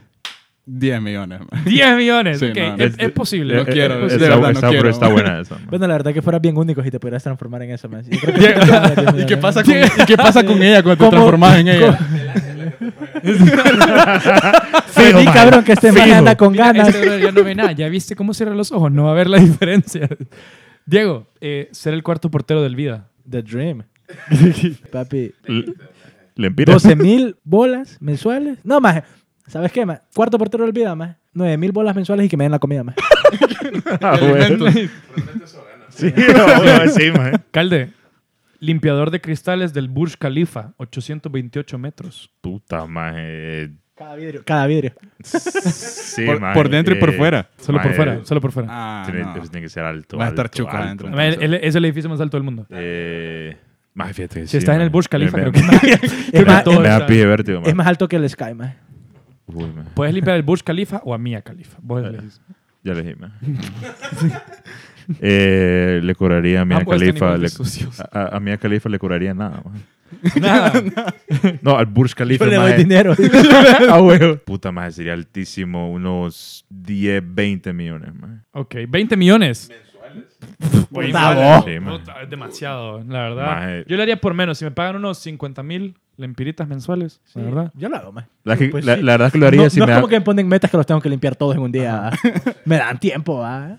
[SPEAKER 4] 10 millones, man.
[SPEAKER 2] 10 millones.
[SPEAKER 4] Sí,
[SPEAKER 2] Ok,
[SPEAKER 4] no, no.
[SPEAKER 2] es, es
[SPEAKER 5] Eh,
[SPEAKER 2] posible.
[SPEAKER 4] No
[SPEAKER 5] eh,
[SPEAKER 4] quiero,
[SPEAKER 5] eh,
[SPEAKER 4] de
[SPEAKER 5] está,
[SPEAKER 4] verdad, no
[SPEAKER 5] está- pero
[SPEAKER 4] quiero.
[SPEAKER 5] está buena esa. man.
[SPEAKER 3] Bueno, la verdad que fueras bien único si te pudieras transformar en eso, man. Yo creo que-
[SPEAKER 4] ¿Y qué pasa con, y qué pasa con ella cuando te
[SPEAKER 3] ¿Cómo?
[SPEAKER 4] transformas en ella?
[SPEAKER 3] Sí,
[SPEAKER 5] Fijo, man.
[SPEAKER 3] cabrón, que este man
[SPEAKER 5] Fijo.
[SPEAKER 3] anda con
[SPEAKER 2] Mira,
[SPEAKER 3] ganas.
[SPEAKER 2] este brother ya no ve nada. Ya viste cómo cierra los ojos. No va a ver la diferencia. Diego, eh, ser el cuarto portero del vida.
[SPEAKER 3] The Dream. Papi,
[SPEAKER 5] L- Lempira.
[SPEAKER 3] 12 mil bolas mensuales. No, más. ¿Sabes qué, más? Cuarto portero del vida, más. 9 mil bolas mensuales y que me den la comida, más.
[SPEAKER 5] Ah, bueno.
[SPEAKER 4] Alimentos.
[SPEAKER 5] Sí, bueno, sí, man.
[SPEAKER 2] Calde, limpiador de cristales del Burj Khalifa, 828 metros.
[SPEAKER 5] Puta, man. eh,
[SPEAKER 3] Cada vidrio. Cada vidrio.
[SPEAKER 5] Sí,
[SPEAKER 4] Por-
[SPEAKER 5] man,
[SPEAKER 4] por dentro y por fuera.
[SPEAKER 2] Solo por
[SPEAKER 5] man,
[SPEAKER 2] fuera,
[SPEAKER 5] eh,
[SPEAKER 2] solo por fuera.
[SPEAKER 4] Ah,
[SPEAKER 5] tiene,
[SPEAKER 4] no.
[SPEAKER 5] eso tiene que ser alto.
[SPEAKER 4] Va a estar
[SPEAKER 5] alto,
[SPEAKER 4] chuco
[SPEAKER 5] alto.
[SPEAKER 4] adentro.
[SPEAKER 2] A ver, el- es el edificio más alto del mundo.
[SPEAKER 5] Eh, más fíjate que
[SPEAKER 2] Si
[SPEAKER 5] sí,
[SPEAKER 2] estás en
[SPEAKER 5] man.
[SPEAKER 2] el Burj Khalifa,
[SPEAKER 5] Me-
[SPEAKER 2] creo que, creo
[SPEAKER 3] Es
[SPEAKER 2] que
[SPEAKER 3] más-
[SPEAKER 2] todo
[SPEAKER 5] Me
[SPEAKER 2] está-
[SPEAKER 5] da pie vértigo, man.
[SPEAKER 3] ¿eh? Es más alto que el Sky, más.
[SPEAKER 5] Uy, man.
[SPEAKER 2] Puedes limpiar el Burj Khalifa o a Mia Khalifa. Vos elegís.
[SPEAKER 5] Ya elegí, man. Eh, le cobraría a
[SPEAKER 3] Ah,
[SPEAKER 5] Mia
[SPEAKER 3] pues, este
[SPEAKER 2] Ambos están
[SPEAKER 5] Khalifa.
[SPEAKER 2] igual de
[SPEAKER 5] le- Ah.
[SPEAKER 2] sucios.
[SPEAKER 5] a, a- a Mia Khalifa le cobraría nada, man.
[SPEAKER 2] Nada.
[SPEAKER 5] No, al Burj Khalifa.
[SPEAKER 3] Yo le doy
[SPEAKER 5] man,
[SPEAKER 3] dinero.
[SPEAKER 5] Ah, huevo. Puta madre, sería altísimo, unos 10, 20 millones, man.
[SPEAKER 2] ok, 20 millones.
[SPEAKER 3] Pues,
[SPEAKER 5] Por
[SPEAKER 3] Oh.
[SPEAKER 5] Sí, man.
[SPEAKER 2] Puta, es demasiado, la verdad.
[SPEAKER 5] Maje.
[SPEAKER 2] Yo lo haría por menos. Si me pagan unos 50 mil lempiritas mensuales, la verdad.
[SPEAKER 3] Yo lo hago, más.
[SPEAKER 5] La, que-
[SPEAKER 3] Pues
[SPEAKER 5] la-
[SPEAKER 3] sí.
[SPEAKER 5] la verdad es que lo haría
[SPEAKER 3] no,
[SPEAKER 5] si
[SPEAKER 3] no
[SPEAKER 5] me
[SPEAKER 3] es
[SPEAKER 5] da-
[SPEAKER 3] como que me ponen metas que los tengo que limpiar todos en un día. me dan tiempo, ¿va?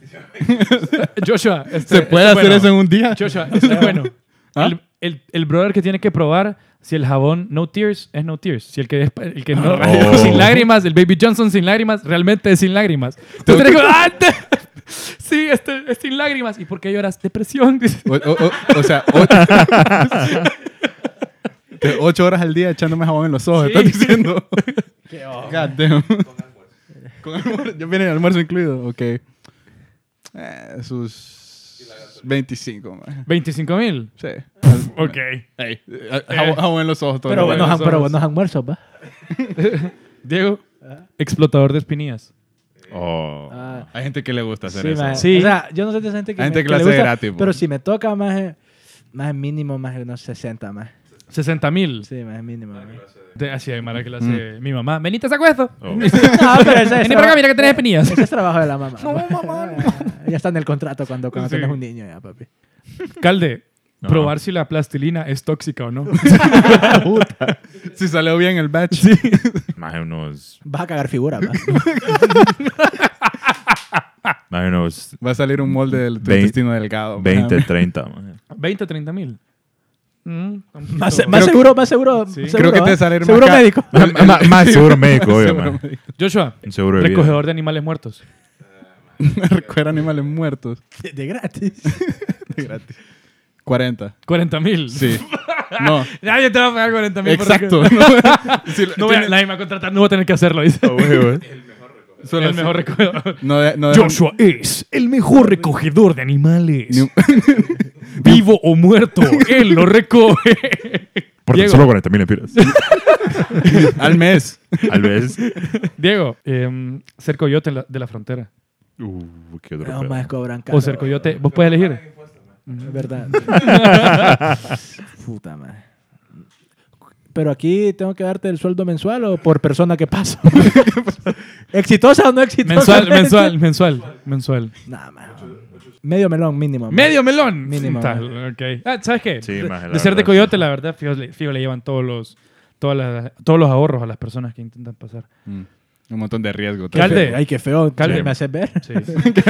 [SPEAKER 2] Joshua, este-
[SPEAKER 4] ¿Se puede
[SPEAKER 2] este es
[SPEAKER 4] hacer
[SPEAKER 2] bueno.
[SPEAKER 4] eso en un día?
[SPEAKER 2] Joshua, este es bueno.
[SPEAKER 4] ¿Ah?
[SPEAKER 2] El, el, el brother que tiene que probar si el jabón no tears es no tears. Si el que, es- el que no.
[SPEAKER 5] Oh.
[SPEAKER 2] Sin lágrimas, el Baby Johnson sin lágrimas, realmente es sin lágrimas. Tú tenés que. ¡Ah! Sí, este es sin lágrimas. ¿Y por qué lloras? Depresión.
[SPEAKER 4] O, o- o- o sea, ocho, De ocho horas al día echándome jabón en los
[SPEAKER 2] Sí.
[SPEAKER 4] ojos, estás diciendo. God damn. Con almuerzo. Yo viene el almuerzo incluido, ok. Eh, sus 25, man.
[SPEAKER 2] 25 mil.
[SPEAKER 4] Sí.
[SPEAKER 2] Ok.
[SPEAKER 4] Ey, eh, jabón, jabón en los ojos todo
[SPEAKER 3] Pero
[SPEAKER 4] el
[SPEAKER 3] buenos,
[SPEAKER 4] día.
[SPEAKER 3] alm- pero buenos almuerzos, ¿va?
[SPEAKER 2] Diego, explotador de espinillas.
[SPEAKER 5] Oh.
[SPEAKER 3] Ah,
[SPEAKER 4] Hay gente que le gusta hacer
[SPEAKER 3] sí,
[SPEAKER 4] eso.
[SPEAKER 3] maje.
[SPEAKER 2] Sí.
[SPEAKER 3] O sea, yo no sé de esa gente que,
[SPEAKER 4] Hay gente
[SPEAKER 3] me-
[SPEAKER 4] que
[SPEAKER 3] le
[SPEAKER 4] lo hace
[SPEAKER 3] gusta,
[SPEAKER 4] gratis, po.
[SPEAKER 3] Pero si me toca, más, más mínimo, más unos 60, más.
[SPEAKER 2] 60 mil.
[SPEAKER 3] Sí, más mínimo. maje.
[SPEAKER 2] De- Así de mara que lo hace mi mamá. Venite, saco esto.
[SPEAKER 5] Oh.
[SPEAKER 3] No, pero ese
[SPEAKER 2] Vení
[SPEAKER 3] es
[SPEAKER 2] para acá,
[SPEAKER 3] traba-
[SPEAKER 2] mira que tenés espinillas.
[SPEAKER 3] ese es trabajo de la Ah, mamá. No, mamá. ya está en el contrato cuando, cuando
[SPEAKER 2] Sí.
[SPEAKER 3] tenés un niño, ya, papi.
[SPEAKER 2] Calde,
[SPEAKER 5] Ajá.
[SPEAKER 2] Probar si la plastilina es tóxica o no.
[SPEAKER 4] Puta. Si salió bien el batch.
[SPEAKER 5] Más unos,
[SPEAKER 3] Vas a cagar figura, pa.
[SPEAKER 5] más unos
[SPEAKER 4] Va a salir un molde del tu
[SPEAKER 5] Vein-
[SPEAKER 4] intestino
[SPEAKER 3] Oh,
[SPEAKER 4] delgado.
[SPEAKER 5] 20,
[SPEAKER 4] maje.
[SPEAKER 5] 30. maje.
[SPEAKER 2] 20, 30 mil. Mm, tampoco.
[SPEAKER 3] Más, se- más
[SPEAKER 4] Creo-
[SPEAKER 3] seguro, más seguro. seguro,
[SPEAKER 4] Creo que te
[SPEAKER 3] ¿va?
[SPEAKER 4] sale más
[SPEAKER 3] Seguro
[SPEAKER 4] ca-
[SPEAKER 3] médico.
[SPEAKER 5] Ma- ma- ma- Más seguro médico, obvio,
[SPEAKER 4] Seguro
[SPEAKER 5] maje.
[SPEAKER 4] médico.
[SPEAKER 2] Joshua,
[SPEAKER 5] Un seguro de vida.
[SPEAKER 2] recogedor de animales muertos.
[SPEAKER 4] Recuerda animales muertos.
[SPEAKER 3] De, de gratis.
[SPEAKER 4] De gratis. 40.
[SPEAKER 2] 40 mil.
[SPEAKER 4] Sí. No.
[SPEAKER 2] Nadie te va a pagar 40 mil.
[SPEAKER 4] Exacto. Sí,
[SPEAKER 2] No voy
[SPEAKER 4] tiene-
[SPEAKER 2] a, nadie me va a contratar, no voy a tener que hacerlo, dice.
[SPEAKER 4] solo
[SPEAKER 2] el
[SPEAKER 4] así.
[SPEAKER 2] mejor recogedor.
[SPEAKER 4] No, de- no dejan-
[SPEAKER 2] Joshua es el mejor recogedor de
[SPEAKER 4] Ni
[SPEAKER 2] animales.
[SPEAKER 4] un-
[SPEAKER 2] Vivo o muerto, él lo recoge.
[SPEAKER 5] Por tan
[SPEAKER 2] Diego.
[SPEAKER 5] solo 40 mil empiras.
[SPEAKER 4] al mes.
[SPEAKER 5] Tal vez.
[SPEAKER 2] Diego, em, ser coyote en la- de la frontera.
[SPEAKER 5] Uh, qué otro
[SPEAKER 3] No,
[SPEAKER 5] pedo.
[SPEAKER 3] más cobran caro.
[SPEAKER 2] O ser coyote, vos puedes elegir.
[SPEAKER 3] Es verdad. Puta madre. Pero aquí tengo que darte el sueldo mensual o por persona que pasa. ¿Exitosa o no exitosa?
[SPEAKER 2] Mensual, mensual, mensual, mensual.
[SPEAKER 3] Nada más. Medio melón mínimo.
[SPEAKER 2] Medio melón.
[SPEAKER 3] Mínimo.
[SPEAKER 2] Tal, ok. Ah, ¿Sabes qué?
[SPEAKER 5] Sí,
[SPEAKER 2] de,
[SPEAKER 5] maje, la
[SPEAKER 2] de ser de
[SPEAKER 5] verdad,
[SPEAKER 2] coyote, la verdad, fijo, le, fijo, le llevan todos los, todas las- todos los ahorros a las personas que intentan pasar.
[SPEAKER 4] Mm. Un montón de riesgo.
[SPEAKER 2] ¿Qué al de-
[SPEAKER 3] Ay, qué feo. Calde,
[SPEAKER 5] Sí.
[SPEAKER 3] me haces ver.
[SPEAKER 2] Sí.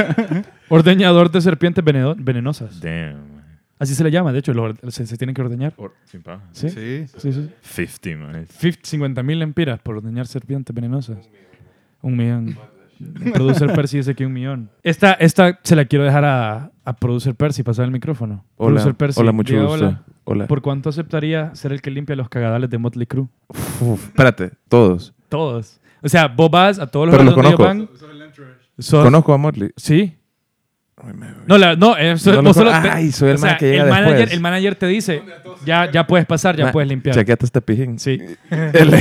[SPEAKER 2] Ordeñador de serpientes veneno- venenosas.
[SPEAKER 5] Damn. maje.
[SPEAKER 2] Así se le llama, de hecho, lo- se, se tienen que ordeñar.
[SPEAKER 5] Por- sin paja.
[SPEAKER 2] Sí, sí,
[SPEAKER 4] Sí.
[SPEAKER 2] sí.
[SPEAKER 5] 50, maje.
[SPEAKER 2] 50 mil lempiras por ordeñar serpientes venenosas. Un millón. Producer Percy dice que un millón. Esta, esta se la quiero dejar a, a Producer Percy, pasar el micrófono.
[SPEAKER 7] Hola,
[SPEAKER 2] Producer Percy,
[SPEAKER 7] hola, mucho
[SPEAKER 2] diga
[SPEAKER 7] gusto.
[SPEAKER 2] hola.
[SPEAKER 7] Hola.
[SPEAKER 2] ¿Por cuánto aceptaría ser el que limpia los cagadales de Motley Crue?
[SPEAKER 7] Uf, espérate, todos.
[SPEAKER 2] Todos. O sea, vos vas a todos los
[SPEAKER 7] Pero los
[SPEAKER 2] lugares donde
[SPEAKER 7] conozco.
[SPEAKER 2] ellos van. Sos-
[SPEAKER 7] Conozco a Motley.
[SPEAKER 2] Sí. No, la, no, eso-
[SPEAKER 7] No lo
[SPEAKER 2] vos solo
[SPEAKER 7] con-
[SPEAKER 2] te-
[SPEAKER 7] Ay, soy el man que llega
[SPEAKER 2] el manager,
[SPEAKER 7] después.
[SPEAKER 2] el manager te dice, ya, ya puedes pasar, ya
[SPEAKER 7] Ma-
[SPEAKER 2] puedes limpiar.
[SPEAKER 7] Chaqueta este pijín.
[SPEAKER 2] Sí.
[SPEAKER 7] El-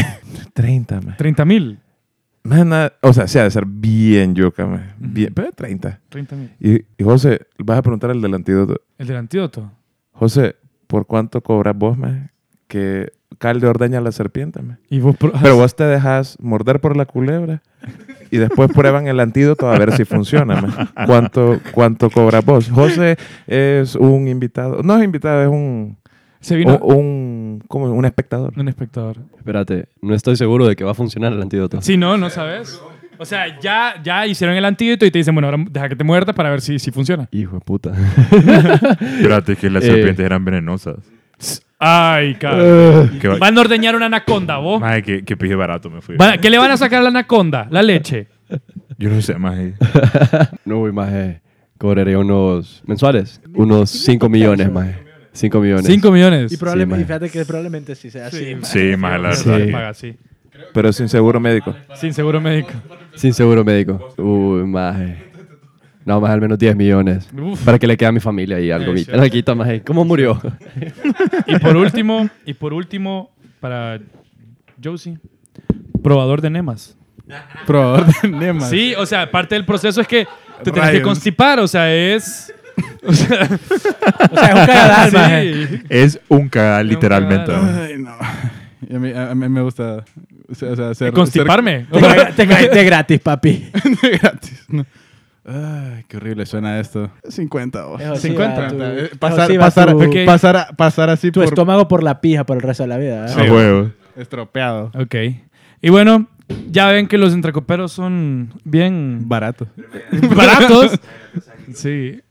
[SPEAKER 7] 30, man.
[SPEAKER 2] 30 mil.
[SPEAKER 7] Man, na- o sea, se ha de ser bien yuca, man. Bien, pero 30.
[SPEAKER 2] 30 mil.
[SPEAKER 7] Y, y José, vas a preguntar al del antídoto.
[SPEAKER 2] El del antídoto.
[SPEAKER 7] José, ¿por cuánto cobras vos, man? Que Calde ordeña a la serpiente, man.
[SPEAKER 2] Y vos pro-
[SPEAKER 7] Pero vos te dejas morder por la culebra y después prueban el antídoto a ver si funciona. man. ¿Cuánto, ¿Cuánto cobras vos? José es un invitado. No es invitado, es un,
[SPEAKER 2] se
[SPEAKER 7] un,
[SPEAKER 2] vino
[SPEAKER 7] un- ¿cómo? un espectador.
[SPEAKER 2] un espectador.
[SPEAKER 8] Espérate, no estoy seguro de que va a funcionar el antídoto.
[SPEAKER 2] Sí, no, no sabes. O sea, ya, ya hicieron el antídoto y te dicen, bueno, ahora deja que te muerdas para ver si, si funciona.
[SPEAKER 8] Hijo de puta.
[SPEAKER 5] Espérate, que las
[SPEAKER 8] Eh.
[SPEAKER 5] serpientes eran venenosas.
[SPEAKER 2] Ay, cabrón.
[SPEAKER 7] Eh.
[SPEAKER 5] Que va-
[SPEAKER 2] Van a ordeñar una anaconda, vos.
[SPEAKER 5] Maje, que, que pije barato me fui.
[SPEAKER 2] Van a- ¿Qué le van a sacar a la anaconda? La leche.
[SPEAKER 5] Yo no sé, maje.
[SPEAKER 8] No, voy más. eh, Cobraré unos mensuales. Unos 5 millones más. 5 millones.
[SPEAKER 2] 5 millones.
[SPEAKER 3] Y, probablemente,
[SPEAKER 8] Sí,
[SPEAKER 3] y fíjate que probablemente sí sea así. ma.
[SPEAKER 5] Sí, maje, la
[SPEAKER 2] Sí.
[SPEAKER 5] verdad.
[SPEAKER 2] Paga, sí.
[SPEAKER 7] Pero sin seguro médico.
[SPEAKER 2] Sin seguro médico.
[SPEAKER 8] Sin seguro médico. Uy, más. eh. No, más al menos 10 millones.
[SPEAKER 2] Uf.
[SPEAKER 8] Para que le quede a mi familia ahí algo.
[SPEAKER 2] Sí, sí.
[SPEAKER 8] Algo quita más. eh. ¿Cómo murió?
[SPEAKER 2] Y por último, y por último, para Josie, probador de enemas.
[SPEAKER 4] Probador de enemas.
[SPEAKER 2] Sí, o sea, parte del proceso es que te tienes que
[SPEAKER 4] Rayos.
[SPEAKER 2] constipar, o sea, es.
[SPEAKER 3] O sea, es un cagadal, maje.
[SPEAKER 2] Sí.
[SPEAKER 5] Es un cagadal,
[SPEAKER 2] Es un
[SPEAKER 5] literalmente.
[SPEAKER 2] cagadal.
[SPEAKER 5] maje.
[SPEAKER 4] Ay, no. Y A mí, a mí me gusta. O sea, o sea, ser-
[SPEAKER 2] Constiparme.
[SPEAKER 3] Te caga- Te caga- de gratis, papi.
[SPEAKER 4] ser- de gratis. no. Ay, qué horrible suena esto. 50 vos.
[SPEAKER 3] Eso sí
[SPEAKER 2] 50.
[SPEAKER 3] va tu-
[SPEAKER 4] Eh,
[SPEAKER 3] eso
[SPEAKER 4] Pasar,
[SPEAKER 3] sí va
[SPEAKER 4] pasar,
[SPEAKER 3] tu-
[SPEAKER 2] Ok.
[SPEAKER 4] pasar, a- pasar así
[SPEAKER 3] Tu
[SPEAKER 4] por
[SPEAKER 3] estómago por la pija por el resto de la vida. ¿verdad?
[SPEAKER 5] A huevo.
[SPEAKER 4] estropeado.
[SPEAKER 2] Ok. Y bueno, ya ven que los entrecoperos son bien
[SPEAKER 4] Barato.
[SPEAKER 2] baratos. Sí.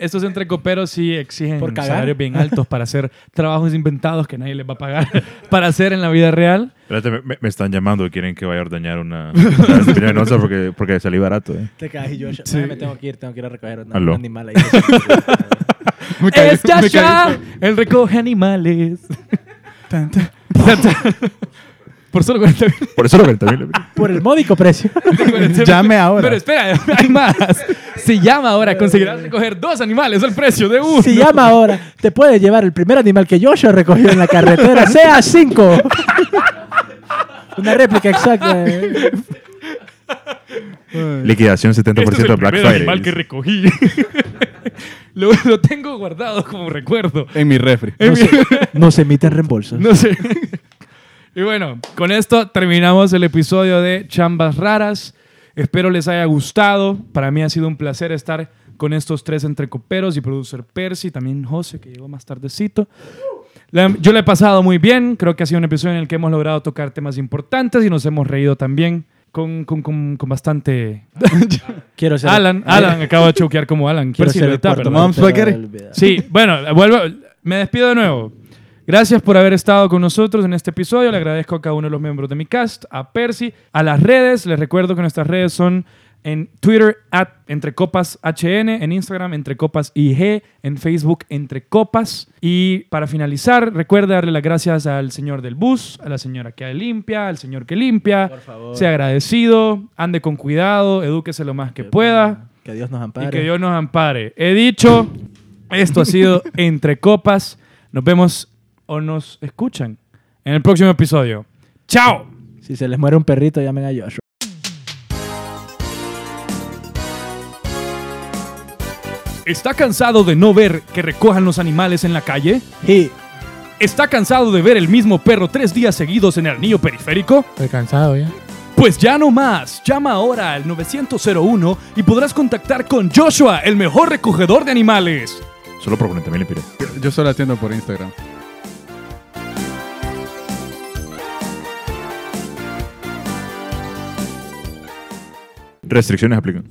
[SPEAKER 2] Estos entrecoperos sí exigen
[SPEAKER 3] Por cagar.
[SPEAKER 2] salarios bien altos para hacer trabajos inventados que nadie les va a pagar para hacer en la vida real.
[SPEAKER 5] Espérate, me- me, me están llamando. Quieren que vaya a ordeñar una, una serpiente venenosa porque, porque salí barato, eh.
[SPEAKER 3] Te cagas y yo,
[SPEAKER 2] Sí.
[SPEAKER 3] "Maje, me tengo que ir, tengo que ir a recoger un
[SPEAKER 5] Aló.
[SPEAKER 3] animal ahí.
[SPEAKER 4] Me cayó-
[SPEAKER 2] ¡Es
[SPEAKER 4] me
[SPEAKER 2] Yasha!
[SPEAKER 4] cayó-
[SPEAKER 2] Él recoge animales.
[SPEAKER 4] Tan, tan.
[SPEAKER 2] Por solo 40
[SPEAKER 5] Por eso lo mil.
[SPEAKER 3] Por el módico precio.
[SPEAKER 2] mil.
[SPEAKER 4] Llame ahora.
[SPEAKER 2] Pero espera, hay más. Si llama ahora, conseguirás recoger dos animales al precio de uno.
[SPEAKER 3] Si llama ahora, te puede llevar el primer animal que Joshua recogió en la carretera, sea 5. Una réplica exacta. eh.
[SPEAKER 5] Liquidación 70%
[SPEAKER 2] Este es
[SPEAKER 5] de
[SPEAKER 2] el
[SPEAKER 5] Black
[SPEAKER 2] primer
[SPEAKER 5] Friday.
[SPEAKER 2] animal que recogí. lo, lo tengo guardado como recuerdo.
[SPEAKER 4] En mi refri.
[SPEAKER 2] En mi-
[SPEAKER 3] No se emiten reembolsos.
[SPEAKER 2] No sé. Y bueno, con esto terminamos el episodio de Chambas Raras. Espero les haya gustado. Para mí ha sido un placer estar con estos tres entrecoperos y producer Percy, también José, que llegó más tardecito. La- yo le he pasado muy bien, creo que ha sido un episodio en el que hemos logrado tocar temas importantes y nos hemos reído también con, con- con- con bastante...
[SPEAKER 3] Quiero ser.
[SPEAKER 2] Alan, Alan, acabo de choquear como Alan.
[SPEAKER 3] Quiero
[SPEAKER 2] Percy
[SPEAKER 3] ser
[SPEAKER 2] lo
[SPEAKER 3] el
[SPEAKER 2] está,
[SPEAKER 3] puerto
[SPEAKER 2] ¿verdad?
[SPEAKER 3] más
[SPEAKER 4] Spaghetti.
[SPEAKER 3] del video.
[SPEAKER 2] Sí, bueno, vuelvo, me despido de nuevo. Gracias por haber estado con nosotros en este episodio. Le agradezco a cada uno de los miembros de mi cast, a Percy, a las redes. Les recuerdo que nuestras redes son en Twitter, at entrecopas.hn, en Instagram, entrecopas.ig, en Facebook, entrecopas. Y para finalizar, recuerda darle las gracias al señor del bus, a la señora que limpia, al señor que limpia.
[SPEAKER 3] Por favor.
[SPEAKER 2] Sea agradecido, ande con cuidado, edúquese lo más que pueda.
[SPEAKER 3] Que Dios nos ampare.
[SPEAKER 2] Y que Dios nos ampare. He dicho, esto ha sido Entre Copas. Nos vemos o nos escuchan en el próximo episodio. ¡Chao!
[SPEAKER 3] Si se les muere un perrito, llamen a Joshua.
[SPEAKER 2] ¿Está cansado de no ver que recojan los animales en la calle?
[SPEAKER 3] Y
[SPEAKER 2] ¿Está cansado de ver el mismo perro tres días seguidos en el anillo periférico?
[SPEAKER 9] Estoy cansado ya.
[SPEAKER 2] Pues ya no más. Llama ahora al 901 y podrás contactar con Joshua, el mejor recogedor de animales.
[SPEAKER 5] Solo por 40 mil empiras.
[SPEAKER 4] Yo solo atiendo por Instagram.
[SPEAKER 5] Restricciones aplican.